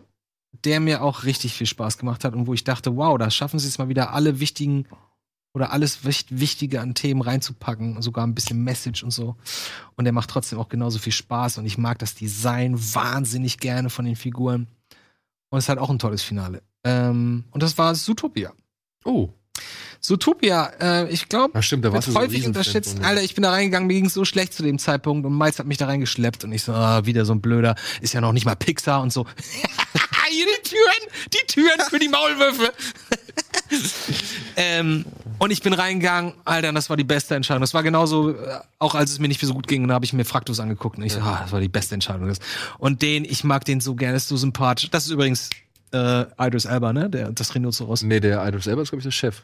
B: der mir auch richtig viel Spaß gemacht hat und wo ich dachte, wow, da schaffen sie es mal wieder alle wichtigen oder alles Wicht- Wichtige an Themen reinzupacken, sogar ein bisschen Message und so. Und der macht trotzdem auch genauso viel Spaß und ich mag das Design wahnsinnig gerne von den Figuren. Und es hat auch ein tolles Finale. Ähm, und das war Zootopia.
D: Oh,
B: Zootopia, äh, ich glaube,
D: ja, stimmt, da warst
B: wird
D: du so ein
B: häufig
D: Riesenfan
B: unterschätzt.
D: von mir.
B: Alter, ich bin da reingegangen, mir ging so schlecht zu dem Zeitpunkt und Miles hat mich da reingeschleppt und ich so, ah, wieder so ein Blöder, ist ja noch nicht mal Pixar und so. Hier die Türen, die Türen für die Maulwürfe. ähm, und ich bin reingegangen, Alter, und das war die beste Entscheidung. Das war genauso, äh, auch als es mir nicht so gut ging, und da habe ich mir Fraktus angeguckt und ich so, ah, das war die beste Entscheidung. Das- Und den, ich mag den so gerne, ist so sympathisch. Das ist übrigens äh, Idris Elba, ne? Der, das Rhinoceros.
D: Nee, der Idris Elba ist, glaube ich, der Chef.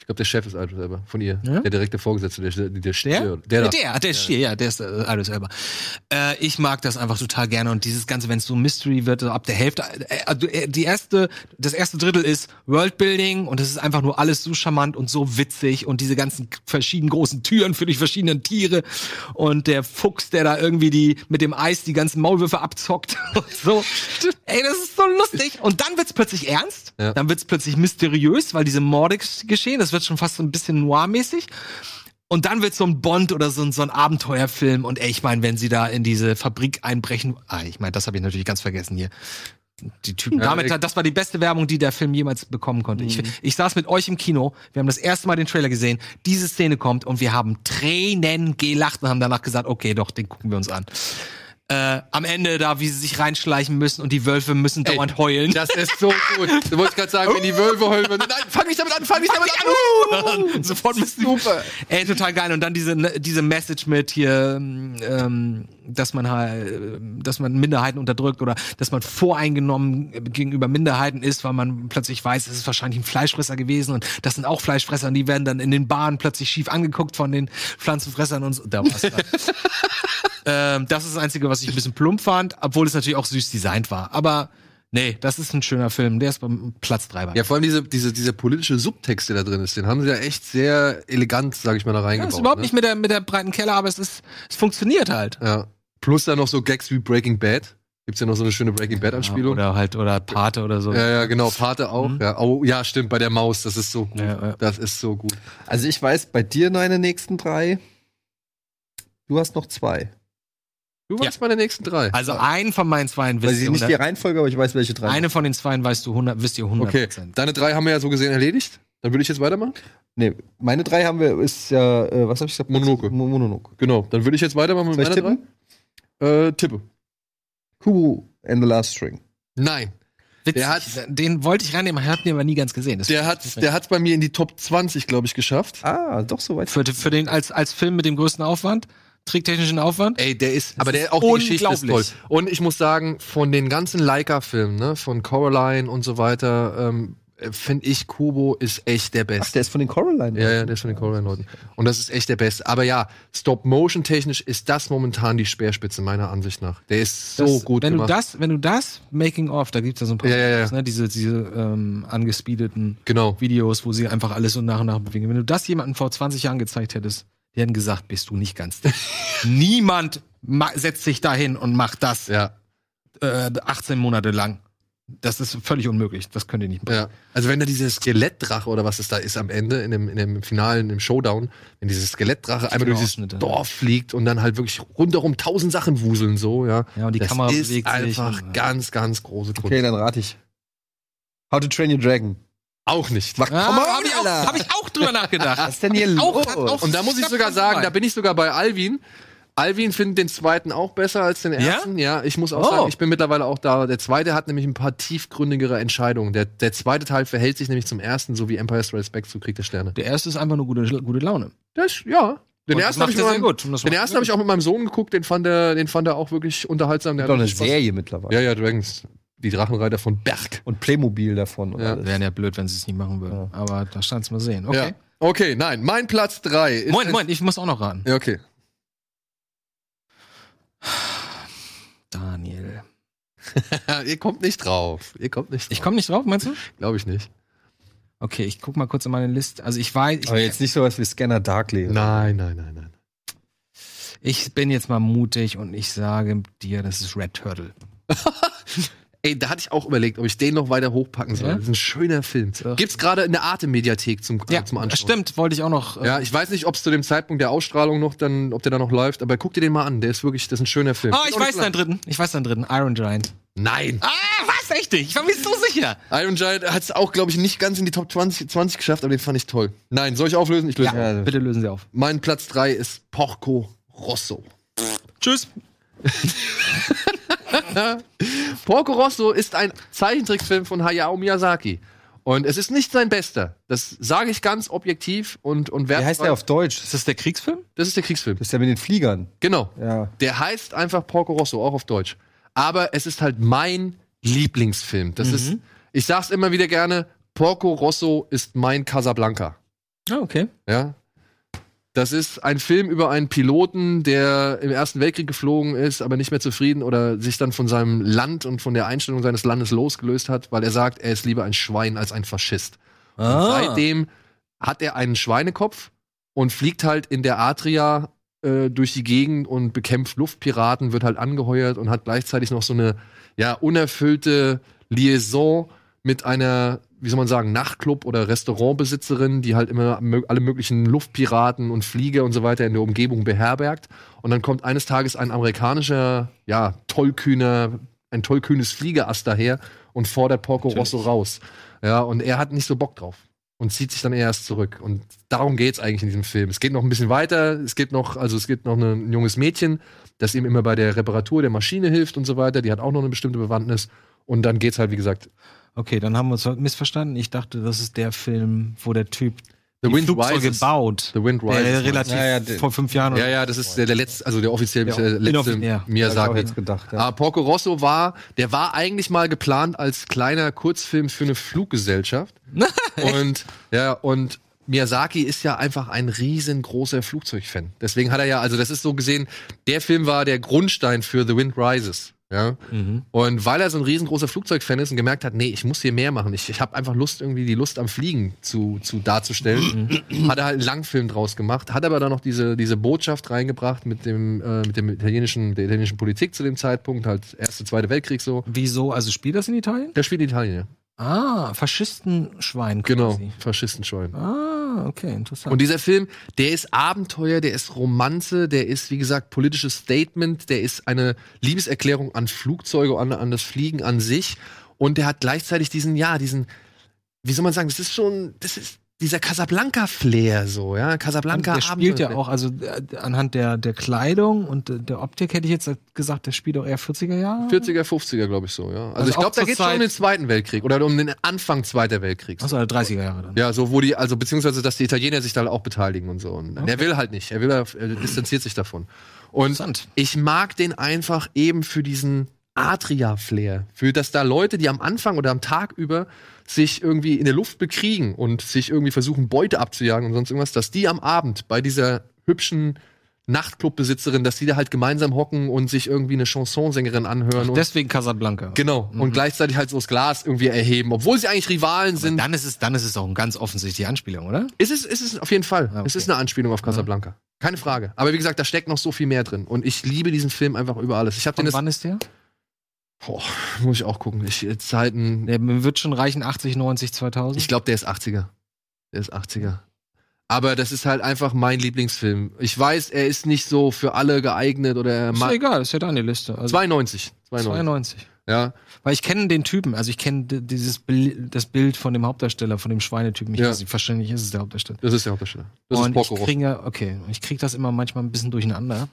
D: Ich glaube, der Chef ist Idris Elba, von ihr.
B: Ja?
D: Der direkte Vorgesetzte, der, der, der
B: Der?
D: Der, der,
B: Der,
D: da.
B: der, der ist hier, ja, der ist äh, alles selber. Äh, ich mag das einfach total gerne und dieses Ganze, wenn es so Mystery wird, so ab der Hälfte, äh, äh, die erste, das erste Drittel ist Worldbuilding und es ist einfach nur alles so charmant und so witzig und diese ganzen verschiedenen großen Türen für die verschiedenen Tiere und der Fuchs, der da irgendwie die mit dem Eis die ganzen Maulwürfe abzockt und so. Ey, das ist so lustig. Und dann wird's plötzlich ernst,
D: Ja.
B: dann wird's plötzlich mysteriös, weil diese Morde geschehen, das wird schon fast so ein bisschen noir-mäßig. Und dann wird so ein Bond oder so ein, so ein Abenteuerfilm. Und ey, ich meine, wenn sie da in diese Fabrik einbrechen. Ah, ich meine, das habe ich natürlich ganz vergessen hier. Die Typen.
D: Ja,
B: damit,
D: ich-
B: das war die beste Werbung, die der Film jemals bekommen konnte. Ich, ich saß mit euch im Kino. Wir haben das erste Mal den Trailer gesehen. Diese Szene kommt und wir haben Tränen gelacht und haben danach gesagt, okay, doch, den gucken wir uns an. Äh, am Ende da, wie sie sich reinschleichen müssen und die Wölfe müssen dauernd heulen.
D: Das ist so gut. Da wollte ich gerade sagen, wenn die Wölfe heulen würden. Nein, fang nicht damit an, fang nicht damit an.
B: Dann Sofort müssen
D: Super.
B: Ey, total geil. Und dann diese, ne, diese Message mit hier, ähm, dass man halt, äh, dass man Minderheiten unterdrückt oder dass man voreingenommen gegenüber Minderheiten ist, weil man plötzlich weiß, es ist wahrscheinlich ein Fleischfresser gewesen und das sind auch Fleischfresser und die werden dann in den Bahnen plötzlich schief angeguckt von den Pflanzenfressern und so. Da war's dann. ähm, das ist das Einzige, was ich ein bisschen plump fand, obwohl es natürlich auch süß designt war. Aber nee, das ist ein schöner Film. Der ist beim Platz 3 bei
D: Ja, vor allem diese, diese, dieser politische Subtext, der da drin ist, den haben sie ja echt sehr elegant, sag ich mal, da
B: Ja,
D: reingebaut.
B: ist überhaupt
D: ne?
B: nicht mit der, mit der breiten Keller, aber es ist, es funktioniert halt.
D: Ja. Plus dann noch so Gags wie Breaking Bad. Gibt's ja noch so eine schöne Breaking Bad-Anspielung.
B: oder halt, oder Pate oder so.
D: Ja, ja, genau. Pate auch.
B: Mhm.
D: Ja. Oh, ja, stimmt, bei der Maus. Das ist so gut.
B: Ja, ja.
D: Das ist so gut.
C: Also ich weiß bei dir deine nächsten drei. Du hast noch zwei.
D: Du
B: Ja.
D: warst bei den nächsten drei.
B: Also einen von meinen Zweien
C: Weiß
B: wisst
C: ich
B: ihr.
C: nicht die
B: 100,
C: Reihenfolge, aber ich weiß, welche drei.
B: eine von den Zweien weißt du 100, wisst ihr 100
D: okay, deine drei haben wir ja so gesehen erledigt. Dann würde ich jetzt weitermachen.
C: Nee, meine drei haben wir, ist ja, äh, was habe ich gesagt?
D: Mononoke.
C: Mo- Mononoke.
D: Genau, dann würde ich jetzt weitermachen mit
C: Soll ich
D: meiner
C: tippen?
D: drei. Äh, tippe.
C: Kubo and the Last String.
D: Nein.
B: Witzig,
D: Der hat-
B: den wollte ich reinnehmen, hat den aber nie ganz gesehen. Das
D: Der hat's, der hat's bei mir in die Top 20, glaube ich, geschafft.
C: Ah, doch so weit.
B: für, für den als, als Film mit dem größten Aufwand, tricktechnischen Aufwand.
D: Ey, der ist, aber
B: ist
D: der auch die Geschichte ist toll.
B: unglaublich.
D: Und ich muss sagen, von den ganzen Leica-Filmen, ne, von Coraline und so weiter, ähm, finde ich, Kubo ist echt der Beste.
C: Ach, der ist von den Coraline.
D: Ja, ja, der ist von den Coraline-Leuten. Und das ist echt der Beste. Aber ja, Stop-Motion-technisch ist das momentan die Speerspitze, meiner Ansicht nach. Der ist so
B: Das-
D: gut
B: wenn
D: gemacht.
B: Du das, wenn du das, Making of, da gibt es ja so ein paar
D: Ja, ja, ja.
B: Videos, Ne, diese, diese ähm, angespeedeten
D: genau.
B: Videos, wo sie einfach alles so nach und nach bewegen. Wenn du das jemandem vor 20 Jahren gezeigt hättest, die hätten gesagt, bist du nicht ganz dick. Niemand ma- setzt sich dahin und macht das
D: Ja.
B: äh, 18 Monate lang. Das ist völlig unmöglich. Das könnt ihr nicht machen.
D: Ja. Also wenn da dieser Skelettdrache oder was es da ist am Ende, in dem, in dem Finalen, im Showdown, wenn dieses Skelettdrache einmal durch dieses
B: Ausschnitte, ja.
D: Dorf fliegt und dann halt wirklich rundherum tausend Sachen wuseln, so, ja.
B: Ja, und die
D: das
B: Kamera
D: ist
B: bewegt sich.
D: einfach
B: und, ja.
D: ganz, ganz große Kunst.
C: Okay, dann rate ich. How to Train Your Dragon.
D: Auch nicht.
C: Mach,
B: Ah,
C: komm mal,
B: hab ich, auch,
C: Alter.
B: hab ich auch drüber nachgedacht.
C: Was denn hier
B: Auch-
C: los?
B: hat auch-
D: Und da muss ich
B: Knapp
D: sogar
B: dran
D: sagen,
B: vorbei.
D: da bin ich sogar bei Alvin. Alvin findet den zweiten auch besser als den ersten. Ja, ich muss auch
B: Oh.
D: sagen, ich bin mittlerweile auch da. Der zweite hat nämlich ein paar tiefgründigere Entscheidungen. Der, der zweite Teil verhält sich nämlich zum ersten, so wie Empire Strikes Back zu Krieg der Sterne.
B: Der erste ist einfach nur gute, gute Laune.
D: Das, ja. Den
B: Und das
D: ersten habe
B: macht
D: ich,
B: er
D: mit
B: sehr
D: meinem-
B: gut. Und das
D: den
B: macht er
D: ersten hab
B: gut.
D: ich auch mit meinem Sohn geguckt. Den fand er, den fand er auch wirklich unterhaltsam. Der
C: Doch eine
D: hat Spaß-
C: Serie mittlerweile.
D: Ja, ja, Dragons. Die Drachenreiter von Berg.
C: Und Playmobil davon. Und
D: Ja.
C: alles.
B: Wären ja blöd, wenn sie es nicht machen würden. Aber da stand es mal sehen. Okay.
D: Ja. Okay, nein. Mein Platz 3 ist.
B: Moin, moin, ich muss auch noch raten.
D: Ja, okay.
B: Daniel.
D: Ihr kommt nicht drauf. Ihr kommt nicht drauf.
B: Ich komme nicht drauf, meinst du?
D: Glaube ich nicht.
B: Okay, ich guck mal kurz in meine Liste. Also ich weiß,
C: Aber
B: ich,
C: jetzt nicht sowas wie Scanner Darkly.
D: Nein, nein, nein, nein.
B: ich bin jetzt mal mutig und ich sage dir, das ist Red Turtle.
D: Ey, da hatte ich auch überlegt, ob ich den noch weiter hochpacken soll.
B: Ja?
D: Das ist ein schöner Film.
B: So.
D: Gibt's gerade in der Arte-Mediathek zum, äh, zum Anschauen.
B: stimmt, wollte ich auch noch. äh,
D: Ja, ich weiß nicht, ob es zu dem Zeitpunkt der Ausstrahlung noch dann, ob der da noch läuft, aber guck dir den mal an. Der ist wirklich, das ist ein schöner Film.
B: Ah, ich weiß deinen dritten. Ich weiß deinen dritten. Iron Giant.
D: Nein.
B: Ah, was? Echt nicht? Ich war mir so sicher.
D: Iron Giant hat's auch, glaube ich, nicht ganz in die Top 20, 20 geschafft, aber den fand ich toll. Nein, soll ich auflösen? Ich löse. auf.
C: Ja.
B: Bitte lösen Sie auf.
D: Mein Platz 3 ist Porco Rosso.
B: Tschüss.
D: Porco Rosso ist ein Zeichentrickfilm von Hayao Miyazaki. Und es ist nicht sein bester. Das sage ich ganz objektiv und, und
C: Wie heißt der auf Deutsch?
B: Ist das der Kriegsfilm?
D: Das ist der Kriegsfilm.
C: Das ist der mit den Fliegern.
D: Genau.
C: Ja.
D: Der heißt einfach Porco Rosso, auch auf Deutsch. Aber es ist halt mein Lieblingsfilm.
C: Mhm.
D: Das ist, ich sag's immer wieder gerne, Porco Rosso ist mein Casablanca.
B: Ah, okay.
D: Ja. Das ist ein Film über einen Piloten, der im Ersten Weltkrieg geflogen ist, aber nicht mehr zufrieden oder sich dann von seinem Land und von der Einstellung seines Landes losgelöst hat, weil er sagt, er ist lieber ein Schwein als ein Faschist.
B: Ah.
D: Und seitdem hat er einen Schweinekopf und fliegt halt in der Adria äh, durch die Gegend und bekämpft Luftpiraten, wird halt angeheuert und hat gleichzeitig noch so eine ja, unerfüllte Liaison mit einer, wie soll man sagen, Nachtclub- oder Restaurantbesitzerin, die halt immer mö- alle möglichen Luftpiraten und Flieger und so weiter in der Umgebung beherbergt. Und dann kommt eines Tages ein amerikanischer, ja, tollkühner, ein tollkühnes Fliegerass daher und fordert Porco Rosso raus. Ja, und er hat nicht so Bock drauf und zieht sich dann erst zurück. Und darum geht's eigentlich in diesem Film. Es geht noch ein bisschen weiter. Es gibt noch, also es gibt noch eine, ein junges Mädchen, das ihm immer bei der Reparatur der Maschine hilft und so weiter. Die hat auch noch eine bestimmte Bewandtnis. Und dann geht's halt, wie gesagt,
B: Okay, dann haben wir uns missverstanden. Ich dachte, das ist der Film, wo der Typ
D: The
B: die
D: Wind
B: Flugzeuge
D: Rises.
B: baut.
D: The Wind
B: Der
D: Rises.
B: relativ
C: Ja, ja, der-
B: vor fünf Jahren.
D: ja, ja, das ist der, der letzte, also der offiziell
B: Ja,
D: der letzte
B: inoffi- ja.
C: Hab ich auch
D: Miyazaki.
C: jetzt gedacht. Ja.
D: Ah, Porco Rosso war, der war eigentlich mal geplant als kleiner Kurzfilm für eine Fluggesellschaft.
C: Mhm.
D: und ja, und Miyazaki ist ja einfach ein riesengroßer Flugzeugfan. Deswegen hat er ja, also das ist so gesehen, der Film war der Grundstein für The Wind Rises. Ja.
B: Mhm.
D: Und weil er so ein riesengroßer Flugzeugfan ist und gemerkt hat, nee, ich muss hier mehr machen. Ich, ich habe einfach Lust, irgendwie die Lust am Fliegen zu, zu darzustellen, hat er halt einen Langfilm draus gemacht, hat aber dann noch diese, diese Botschaft reingebracht mit dem, äh, mit dem italienischen, mit der italienischen Politik zu dem Zeitpunkt, halt Erste, Zweite Weltkrieg so.
B: Wieso? Also spielt das in Italien?
D: Der spielt in Italien, ja.
B: Ah, Faschistenschwein
D: Genau.
B: quasi.
D: Faschistenscheuen.
B: Ah, okay, interessant.
D: Und dieser Film, der ist Abenteuer, der ist Romanze, der ist, wie gesagt, politisches Statement, der ist eine Liebeserklärung an Flugzeuge, an, an das Fliegen an sich. Und der hat gleichzeitig diesen, ja, diesen, wie soll man sagen, das ist schon, das ist dieser Casablanca-Flair so, ja. Casablanca
B: der spielt ja
D: Abenteuer-Flair.
B: auch, also äh, anhand der, der Kleidung und äh, der Optik hätte ich jetzt gesagt, der spielt auch eher 40er Jahre.
D: 40er, 50er, glaube ich so, ja. Also,
B: Also
D: ich glaube,
B: auch
D: da
B: zur
D: geht es schon um
B: Zeit-
D: den Zweiten Weltkrieg oder um den Anfang Zweiter Weltkriegs.
B: Achso, 30er Jahre dann.
D: Ja, so wo die, also beziehungsweise, dass die Italiener sich da auch beteiligen und so. Und Er will halt nicht, er will, er, er distanziert sich davon. Und
B: Interessant.
D: ich mag den einfach eben für diesen Adria-Flair. Für dass da Leute, die am Anfang oder am Tag über sich irgendwie in der Luft bekriegen und sich irgendwie versuchen, Beute abzujagen und sonst irgendwas, dass die am Abend bei dieser hübschen Nachtclubbesitzerin, dass die da halt gemeinsam hocken und sich irgendwie eine Chansonsängerin anhören. und,
B: Deswegen Casablanca.
D: genau. Und gleichzeitig halt so das Glas irgendwie erheben, obwohl sie eigentlich Rivalen sind.
B: Dann ist es, dann ist es auch eine ganz offensichtliche Anspielung, oder?
D: Es ist, es ist auf jeden Fall.
B: Ah, okay.
D: Es ist eine Anspielung auf Casablanca. Keine Frage. Aber wie gesagt, da steckt noch so viel mehr drin. Und ich liebe diesen Film einfach über alles. Ich habe den
B: Von
D: das,
B: wann ist der?
D: Boah, muss ich auch gucken. Ich, äh, Zeiten.
B: Ja, mir wird schon reichen 80, 90, 2000.
D: Ich glaube, der ist 80er. Der ist 80er. Aber das ist halt einfach mein Lieblingsfilm. Ich weiß, er ist nicht so für alle geeignet oder er
B: ist ja
D: mag.
B: egal, ist ja deine Liste. Also
D: 92. 92.
B: 92.
D: Ja,
B: Weil ich kenne den Typen, also ich kenne d- dieses Bil- das Bild von dem Hauptdarsteller, von dem Schweinetypen. Ich
D: Ja.
B: weiß nicht, wahrscheinlich ist es der Hauptdarsteller.
D: das ist der Hauptdarsteller. Das
B: und
D: ist Porco
B: ich
D: Rosso.
B: kriege ja, okay, ich kriege das immer manchmal ein bisschen durcheinander.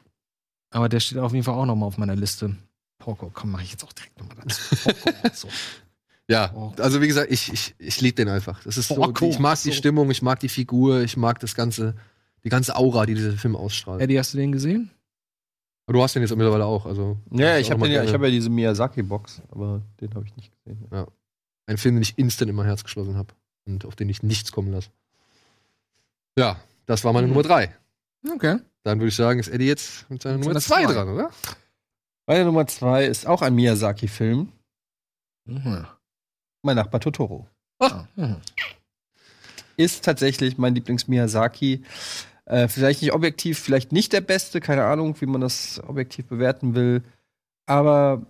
B: Aber der steht auf jeden Fall auch nochmal auf meiner Liste. Porco, komm, mache ich jetzt auch direkt nochmal dazu. Porco, so.
D: Ja,
B: Oh.
D: also wie gesagt, ich, ich, ich liebe den einfach. Das ist so,
B: Porco
D: ich mag die
B: Rosso.
D: Stimmung, ich mag die Figur, ich mag das ganze, die ganze Aura, die dieser Film ausstrahlt.
B: Eddie, hast du den gesehen?
D: Aber du hast den jetzt mittlerweile auch, also
C: Ja,
D: Auch
C: ich habe
D: mal
C: ja, ich
D: gerne.
C: hab ja diese Miyazaki-Box, aber den habe ich nicht gesehen.
D: ein Film, den ich instant in mein Herz geschlossen habe und auf den ich nichts kommen lasse. Ja, das war meine
C: Mhm.
D: Nummer drei.
B: Okay.
D: Dann würde ich sagen, ist Eddie jetzt mit seiner
B: Mit
D: Nummer zwei
B: seiner zwei.
D: dran, oder?
C: Meine Nummer zwei ist auch ein Miyazaki-Film,
B: Mhm.
C: Mein Nachbar Totoro.
B: Ah, mhm.
C: Ist tatsächlich mein Lieblings-Miyazaki. Äh, vielleicht nicht objektiv, vielleicht nicht der beste, keine Ahnung, wie man das objektiv bewerten will. Aber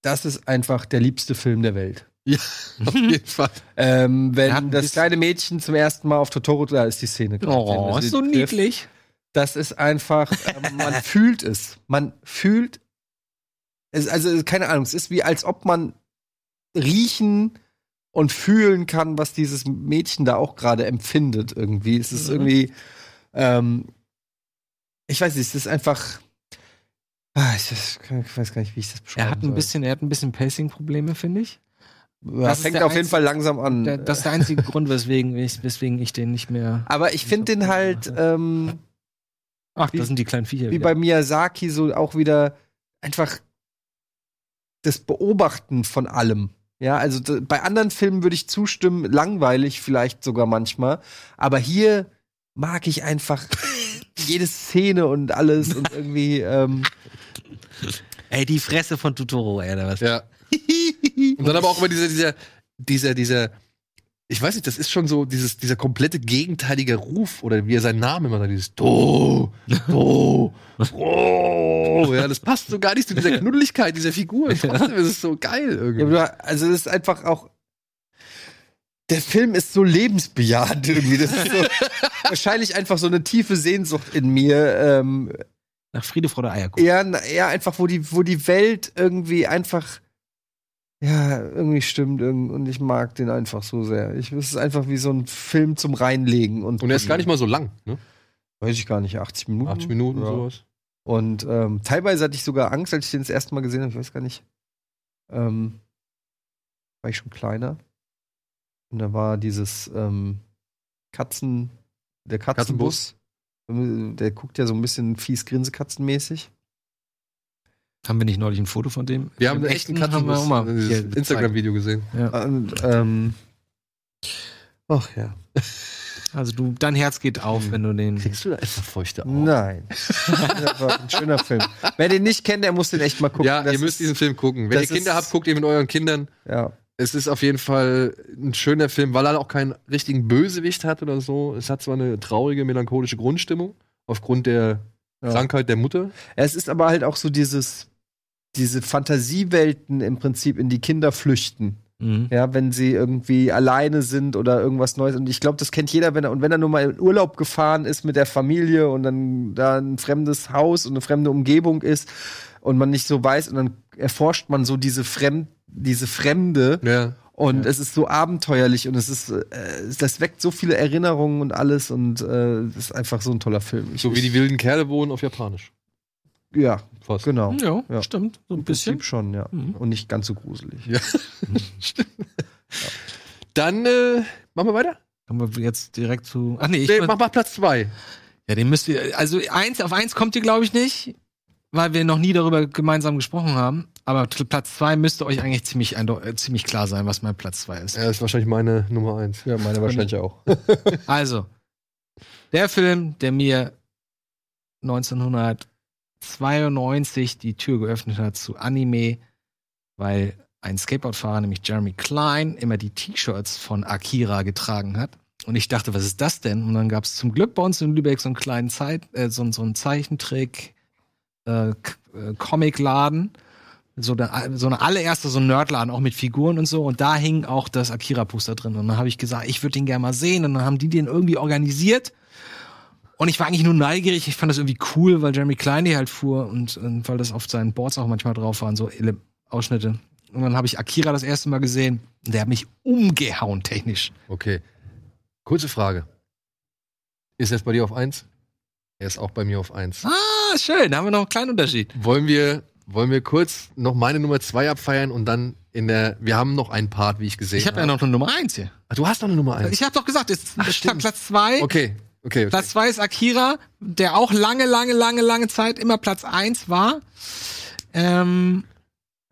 C: das ist einfach der liebste Film der Welt.
D: Auf jeden Fall.
C: Ähm,
B: Er hat
C: wenn
B: ein
C: das
B: bisschen-
C: kleine Mädchen zum ersten Mal auf Totoro, da ist die Szene. gerade drin,
B: Oh,
C: wenn sie
B: ist so
C: trifft.
B: niedlich.
C: Das ist einfach, ähm, man fühlt es. Man fühlt es. Also, keine Ahnung, es ist wie, als ob man riechen und fühlen kann, was dieses Mädchen da auch gerade empfindet irgendwie. Es ist
B: Mhm.
C: irgendwie, ähm, ich weiß nicht, es ist einfach, ah, ich, weiß- ich weiß gar nicht, wie ich das beschreiben
B: Er hat ein
C: soll.
B: bisschen, er hat ein bisschen Pacing-Probleme, finde ich.
C: Ja,
B: das ist
C: fängt
B: der
C: auf jeden
B: einzige-
C: Fall langsam
D: Hm.
C: an.
B: Der, das ist der einzige Grund, weswegen ich, weswegen ich den nicht mehr.
C: Aber ich finde den halt, ähm,
B: Ach,
C: wie-
B: das sind die kleinen Viecher.
C: wie
B: wieder.
C: bei Miyazaki so auch wieder einfach das Beobachten von allem. Ja, also d- bei anderen Filmen würde ich zustimmen, langweilig vielleicht sogar manchmal, aber hier mag ich einfach jede Szene und alles und irgendwie ähm,
B: Ey, die Fresse von Tutoro, ey, oder Oh, was?
D: Ja. Und dann aber auch immer dieser, dieser, dieser, dieser, ich weiß nicht, das ist schon so dieses, dieser komplette gegenteilige Ruf oder wie er seinen Namen immer sagt, dieses Do, Do, Oh. Ja, das passt so gar nicht zu dieser Knuddeligkeit dieser Figur. Und Trotzdem ist es so geil
C: ja,
D: irgendwie.
C: du- also das ist einfach auch der Film ist so lebensbejahend irgendwie. Das ist so, wahrscheinlich einfach so eine tiefe Sehnsucht in mir, ähm,
B: Nach Friede vor der Eierkuh.
C: eher, eher einfach, wo die, wo die Welt irgendwie einfach, ja, irgendwie stimmt irgend- und ich mag den einfach so sehr. Ich, es ist einfach wie so ein Film zum Reinlegen. Und,
D: Und er ist gar nicht mal so lang, ne?
C: Weiß ich gar nicht, 80 Minuten.
D: 80 Minuten,
C: Mhm. Ja.
D: sowas.
C: Und ähm, teilweise hatte ich sogar Angst, als ich den das erste Mal gesehen habe. Ich weiß gar nicht. Ähm, war ich schon kleiner. Und da war dieses ähm, Katzen, der Katzenbus. Der guckt ja so ein bisschen fies grinsekatzenmäßig.
B: Haben wir nicht neulich ein Foto von dem?
D: Wir haben
B: Im
D: einen echten
B: haben wir
D: Katzenbus
B: auch mal
D: in
B: hier
D: dieses
B: gezeigt.
D: Instagram-Video gesehen.
C: Und, ähm, ach ja.
B: Also du, dein Herz geht auf, wenn du den.
D: Hm. Kriegst du da etwa feuchte Augen?
C: Nein. das war ein schöner Film. Wer den nicht kennt, der muss den echt mal gucken.
D: Ja,
C: Das
D: ihr müsst
C: ist-
D: diesen Film gucken. Wenn ihr
C: das
D: Kinder
C: ist-
D: habt, guckt ihr mit euren Kindern.
C: Ja.
D: es ist auf jeden Fall ein schöner Film, weil er auch keinen richtigen Bösewicht hat oder so. Es hat zwar eine traurige, melancholische Grundstimmung aufgrund der
C: Ja.
D: Krankheit der Mutter.
C: Es ist aber halt auch so dieses, diese Fantasiewelten im Prinzip, in die Kinder flüchten.
B: Mhm.
C: Ja, wenn sie irgendwie alleine sind oder irgendwas Neues. Und ich glaube, das kennt jeder, wenn er, und wenn er nur mal in Urlaub gefahren ist mit der Familie und dann da ein fremdes Haus und eine fremde Umgebung ist und man nicht so weiß und dann erforscht man so diese Fremd, diese Fremde.
D: Ja.
C: Und es ist so abenteuerlich und es ist, äh, das weckt so viele Erinnerungen und alles und äh, es ist einfach so ein toller Film. Ich,
D: So wie die wilden Kerle wohnen auf Japanisch.
C: ja,
D: Fast.
C: genau.
B: Ja,
C: Ja.
B: stimmt. So ein
C: Im Prinzip
B: bisschen.
C: schon, ja.
B: Mhm.
C: Und nicht ganz so gruselig.
D: Dann äh, machen wir weiter.
B: Kommen wir jetzt direkt zu. Ach nee, ich
D: nee,
B: mach-
D: mach mal Platz zwei.
B: Ja, den müsst ihr. Also eins, auf eins kommt ihr, glaube ich, nicht, weil wir noch nie darüber gemeinsam gesprochen haben. Aber t- Platz zwei müsste euch eigentlich ziemlich, eindeu- äh, ziemlich klar sein, was mein Platz zwei ist.
D: Ja, das ist wahrscheinlich meine Nummer eins.
G: Ja, meine wahrscheinlich auch.
B: Also, der Film, der mir 1992 die Tür geöffnet hat zu Anime, weil ein Skateboardfahrer, nämlich Jeremy Klein, immer die T-Shirts von Akira getragen hat. Und ich dachte, was ist das denn? Und dann gab es zum Glück bei uns in Lübeck so einen kleinen Zeit, äh, so, so einen Zeichentrick, äh, K- äh, Comicladen, so, der, so eine allererste, so ein Nerdladen, auch mit Figuren und so. Und da hing auch das Akira-Poster drin. Und dann habe ich gesagt, ich würde den gerne mal sehen. Und dann haben die den irgendwie organisiert. Und ich war eigentlich nur neugierig. Ich fand das irgendwie cool, weil Jeremy Klein die halt fuhr und, und weil das auf seinen Boards auch manchmal drauf waren, so Ele Ausschnitte. Und dann habe ich Akira das erste Mal gesehen. Und der hat mich umgehauen technisch.
D: Okay. Kurze Frage. Ist jetzt bei dir auf 1? Er ist auch bei mir auf 1.
B: Ah, schön. Da haben wir noch einen kleinen Unterschied.
D: Wollen wir, wollen wir kurz noch meine Nummer 2 abfeiern und dann in der. Wir haben noch einen Part, wie ich gesehen
B: Ich habe ja noch eine Nummer 1 hier.
D: Ach, du hast noch eine Nummer 1.
B: Ich habe doch gesagt, es ist Platz 2.
D: Okay, okay. okay.
B: Platz 2 ist Akira, der auch lange, lange, lange, lange Zeit immer Platz 1 war. Ähm,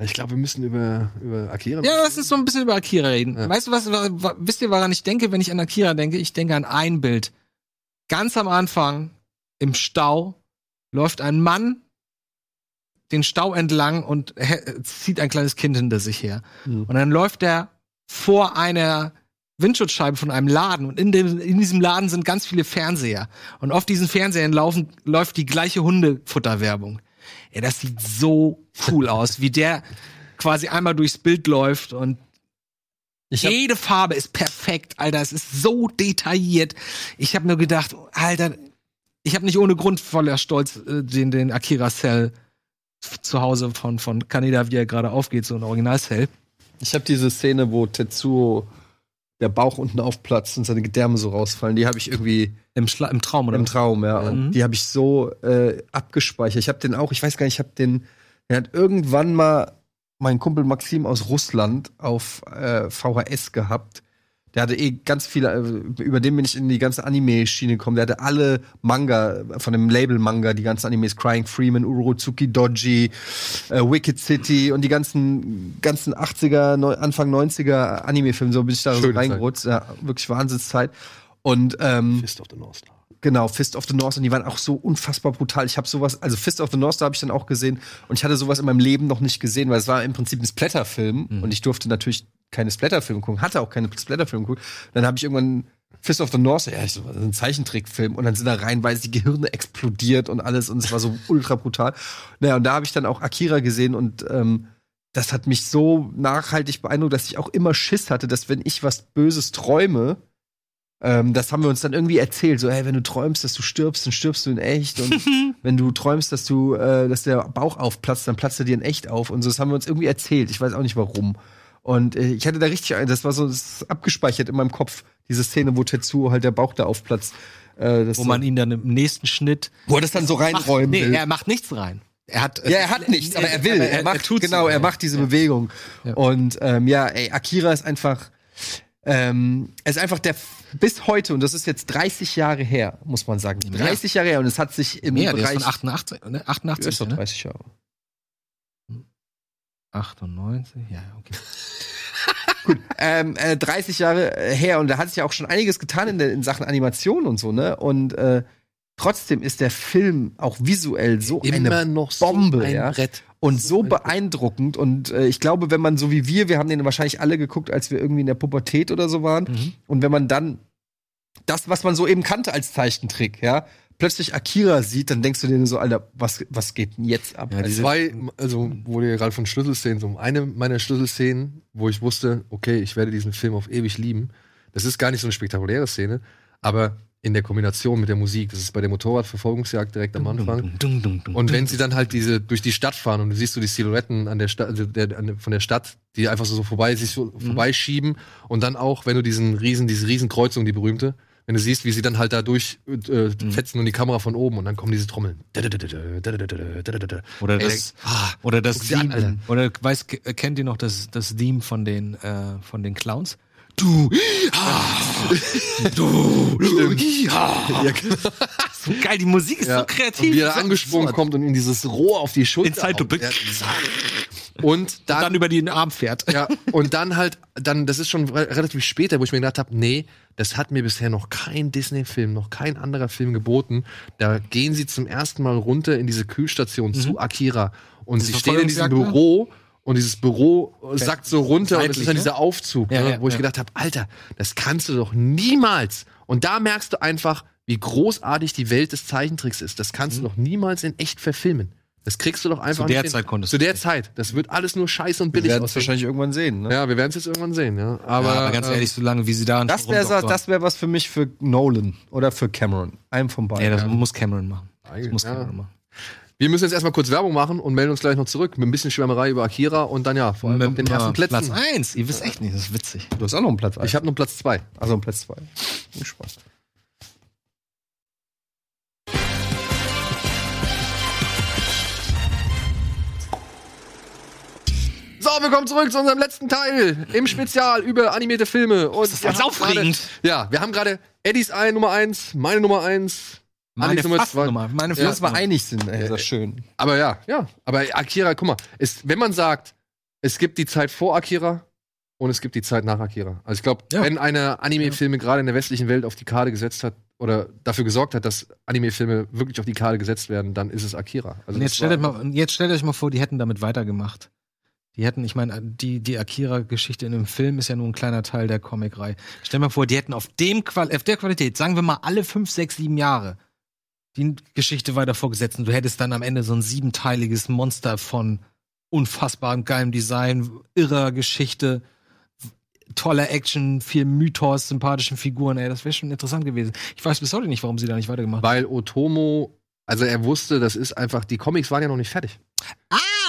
D: Ich glaube, wir müssen über, über Akira.
B: ja, lass uns so ein bisschen über Akira reden.
D: Ja.
B: Weißt du was, wa- wa- wisst ihr, woran ich denke, wenn ich an Akira denke? Ich denke an ein Bild. Ganz am Anfang im Stau läuft ein Mann den Stau entlang und hä- zieht ein kleines Kind hinter sich her. Und dann läuft er vor einer Windschutzscheibe von einem Laden und in, dem, in diesem Laden sind ganz viele Fernseher. Und auf diesen Fernsehern laufen, läuft die gleiche Hundefutterwerbung. Ey, das sieht so cool aus, wie der quasi einmal durchs Bild läuft und
H: Ich hab-
B: jede Farbe ist perfekt, Alter. Es ist so detailliert. Ich habe nur gedacht, Alter, ich habe nicht ohne Grund voller Stolz äh, den, den Akira Cell zu Hause von, von Kaneda, wie er gerade aufgeht, so ein Original Cell.
C: Ich habe diese Szene, wo Tetsuo der Bauch unten aufplatzt und seine Gedärme so rausfallen. Die habe ich irgendwie
B: Im, Schla im Traum, oder?
C: im Traum, ja.
B: Mhm.
C: Und die habe ich so äh, abgespeichert. Ich habe den auch, ich weiß gar nicht, ich habe den, den hat irgendwann mal mein Kumpel Maxim aus Russland auf äh, VHS gehabt. Der hatte eh ganz viele, äh, über den bin ich in die ganze Anime-Schiene gekommen. Der hatte alle Manga, von dem Label-Manga, die ganzen Animes, Crying Freeman, Urotsuki Doji, äh, Wicked City und die ganzen, ganzen 80er, neu- Anfang 90er Anime-Filme. So bin ich da so
D: Schöne Zeit.
C: reingerutscht. Ja, wirklich Wahnsinnszeit. Und, ähm,
D: Fist of the North Star.
C: Genau, Fist of the North und die waren auch so unfassbar brutal. Ich habe sowas, also Fist of the North, da habe ich dann auch gesehen und ich hatte sowas in meinem Leben noch nicht gesehen, weil es war im Prinzip ein Splatterfilm und ich durfte natürlich keine Splatterfilme gucken, hatte auch keine Splatterfilme geguckt. Dann habe ich irgendwann Fist of the North, ja, ich so, das ist ein Zeichentrickfilm und dann sind da reihenweise die Gehirne explodiert und alles und es war so ultra brutal. Naja, und da habe ich dann auch Akira gesehen und ähm, das hat mich so nachhaltig beeindruckt, dass ich auch immer Schiss hatte, dass wenn ich was Böses träume, ähm, das haben wir uns dann irgendwie erzählt. So, hey, wenn du träumst, dass du stirbst, dann stirbst du in echt. Und wenn du träumst, dass du, äh, dass der Bauch aufplatzt, dann platzt er dir in echt auf. Und so, das haben wir uns irgendwie erzählt. Ich weiß auch nicht warum. Und äh, ich hatte da richtig, ein- das war so das ist abgespeichert in meinem Kopf, diese Szene, wo Tetsuo halt der Bauch da aufplatzt. Äh, das
B: wo man ihn dann im nächsten Schnitt
C: so, wo er das dann so
B: macht,
C: reinräumen
B: nee,
C: will.
B: er macht nichts rein. Er hat
C: Ja, er hat nichts, aber er will.
B: aber
C: er, macht,
B: tut's
C: genau,
B: nicht.
C: er macht diese Bewegung. Und ähm, ja, ey, Akira ist einfach, ähm, er ist einfach der bis heute und das ist jetzt 30 Jahre her, muss man sagen.
B: Mehr.
C: 30 Jahre her und es hat sich im
B: Mehr, der ist
C: Bereich
B: von 88, ne? 88,
C: ist doch
B: ne?
C: 30 Jahre.
B: 98, ja, okay.
C: ähm, äh, 30 Jahre äh, her und da hat sich ja auch schon einiges getan in, der, in Sachen Animation und so, ne? Und äh, trotzdem ist der Film auch visuell so eine
D: noch
C: Bombe,
D: ein
C: ja.
D: Brett.
C: Und so beeindruckend. Und äh, ich glaube, wenn man so wie wir, wir haben den wahrscheinlich alle geguckt, als wir irgendwie in der Pubertät oder so waren.
B: Mhm.
C: Und wenn man dann das, was man so eben kannte als Zeichentrick, ja, plötzlich Akira sieht, dann denkst du dir nur so, Alter, was, was geht denn jetzt ab?
D: Ja,
C: Also,
D: zwei, also wurde ja gerade von Schlüsselszenen, so um eine meiner Schlüsselszenen, wo ich wusste, okay, ich werde diesen Film auf ewig lieben. Das ist gar nicht so eine spektakuläre Szene, aber in der Kombination mit der Musik, das ist bei der Motorradverfolgungsjagd direkt am Anfang.
B: Dum, dum, dum,
D: Und
B: dum.
D: wenn sie dann halt diese durch die Stadt fahren und du siehst so die Silhouetten an der Stadt, also der, an, der- von der Stadt, die einfach so, so vorbei sich so
B: Mhm.
D: vorbeischieben und dann auch, wenn du diesen riesen, diese Riesenkreuzung, die berühmte, wenn du siehst, wie sie dann halt da durch äh,
B: Mhm.
D: fetzen und die Kamera von oben und dann kommen diese Trommeln.
B: oder
D: Ey,
B: das, oder das
D: guck sie an,
B: Theme,
D: Alter.
B: oder weiß, äh, kennt ihr noch das, das Theme von den, äh, von den Clowns? Du, ah, du, ja. genau. so geil, die Musik ist so kreativ.
D: Und wie er da
B: so
D: angesprungen
B: absurd.
D: kommt und ihm dieses Rohr auf die Schulter.
B: Inside
D: haut.
B: the big-
D: Ja. Und
B: Und
D: dann,
B: dann über den Arm fährt.
D: ja, und dann halt, dann, das ist schon re relativ später, wo ich mir gedacht habe, nee, das hat mir bisher noch kein Disney-Film, noch kein anderer Film geboten. Da gehen sie zum ersten Mal runter in diese Kühlstation
B: Mhm.
D: zu Akira und sie stehen in diesem
B: Verfolgungsjagd, ne?
D: Büro. Und dieses Büro äh, sackt so runter und es
B: Seitlich,
D: ist dann
B: ne?
D: dieser Aufzug,
B: Ja,
D: ne,
B: ja,
D: wo ich
B: ja.
D: gedacht habe, Alter, das kannst du doch niemals. Und da merkst du einfach, wie großartig die Welt des Zeichentricks ist. Das kannst du doch niemals in echt verfilmen. Das kriegst du doch einfach
B: Mhm. Zu der
D: nicht
B: Zeit
D: hin.
B: konntest
D: Zu
B: du
D: der
B: es
D: Zeit. Das wird alles nur scheiße und
C: Wir
D: billig
C: werden es
D: aussehen.
C: wahrscheinlich irgendwann sehen. Ne?
D: Ja, wir werden es jetzt irgendwann sehen, ja. Aber,
B: Aber, ganz
D: ähm,
B: ehrlich, so lange wie sie da
C: Das wäre
B: rumdoktern-
C: das wär was für mich für Nolan oder für Cameron. Einem von beiden.
B: Ja, das
D: Ja.
B: muss Cameron machen. Das
D: Eigentlich,
B: muss
D: ja.
B: Cameron machen.
D: wir müssen jetzt erstmal kurz Werbung machen und melden uns gleich noch zurück mit ein bisschen Schwärmerei über Akira und dann ja, vor allem auf den
B: Ja,
D: ersten Plätzen.
B: äh, Platz 1. Ihr wisst echt nicht, das ist witzig.
C: du hast auch noch einen Platz.
D: Ich habe nur Platz 2.
C: also einen Platz zwei. Viel Spaß.
D: So, willkommen zurück zu unserem letzten Teil im Spezial über animierte Filme. Und das
B: ist ganz aufregend.
D: Gerade, ja, wir haben gerade Eddies ein, Nummer 1, meine Nummer 1. Annies Nummer zwei.
B: Fassnummer, Meine
D: Ja.
C: Dass wir
B: Fassnummer.
C: einig sind, ey, ist das schön.
D: Aber ja, ja. Aber Akira, guck mal, ist, wenn man sagt, es gibt die Zeit vor Akira und es gibt die Zeit nach Akira. Also ich glaube,
B: Ja.
D: wenn eine Anime-Filme gerade in der westlichen Welt auf die Karte gesetzt hat oder dafür gesorgt hat, dass Anime-Filme wirklich auf die Karte gesetzt werden, dann ist es Akira. Also
B: Und
D: das
B: jetzt stellt,
D: war-
B: euch mal, und jetzt stellt euch mal vor, die hätten damit weitergemacht. Die hätten, ich meine, die, die Akira-Geschichte in dem Film ist ja nur ein kleiner Teil der Comicreihe. Stell mal vor, die hätten auf, dem Qual auf der Qualität, sagen wir mal alle fünf, sechs, sieben Jahre, die Geschichte weiter fortgesetzt und du hättest dann am Ende so ein siebenteiliges Monster von unfassbarem geilem Design, irrer Geschichte, toller Action, viel Mythos, sympathischen Figuren. Ey, das wäre schon interessant gewesen. Ich weiß bis heute nicht, warum sie da nicht weitergemacht haben.
D: Weil Otomo, also er wusste, das ist einfach, die Comics waren ja noch nicht fertig.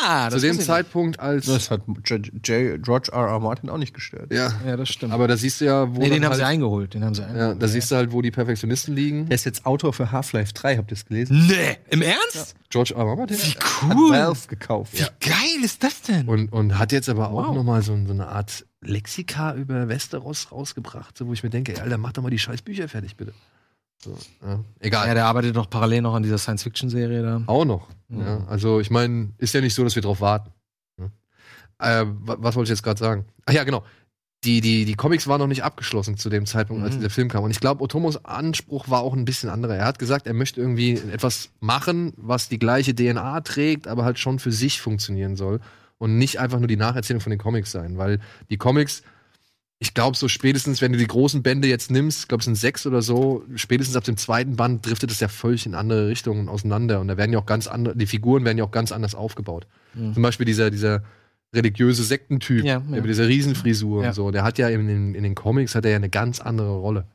B: Ah,
D: Zu dem
B: wusste ich
D: Zeitpunkt als.
C: Das hat J J George R. R. Martin auch nicht gestört.
D: ja,
B: nicht. Ja, das stimmt.
D: aber da siehst du ja, wo.
B: Nee, den
D: dann
B: haben sie
D: halt,
B: eingeholt. Den haben sie
D: ja,
B: eingeholt.
D: da siehst du halt, wo die Perfektionisten liegen.
C: Er ist jetzt Autor für Half-Life 3, habt ihr es gelesen?
B: Nee, im Ernst?
D: George R. R. Martin.
B: Cool.
C: Hat Valve gekauft.
B: Wie geil ist das denn?
D: Und, und hat jetzt aber auch
B: Wow.
D: nochmal so, so eine Art Lexika über Westeros rausgebracht, so, wo ich mir denke, ey, Alter, mach doch mal die scheiß Bücher fertig, bitte. So, ja. Egal.
B: ja, der arbeitet noch parallel noch an dieser Science-Fiction-Serie da.
D: Auch noch.
B: Mhm.
D: Ja, also ich meine, ist ja nicht so, dass wir drauf warten. ne? Äh, wa- was wollte ich jetzt gerade sagen? Ach ja, genau. Die, die, die Comics waren noch nicht abgeschlossen zu dem Zeitpunkt, als
B: Mhm.
D: dieser Film kam. Und ich glaube, Otomos Anspruch war auch ein bisschen anderer. Er hat gesagt, er möchte irgendwie etwas machen, was die gleiche DNA trägt, aber halt schon für sich funktionieren soll. Und nicht einfach nur die Nacherzählung von den Comics sein. Weil die Comics, ich glaube, so spätestens, wenn du die großen Bände jetzt nimmst, ich glaube, es sind sechs oder so, spätestens ab dem zweiten Band driftet es ja völlig in andere Richtungen auseinander. Und da werden ja auch ganz andere, die Figuren werden ja auch ganz anders aufgebaut.
B: Mhm.
D: Zum Beispiel dieser, dieser religiöse Sektentyp
B: Ja, ja.
D: mit dieser Riesenfrisur
B: Ja.
D: und so, der hat ja in, den- in den Comics hat er ja eine ganz andere Rolle.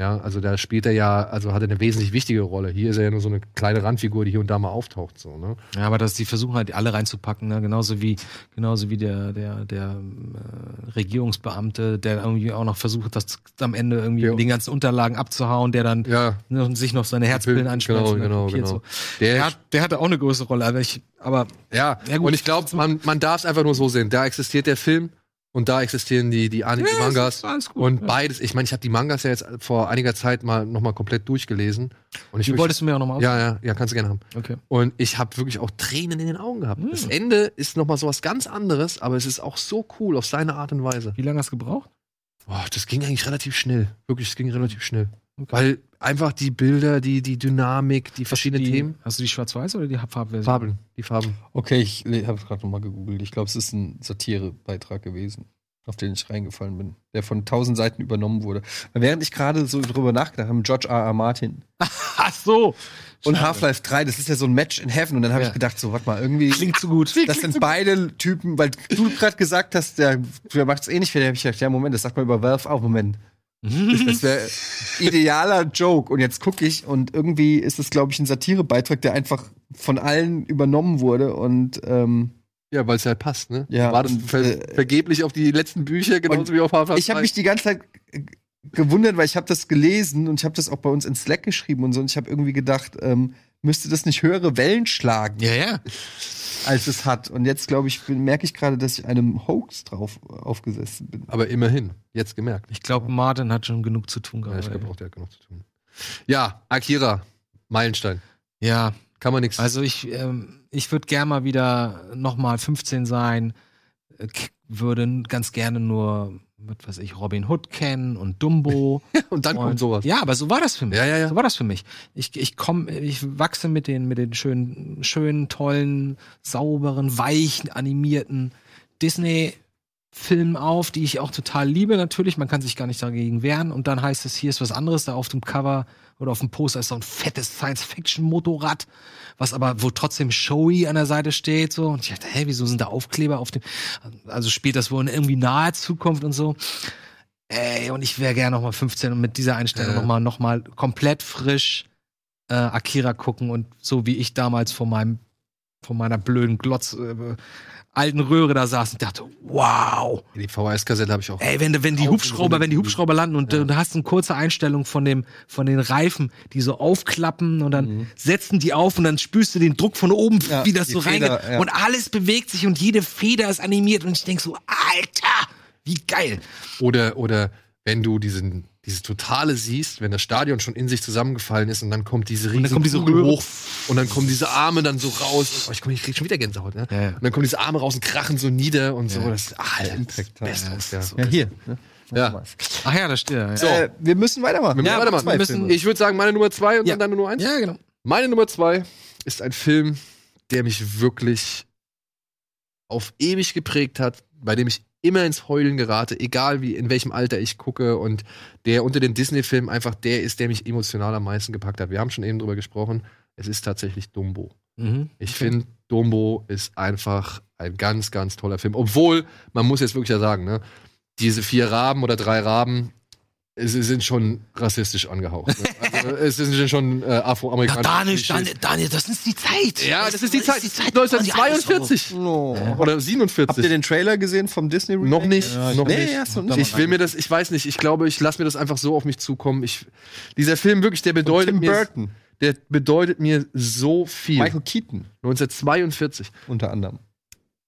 D: Ja, also da spielt er ja, also hat er eine wesentlich wichtige Rolle. Hier ist er ja nur so eine kleine Randfigur, die hier und da mal auftaucht. So, ne?
B: Ja, aber dass die versuchen halt alle reinzupacken, ne? genauso wie genauso wie der der der äh, Regierungsbeamte, der irgendwie auch noch versucht, das am Ende irgendwie
D: Ja.
B: mit den ganzen Unterlagen abzuhauen, der dann
D: Ja,
B: noch, sich noch seine Herzpillen
D: Genau,
B: anschmeißt. ne? und dann
D: genau,
B: kopiert
D: genau.
B: So. Der, hat, der hatte auch eine große Rolle, aber ich aber
D: Ja,
B: Ja, gut.
D: und ich glaube, man, man darf es einfach nur so sehen. Da existiert der Film und da existieren die, die Anime, die Mangas.
B: alles gut.
D: Und beides, ich meine, ich habe die Mangas ja jetzt vor einiger Zeit mal nochmal komplett durchgelesen. Und ich
B: die
D: wirklich-
B: wolltest du mir auch nochmal
D: ja, ja, ja, kannst du gerne haben.
B: Okay.
D: Und ich habe wirklich auch Tränen in den Augen gehabt.
B: Hm.
D: Das Ende ist nochmal sowas ganz anderes, aber es ist auch so cool auf seine Art und Weise.
B: Wie lange hast du gebraucht?
D: Boah, das ging eigentlich relativ schnell. Wirklich, es ging relativ schnell.
B: Okay.
D: Weil einfach die Bilder, die, die Dynamik, die verschiedenen
B: die,
D: Themen.
B: Hast du die schwarz-weiß oder die Farbversion?
D: Farben, die Farben.
C: Okay, ich habe es gerade nochmal gegoogelt. Ich glaube, es ist ein Satirebeitrag gewesen, auf den ich reingefallen bin, der von tausend Seiten übernommen wurde. Während ich gerade so drüber nachgedacht habe, George R. R. Martin
B: Ach so.
C: und Half-Life 3, das ist ja so ein Match in Heaven. Und dann habe
B: Ja.
C: ich gedacht, so, warte mal, irgendwie.
B: Klingt zu gut.
C: das sind beide Typen, weil du gerade gesagt hast, der, der macht es eh nicht wieder. Da habe ich gedacht, ja, Moment, das sagt man über Valve auch. Moment, das wäre idealer Joke. Und jetzt gucke ich und irgendwie ist es, glaube ich, ein Satirebeitrag, der einfach von allen übernommen wurde. Und ähm,
D: Ja, weil es halt passt, ne?
C: Ja,
D: War das
C: und,
D: ver
C: äh,
D: vergeblich auf die letzten Bücher, genauso
C: und
D: wie auf Half-Life
C: ich habe
D: 3?
C: mich die ganze Zeit äh, gewundert, weil ich habe das gelesen und ich habe das auch bei uns in Slack geschrieben und so. Und ich habe irgendwie gedacht, ähm, müsste das nicht höhere Wellen schlagen,
B: Ja, ja.
C: als es hat. Und jetzt, glaube ich, merke ich gerade, dass ich einem Hoax drauf äh, aufgesessen bin.
D: Aber immerhin, jetzt gemerkt.
B: Ich glaube, Martin hat schon genug zu tun
D: Ja,
B: gehabt.
D: ich glaube auch, der hat genug zu tun. Ja, Akira, Meilenstein.
B: ja
D: Kann man nichts.
B: also ich, ähm, ich würde gerne mal wieder nochmal 15 sein, äh, k- würde ganz gerne nur, was weiß ich, Robin Hood kennen und Dumbo.
D: Und dann kommt
B: Und-
D: sowas.
B: Ja, aber so war das für mich.
D: Ja, ja, ja.
B: So war das für mich. Ich, ich komme, ich wachse mit den, mit den schönen, schönen, tollen, sauberen, weichen, animierten Disney-Filmen auf, die ich auch total liebe, natürlich. Man kann sich gar nicht dagegen wehren. Und dann heißt es, hier ist was anderes da auf dem Cover Oder auf dem Poster ist so ein fettes Science-Fiction-Motorrad, was aber, wo trotzdem Showy an der Seite steht, so. Und ich dachte, hä, wieso sind da Aufkleber auf dem, also spielt das wohl in irgendwie naher Zukunft und so. Ey, und ich wäre gerne nochmal 15 und mit dieser Einstellung
D: Äh.
B: nochmal, nochmal komplett frisch äh, Akira gucken und so wie ich damals vor meinem, vor meiner blöden Glotz, äh, alten Röhre da saß und dachte, wow.
D: Die VHS-Kassette habe ich auch.
B: Ey, wenn, du- wenn die
D: Auf-
B: Hubschrauber, wenn die Hubschrauber landen und du- du hast eine kurze Einstellung von dem, von den Reifen, die so aufklappen und dann setzen die auf und dann spürst du den Druck von oben,
C: Ja,
B: wie das
C: die
B: so
C: Feder,
B: reingeht.
C: ja.
B: Und alles bewegt sich und jede Feder ist animiert und ich denk so, Alter, wie geil.
D: Oder, oder wenn du diesen, diese Totale siehst, wenn das Stadion schon in sich zusammengefallen ist und dann kommt diese riesige
B: kommt diese
D: Kugel
B: Röhre.
D: hoch und dann kommen diese Arme dann so raus. Oh, ich, komm, ich krieg schon wieder Gänsehaut, ne?
B: Ja, ja.
D: Und dann kommen diese Arme raus und krachen so nieder und so. Das ist ah, das ist das Beste. Ja, ne?
C: Ja, hier.
D: ja.
B: Ach ja, das steht ja.
D: So,
F: Äh, wir müssen weitermachen.
D: ja, warte mal.
B: wir müssen-
D: ich würde sagen, meine Nummer zwei und
B: Ja.
D: dann deine Nummer eins.
B: Ja, genau.
D: Meine Nummer zwei ist ein Film, der mich wirklich auf ewig geprägt hat, bei dem ich immer ins Heulen gerate, egal wie in welchem Alter ich gucke und der unter den Disney-Filmen einfach der ist, der mich emotional am meisten gepackt hat. Wir haben schon eben drüber gesprochen. Es ist tatsächlich Dumbo.
B: Mhm.
D: Ich finde, Dumbo ist einfach ein ganz, ganz toller Film. Obwohl, man muss jetzt wirklich ja sagen, ne, diese vier Raben oder drei Raben, sie sind schon rassistisch angehaucht. Ne? Also, es sind schon äh,
B: Ja,
D: afroamerikanische.
B: Daniel,
D: Klischees.
B: Daniel, Daniel, das ist die Zeit.
D: Ja, das ist die Zeit.
B: wo sie
D: 1942
F: No.
D: oder
F: Habt ihr
D: 47.
F: den Trailer gesehen vom Disney Remake?
D: Noch nicht,
C: Ja, ich-
D: noch
F: Nee,
D: nicht.
F: hast du
C: Mach da
F: nicht.
D: Ich
C: mal
D: will mir das, ich weiß nicht, ich glaube, ich lasse mir das einfach so auf mich zukommen. Ich, dieser Film wirklich, der bedeutet,
F: Tim
D: mir,
F: Burton,
D: der bedeutet mir so viel.
F: Michael Keaton
D: 1942.
F: unter anderem.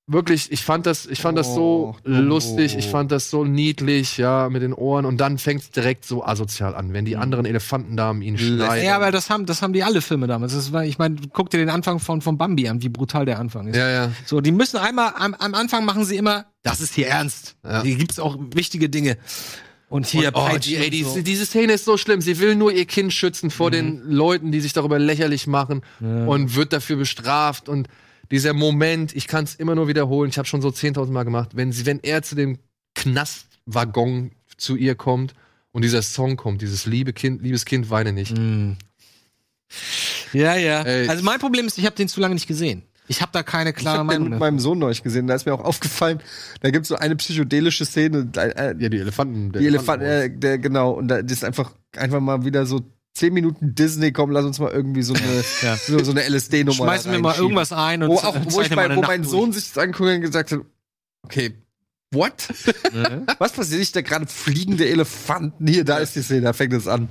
D: Wirklich, ich fand das, ich fand das so
F: Oh, Dumbo.
D: lustig, ich fand das so niedlich, ja, mit den Ohren. Und dann fängt es direkt so asozial an, wenn die anderen Elefantendamen ihn schneiden.
B: Hm. Ja, aber das haben, das haben die alle Filme damals. Das war, ich meine, guck dir den Anfang von, von Bambi an, wie brutal der Anfang ist.
D: ja, ja.
B: So, die müssen einmal, am, am Anfang machen sie immer, das ist hier ernst.
D: Ja.
B: Hier gibt's auch wichtige Dinge. Und
D: Und,
B: hier
D: oh,
B: Peitschen
D: die, ey,
B: und
D: die,
B: so. Mhm.
D: Diese Szene ist so schlimm. Sie will nur ihr Kind schützen vor den Leuten, die sich darüber lächerlich machen und wird dafür bestraft. Und dieser Moment, ich kann es immer nur wiederholen, ich habe schon so 10.000 Mal gemacht, wenn, sie, wenn er zu dem Knastwaggon zu ihr kommt und dieser Song kommt, dieses liebe Kind, liebes Kind, weine nicht.
B: Mm. Ja, ja.
D: Ey.
B: Also mein Problem ist, ich habe den zu lange nicht gesehen. Ich habe da keine
F: Ich
B: klare
F: habe den
B: Meinung.
F: mit
B: mehr.
F: meinem Sohn neulich gesehen, da ist mir auch aufgefallen, da gibt es so eine psychedelische Szene, äh,
D: Ja, die Elefanten. der
F: die Elefanten,
D: Elefanten-
F: äh, der, genau, und da das ist einfach, einfach mal wieder so 10 Minuten Disney, komm, lass uns mal irgendwie so eine, so, so eine LSD-Nummer
B: Schmeißen wir mal
F: reinschieben.
B: irgendwas ein und
F: Wo, auch, wo, ich
B: zeichnen mal
F: mein,
B: eine
F: wo
B: Nacht
F: mein
B: durch.
F: Sohn sich das anguckt und gesagt hat, okay, what?
B: Ne?
F: Was passiert sich da gerade? Fliegende Elefanten hier, da ist die Szene, da fängt es an.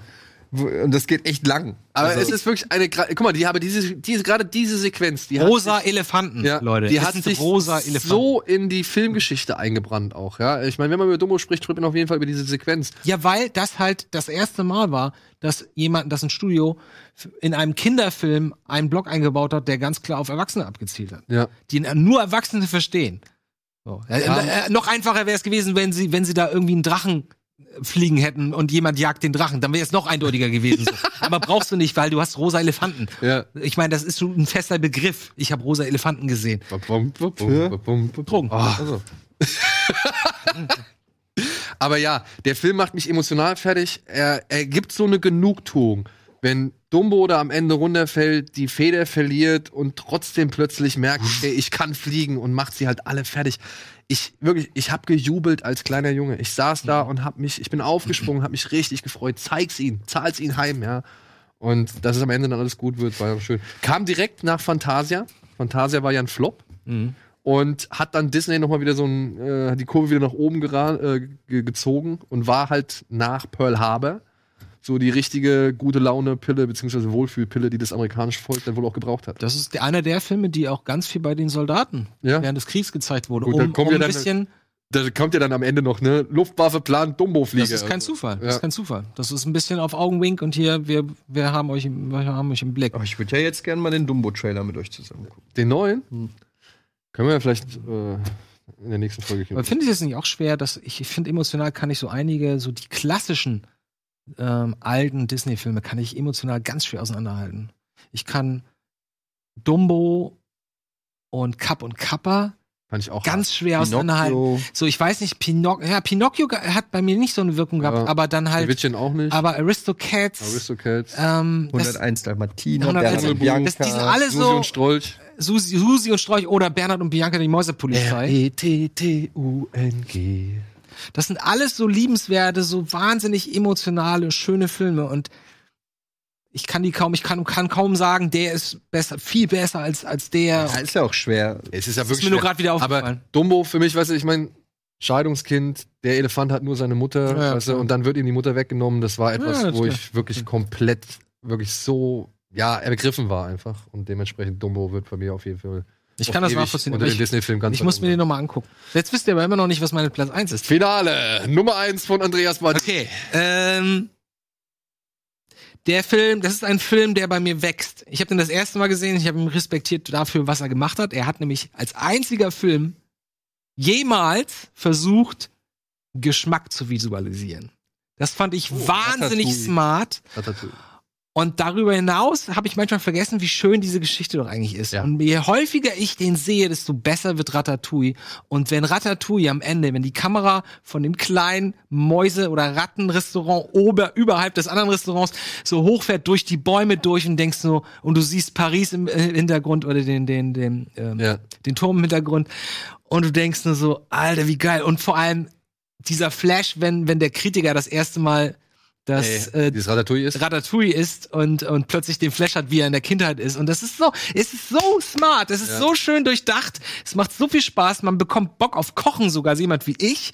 F: Wo- Und das geht echt lang. Also
D: Aber
B: Also
D: es ist wirklich eine. gra- Guck mal, die habe diese, diese, gerade diese Sequenz, die hat
B: Rosa Elefanten,
D: Ja,
B: Leute.
D: Die
B: Es
D: hat
B: sind
D: sich
B: rosa Elefanten.
D: so in die Filmgeschichte eingebrannt auch, ja. Ich meine, wenn man über Dumbo spricht, spricht man auf jeden Fall über diese Sequenz.
B: Ja, weil das halt das erste Mal war, dass jemand, dass ein Studio f- in einem Kinderfilm einen Block eingebaut hat, der ganz klar auf Erwachsene abgezielt hat.
D: Ja.
B: Den nur Erwachsene verstehen. So. Äh, Äh, äh, noch einfacher wäre es gewesen, wenn sie, wenn sie da irgendwie einen Drachen äh, fliegen hätten und jemand jagt den Drachen. Dann wäre es noch eindeutiger gewesen. So. Aber brauchst du nicht, weil du hast rosa Elefanten.
D: Ja.
B: Ich meine, das ist so ein fester Begriff. Ich habe rosa Elefanten gesehen.
D: Drogen.
F: Also.
D: Aber ja, der Film macht mich emotional fertig. Er, er gibt so eine Genugtuung. Wenn Dumbo da am Ende runterfällt, die Feder verliert und trotzdem plötzlich merkt, ey, ich kann fliegen und macht sie halt alle fertig. Ich wirklich, ich habe gejubelt als kleiner Junge. Ich saß da und hab mich, ich bin aufgesprungen, hab mich richtig gefreut. Zeig's ihn, zahl's ihn heim, ja. Und dass es am Ende dann alles gut wird, war ja schön. Kam direkt nach Fantasia. Fantasia war ja ein Flop. Und hat dann Disney nochmal wieder so ein, äh, hat die Kurve wieder nach oben gera äh, ge gezogen und war halt nach Pearl Harbor so die richtige gute Laune-Pille, beziehungsweise Wohlfühlpille, die das amerikanische Volk dann wohl auch gebraucht hat.
B: Das ist einer der Filme, die auch ganz viel bei den Soldaten
D: Ja.
B: während des Kriegs gezeigt wurde,
D: Gut, dann
B: um,
D: kommen
B: um
D: wir
B: ein
D: dann-
B: bisschen
D: Da kommt ja dann am Ende noch, ne? Luftwaffe plant Dumbo-Fliege.
B: Das ist kein Zufall. Das
D: also. Ja.
B: ist kein Zufall. Das ist ein bisschen auf Augenwink und hier, wir, wir, haben, euch im, wir haben euch im Blick.
F: Aber oh, ich würde ja jetzt gerne mal den Dumbo-Trailer mit euch zusammen gucken.
D: Den neuen?
B: Hm.
D: Können wir ja vielleicht äh, in der nächsten Folge
B: Aber finde ich es nicht auch schwer, dass ich, ich finde, emotional kann ich so einige, so die klassischen ähm, alten Disney-Filme, kann ich emotional ganz schwer auseinanderhalten. Ich kann Dumbo und Cap und Kappa
D: Fand ich auch
B: Ganz schwer auseinanderhalten.
C: Pinocchio.
B: So, ich weiß nicht, Pinoc ja, Pinocchio ge- hat bei mir nicht so eine Wirkung gehabt,
D: Ja.
B: aber dann
D: hart.
B: halt,
D: Wittchen auch nicht.
B: aber Aristocats,
D: Aristocats.
B: ähm, das,
F: 101 Dalmatiner,
B: 101
F: Bernhard und
D: Dalmatiner.
F: Bianca.
B: das, die sind alle
D: Susi
B: so
D: und Strolch.
B: Susi, Susi und Strolch oder Bernhard und Bianca, die Mäusepolizei.
D: eh. R-E-T-T-U-N-G.
B: Das sind alles so liebenswerte, so wahnsinnig emotionale, schöne Filme und ich kann die kaum, ich kann, kann kaum sagen, der ist besser, viel besser als, als der.
D: halt
F: Ja, ist ja auch schwer.
D: Es ist ja
B: das ist
D: wirklich.
B: mir nur
D: schwer.
B: gerade wieder
D: aber
B: aufgefallen.
D: Dumbo, für mich, weißt du, ich meine, Scheidungskind, der Elefant hat nur seine Mutter,
B: Ja,
D: weißt du,
B: klar.
D: und dann wird ihm die Mutter weggenommen. Das war etwas,
B: Ja, das
D: wo
B: ist
D: ich wirklich komplett, wirklich so, ja, ergriffen war einfach. Und dementsprechend Dumbo wird bei mir auf jeden Fall.
B: Ich
D: auf
B: kann das
D: ewig
B: nachvollziehen,
D: Unter halt den
B: aber ich,
D: Disney-Film ganz
B: ich muss
D: weit
B: mir
D: oben
B: den nochmal angucken. Jetzt wisst ihr aber immer noch nicht, was meine Platz 1 ist.
D: sein. Finale, Nummer 1 von Andreas Martin.
B: Okay. Ähm, der Film, das ist ein Film, der bei mir wächst. Ich habe den das erste Mal gesehen, ich habe ihn respektiert dafür, was er gemacht hat. Er hat nämlich als einziger Film jemals versucht, Geschmack zu visualisieren. Oh, Das fand ich wahnsinnig
C: Ratatouille.
B: smart.
D: Ratatouille.
B: Und darüber hinaus habe ich manchmal vergessen, wie schön diese Geschichte doch eigentlich ist.
D: Ja.
B: Und je häufiger ich den sehe, desto besser wird Ratatouille. Und wenn Ratatouille am Ende, wenn die Kamera von dem kleinen Mäuse- oder Rattenrestaurant ober, überhalb des anderen Restaurants so hochfährt, durch die Bäume durch und denkst so, und du siehst Paris im äh, Hintergrund oder den, den, den, ähm,
D: Ja.
B: den Turm im Hintergrund und du denkst nur so, Alter, wie geil. Und vor allem dieser Flash, wenn, wenn der Kritiker das erste Mal das
D: Ey,
B: äh,
D: dieses Ratatouille ist.
B: Ratatouille ist und, und plötzlich den Flash hat, wie er in der Kindheit ist. Und das ist so, es ist so smart, es ist so schön durchdacht, es macht so viel Spaß, man bekommt Bock auf Kochen sogar, so jemand wie ich.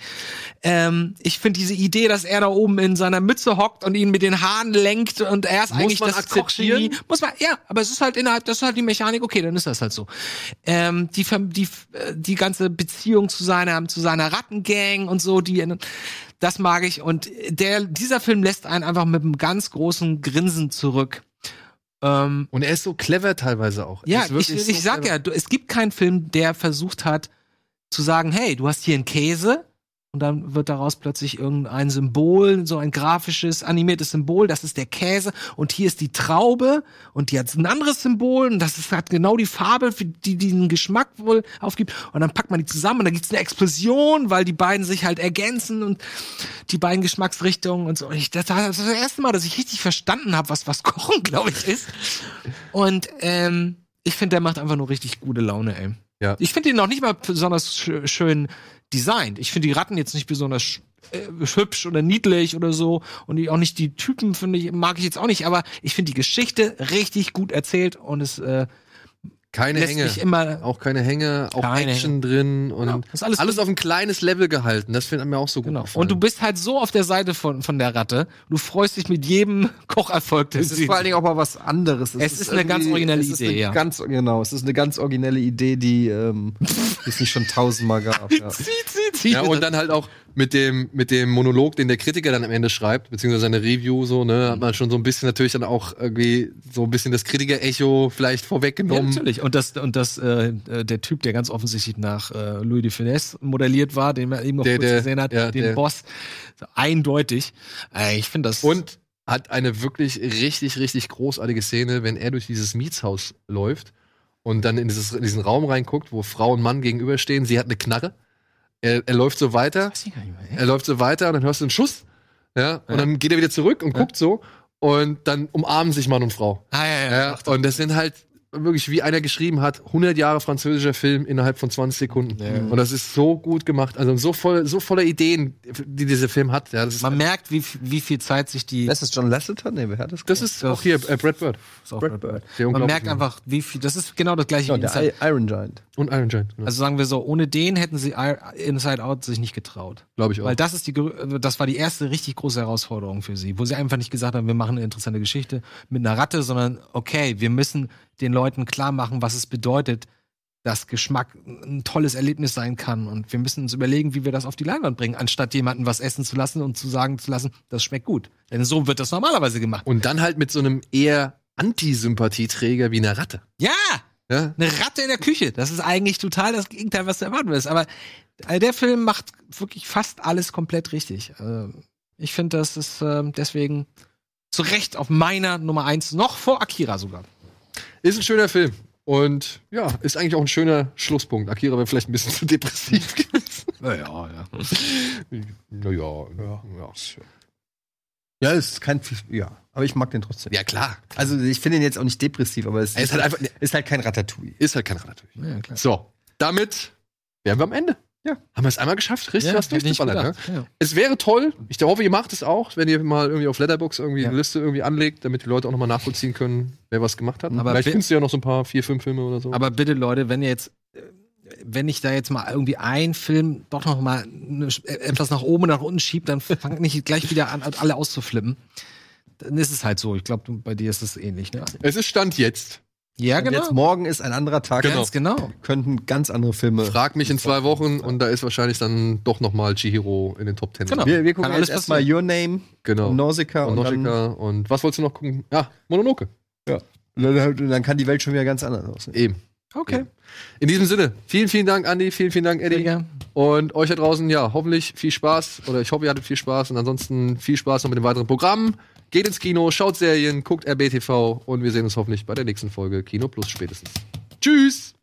B: Ähm, ich finde diese Idee, dass er da oben in seiner Mütze hockt und ihn mit den Haaren lenkt und er ist
D: Muss
B: eigentlich
D: man
B: das
D: akzeptieren?
B: Kochgenie. Muss man, ja, aber es ist halt innerhalb, das ist halt die Mechanik, okay, dann ist das halt so. Ähm, die, Fam- die, äh, die ganze Beziehung zu seiner, zu seiner Rattengang und so, die, das mag ich. Und der, dieser Film lässt einen einfach mit einem ganz großen Grinsen zurück. Ähm,
D: Und er ist so clever teilweise auch. Er
B: ja,
D: ist
B: ich,
D: wirklich
B: ich
D: so
B: sag
D: clever.
B: ja, du, es gibt keinen Film, der versucht hat, zu sagen, hey, du hast hier einen Käse und dann wird daraus plötzlich irgendein Symbol, so ein grafisches, animiertes Symbol, das ist der Käse und hier ist die Traube und die hat ein anderes Symbol und das ist, hat genau die Farbe, für die diesen Geschmack wohl aufgibt und dann packt man die zusammen und dann gibt's eine Explosion, weil die beiden sich halt ergänzen und die beiden Geschmacksrichtungen und so. Und ich, das war das, war das erste Mal, dass ich richtig verstanden habe, was, was Kochen, glaube ich, ist. Und ähm, ich finde, der macht einfach nur richtig gute Laune, ey.
D: Ja.
B: Ich finde ihn noch nicht mal besonders sch schön designt. Ich finde die Ratten jetzt nicht besonders sch- äh, hübsch oder niedlich oder so. Und die, auch nicht die Typen, finde ich, mag ich jetzt auch nicht. Aber ich finde die Geschichte richtig gut erzählt und es äh,
D: Keine
B: lässt
D: Hänge.
B: mich immer.
D: Auch keine Hänge, auch
B: Keine
D: Action drin und
B: Genau, ist alles
D: alles, auf ein kleines Level gehalten. Das findet mir auch so gut.
B: Genau.
D: gefallen.
B: Und du bist halt so auf der Seite von, von der Ratte. Du freust dich mit jedem Kocherfolg, den
F: Es ist
B: sie
F: vor allen Dingen auch mal was anderes.
B: Es ist eine
F: irgendwie-
B: ganz originelle
F: es ist
B: Idee,
F: eine
B: ja.
F: Ganz, genau, es ist eine ganz originelle Idee, die ähm, die es nicht schon tausendmal gab. Ja.
D: ja, und dann halt auch mit dem, mit dem Monolog, den der Kritiker dann am Ende schreibt, beziehungsweise seine Review, so,
B: Mhm.
D: ne, hat man schon so ein bisschen natürlich dann auch irgendwie so ein bisschen das Kritiker-Echo vielleicht
B: Ja,
D: vorweggenommen.
B: natürlich. Und das, und das, äh, äh, der Typ, der ganz offensichtlich nach äh, Louis de Finesse modelliert war, den man eben noch
D: Der-
B: kurz
D: der-
B: gesehen hat,
D: ja,
B: den
D: der-
B: Boss, eindeutig. Äh, ich finde das.
D: und hat eine wirklich richtig, richtig großartige Szene, wenn er durch dieses Mietshaus läuft und dann in, dieses, in diesen Raum reinguckt, wo Frau und Mann gegenüberstehen. Sie hat eine Knarre. Er, er läuft so weiter
B: Weiß ich gar nicht mehr, ey.
D: Er läuft so weiter und dann hörst du einen Schuss. Ja, und dann geht er wieder zurück und guckt so. Und dann umarmen sich Mann und Frau.
B: Ah, ja, ja.
D: Ja, und das sind halt wirklich, wie einer geschrieben hat, 100 Jahre französischer Film innerhalb von 20 Sekunden. Und das ist so gut gemacht. Also so, voll, so voller Ideen, die dieser Film hat. Ja, das ist,
B: Man merkt, wie, f- wie viel Zeit sich die.
F: Das ist John Lasseter? Nee, wer hat das?
D: das ist auch hier äh, Brad Bird.
B: Brad Bird.
D: Der
B: Man
D: unglaubliche
B: merkt
D: Mann.
B: einfach, wie viel. Das ist genau das gleiche
F: gemacht?
B: wie
F: Ja, der
B: Inside.
F: I Iron Giant.
D: Und Iron Giant. ne, Ja,
B: Also sagen wir so, ohne den hätten sie I- Inside Out sich nicht getraut.
D: Glaube ich auch.
B: Weil das ist die, grö- das war die erste richtig große Herausforderung für sie, wo sie einfach nicht gesagt haben, wir machen eine interessante Geschichte mit einer Ratte, sondern okay, wir müssen den Leuten klar machen, was es bedeutet, dass Geschmack ein tolles Erlebnis sein kann und wir müssen uns überlegen, wie wir das auf die Leinwand bringen, anstatt jemanden was essen zu lassen und zu sagen zu lassen, das schmeckt gut. Denn so wird das normalerweise gemacht.
D: Und dann halt mit so einem eher Antisympathieträger wie einer Ratte.
B: Ja,
D: Ja?
B: eine Ratte in der Küche. Das ist eigentlich total das Gegenteil, was du erwarten willst. Aber äh, der Film macht wirklich fast alles komplett richtig. Äh, Ich finde, das ist ähm, deswegen zu Recht auf meiner Nummer eins noch vor Akira sogar.
D: Ist ein schöner Film. Und ja, ist eigentlich auch ein schöner Schlusspunkt. Akira wäre vielleicht ein bisschen zu depressiv gewesen.
B: Naja, ja.
D: naja, ja. ja.
C: Ja, es ist kein. Ja, aber ich mag den trotzdem.
D: Ja, klar.
C: Also, ich finde ihn jetzt auch nicht depressiv, aber es
D: Er ist halt einfach,
C: ist halt kein Ratatouille.
D: ist halt kein Ratatouille.
B: ja klar.
D: So, damit wären wir am Ende.
C: Ja.
D: Haben wir es einmal geschafft? Richtig
B: ja,
D: was
B: hätte ich
D: durchzuballern, ne?
B: gedacht, ja.
D: Es wäre toll, ich hoffe, ihr macht es auch, wenn ihr mal irgendwie auf Letterbox irgendwie
B: Ja.
D: eine Liste irgendwie anlegt, damit die Leute auch nochmal nachvollziehen können, wer was gemacht hat.
B: Aber
D: Vielleicht
B: bi-
D: findest du ja noch so ein paar, vier, fünf Filme oder so.
B: Aber bitte, Leute, wenn ihr jetzt, äh, wenn ich da jetzt mal irgendwie einen Film doch noch mal ne- äh, etwas nach oben und nach unten schiebt, dann fangt nicht gleich wieder an, alle auszuflippen. Dann ist es halt so. Ich glaube, bei dir ist es ähnlich, ne?
D: es ist Stand jetzt.
B: Ja, genau.
C: Und Jetzt morgen ist ein anderer Tag.
B: Ganz genau.
C: Könnten ganz andere Filme.
D: Frag mich in zwei Wochen und da ist wahrscheinlich dann doch nochmal Chihiro in den Top Ten.
B: Genau.
D: Wir-
C: Wir, wir gucken
B: Kann alles
C: jetzt erstmal Your Name,
D: genau.
C: Nausicaa
D: und
C: und, dann-
D: Nausicaa und was wolltest du noch gucken? Ja, Mononoke.
C: und dann, und dann kann die Welt schon wieder ganz anders aussehen.
D: Eben.
B: Okay.
D: In diesem Sinne, vielen, vielen Dank, Andi, vielen, vielen Dank, Eddie.
B: Ja.
D: Und euch da draußen, ja, hoffentlich viel Spaß. Oder ich hoffe, ihr hattet viel Spaß. Und ansonsten viel Spaß noch mit dem weiteren Programm. Geht ins Kino, schaut Serien, guckt RBTV und wir sehen uns hoffentlich bei der nächsten Folge Kino Plus spätestens. Tschüss!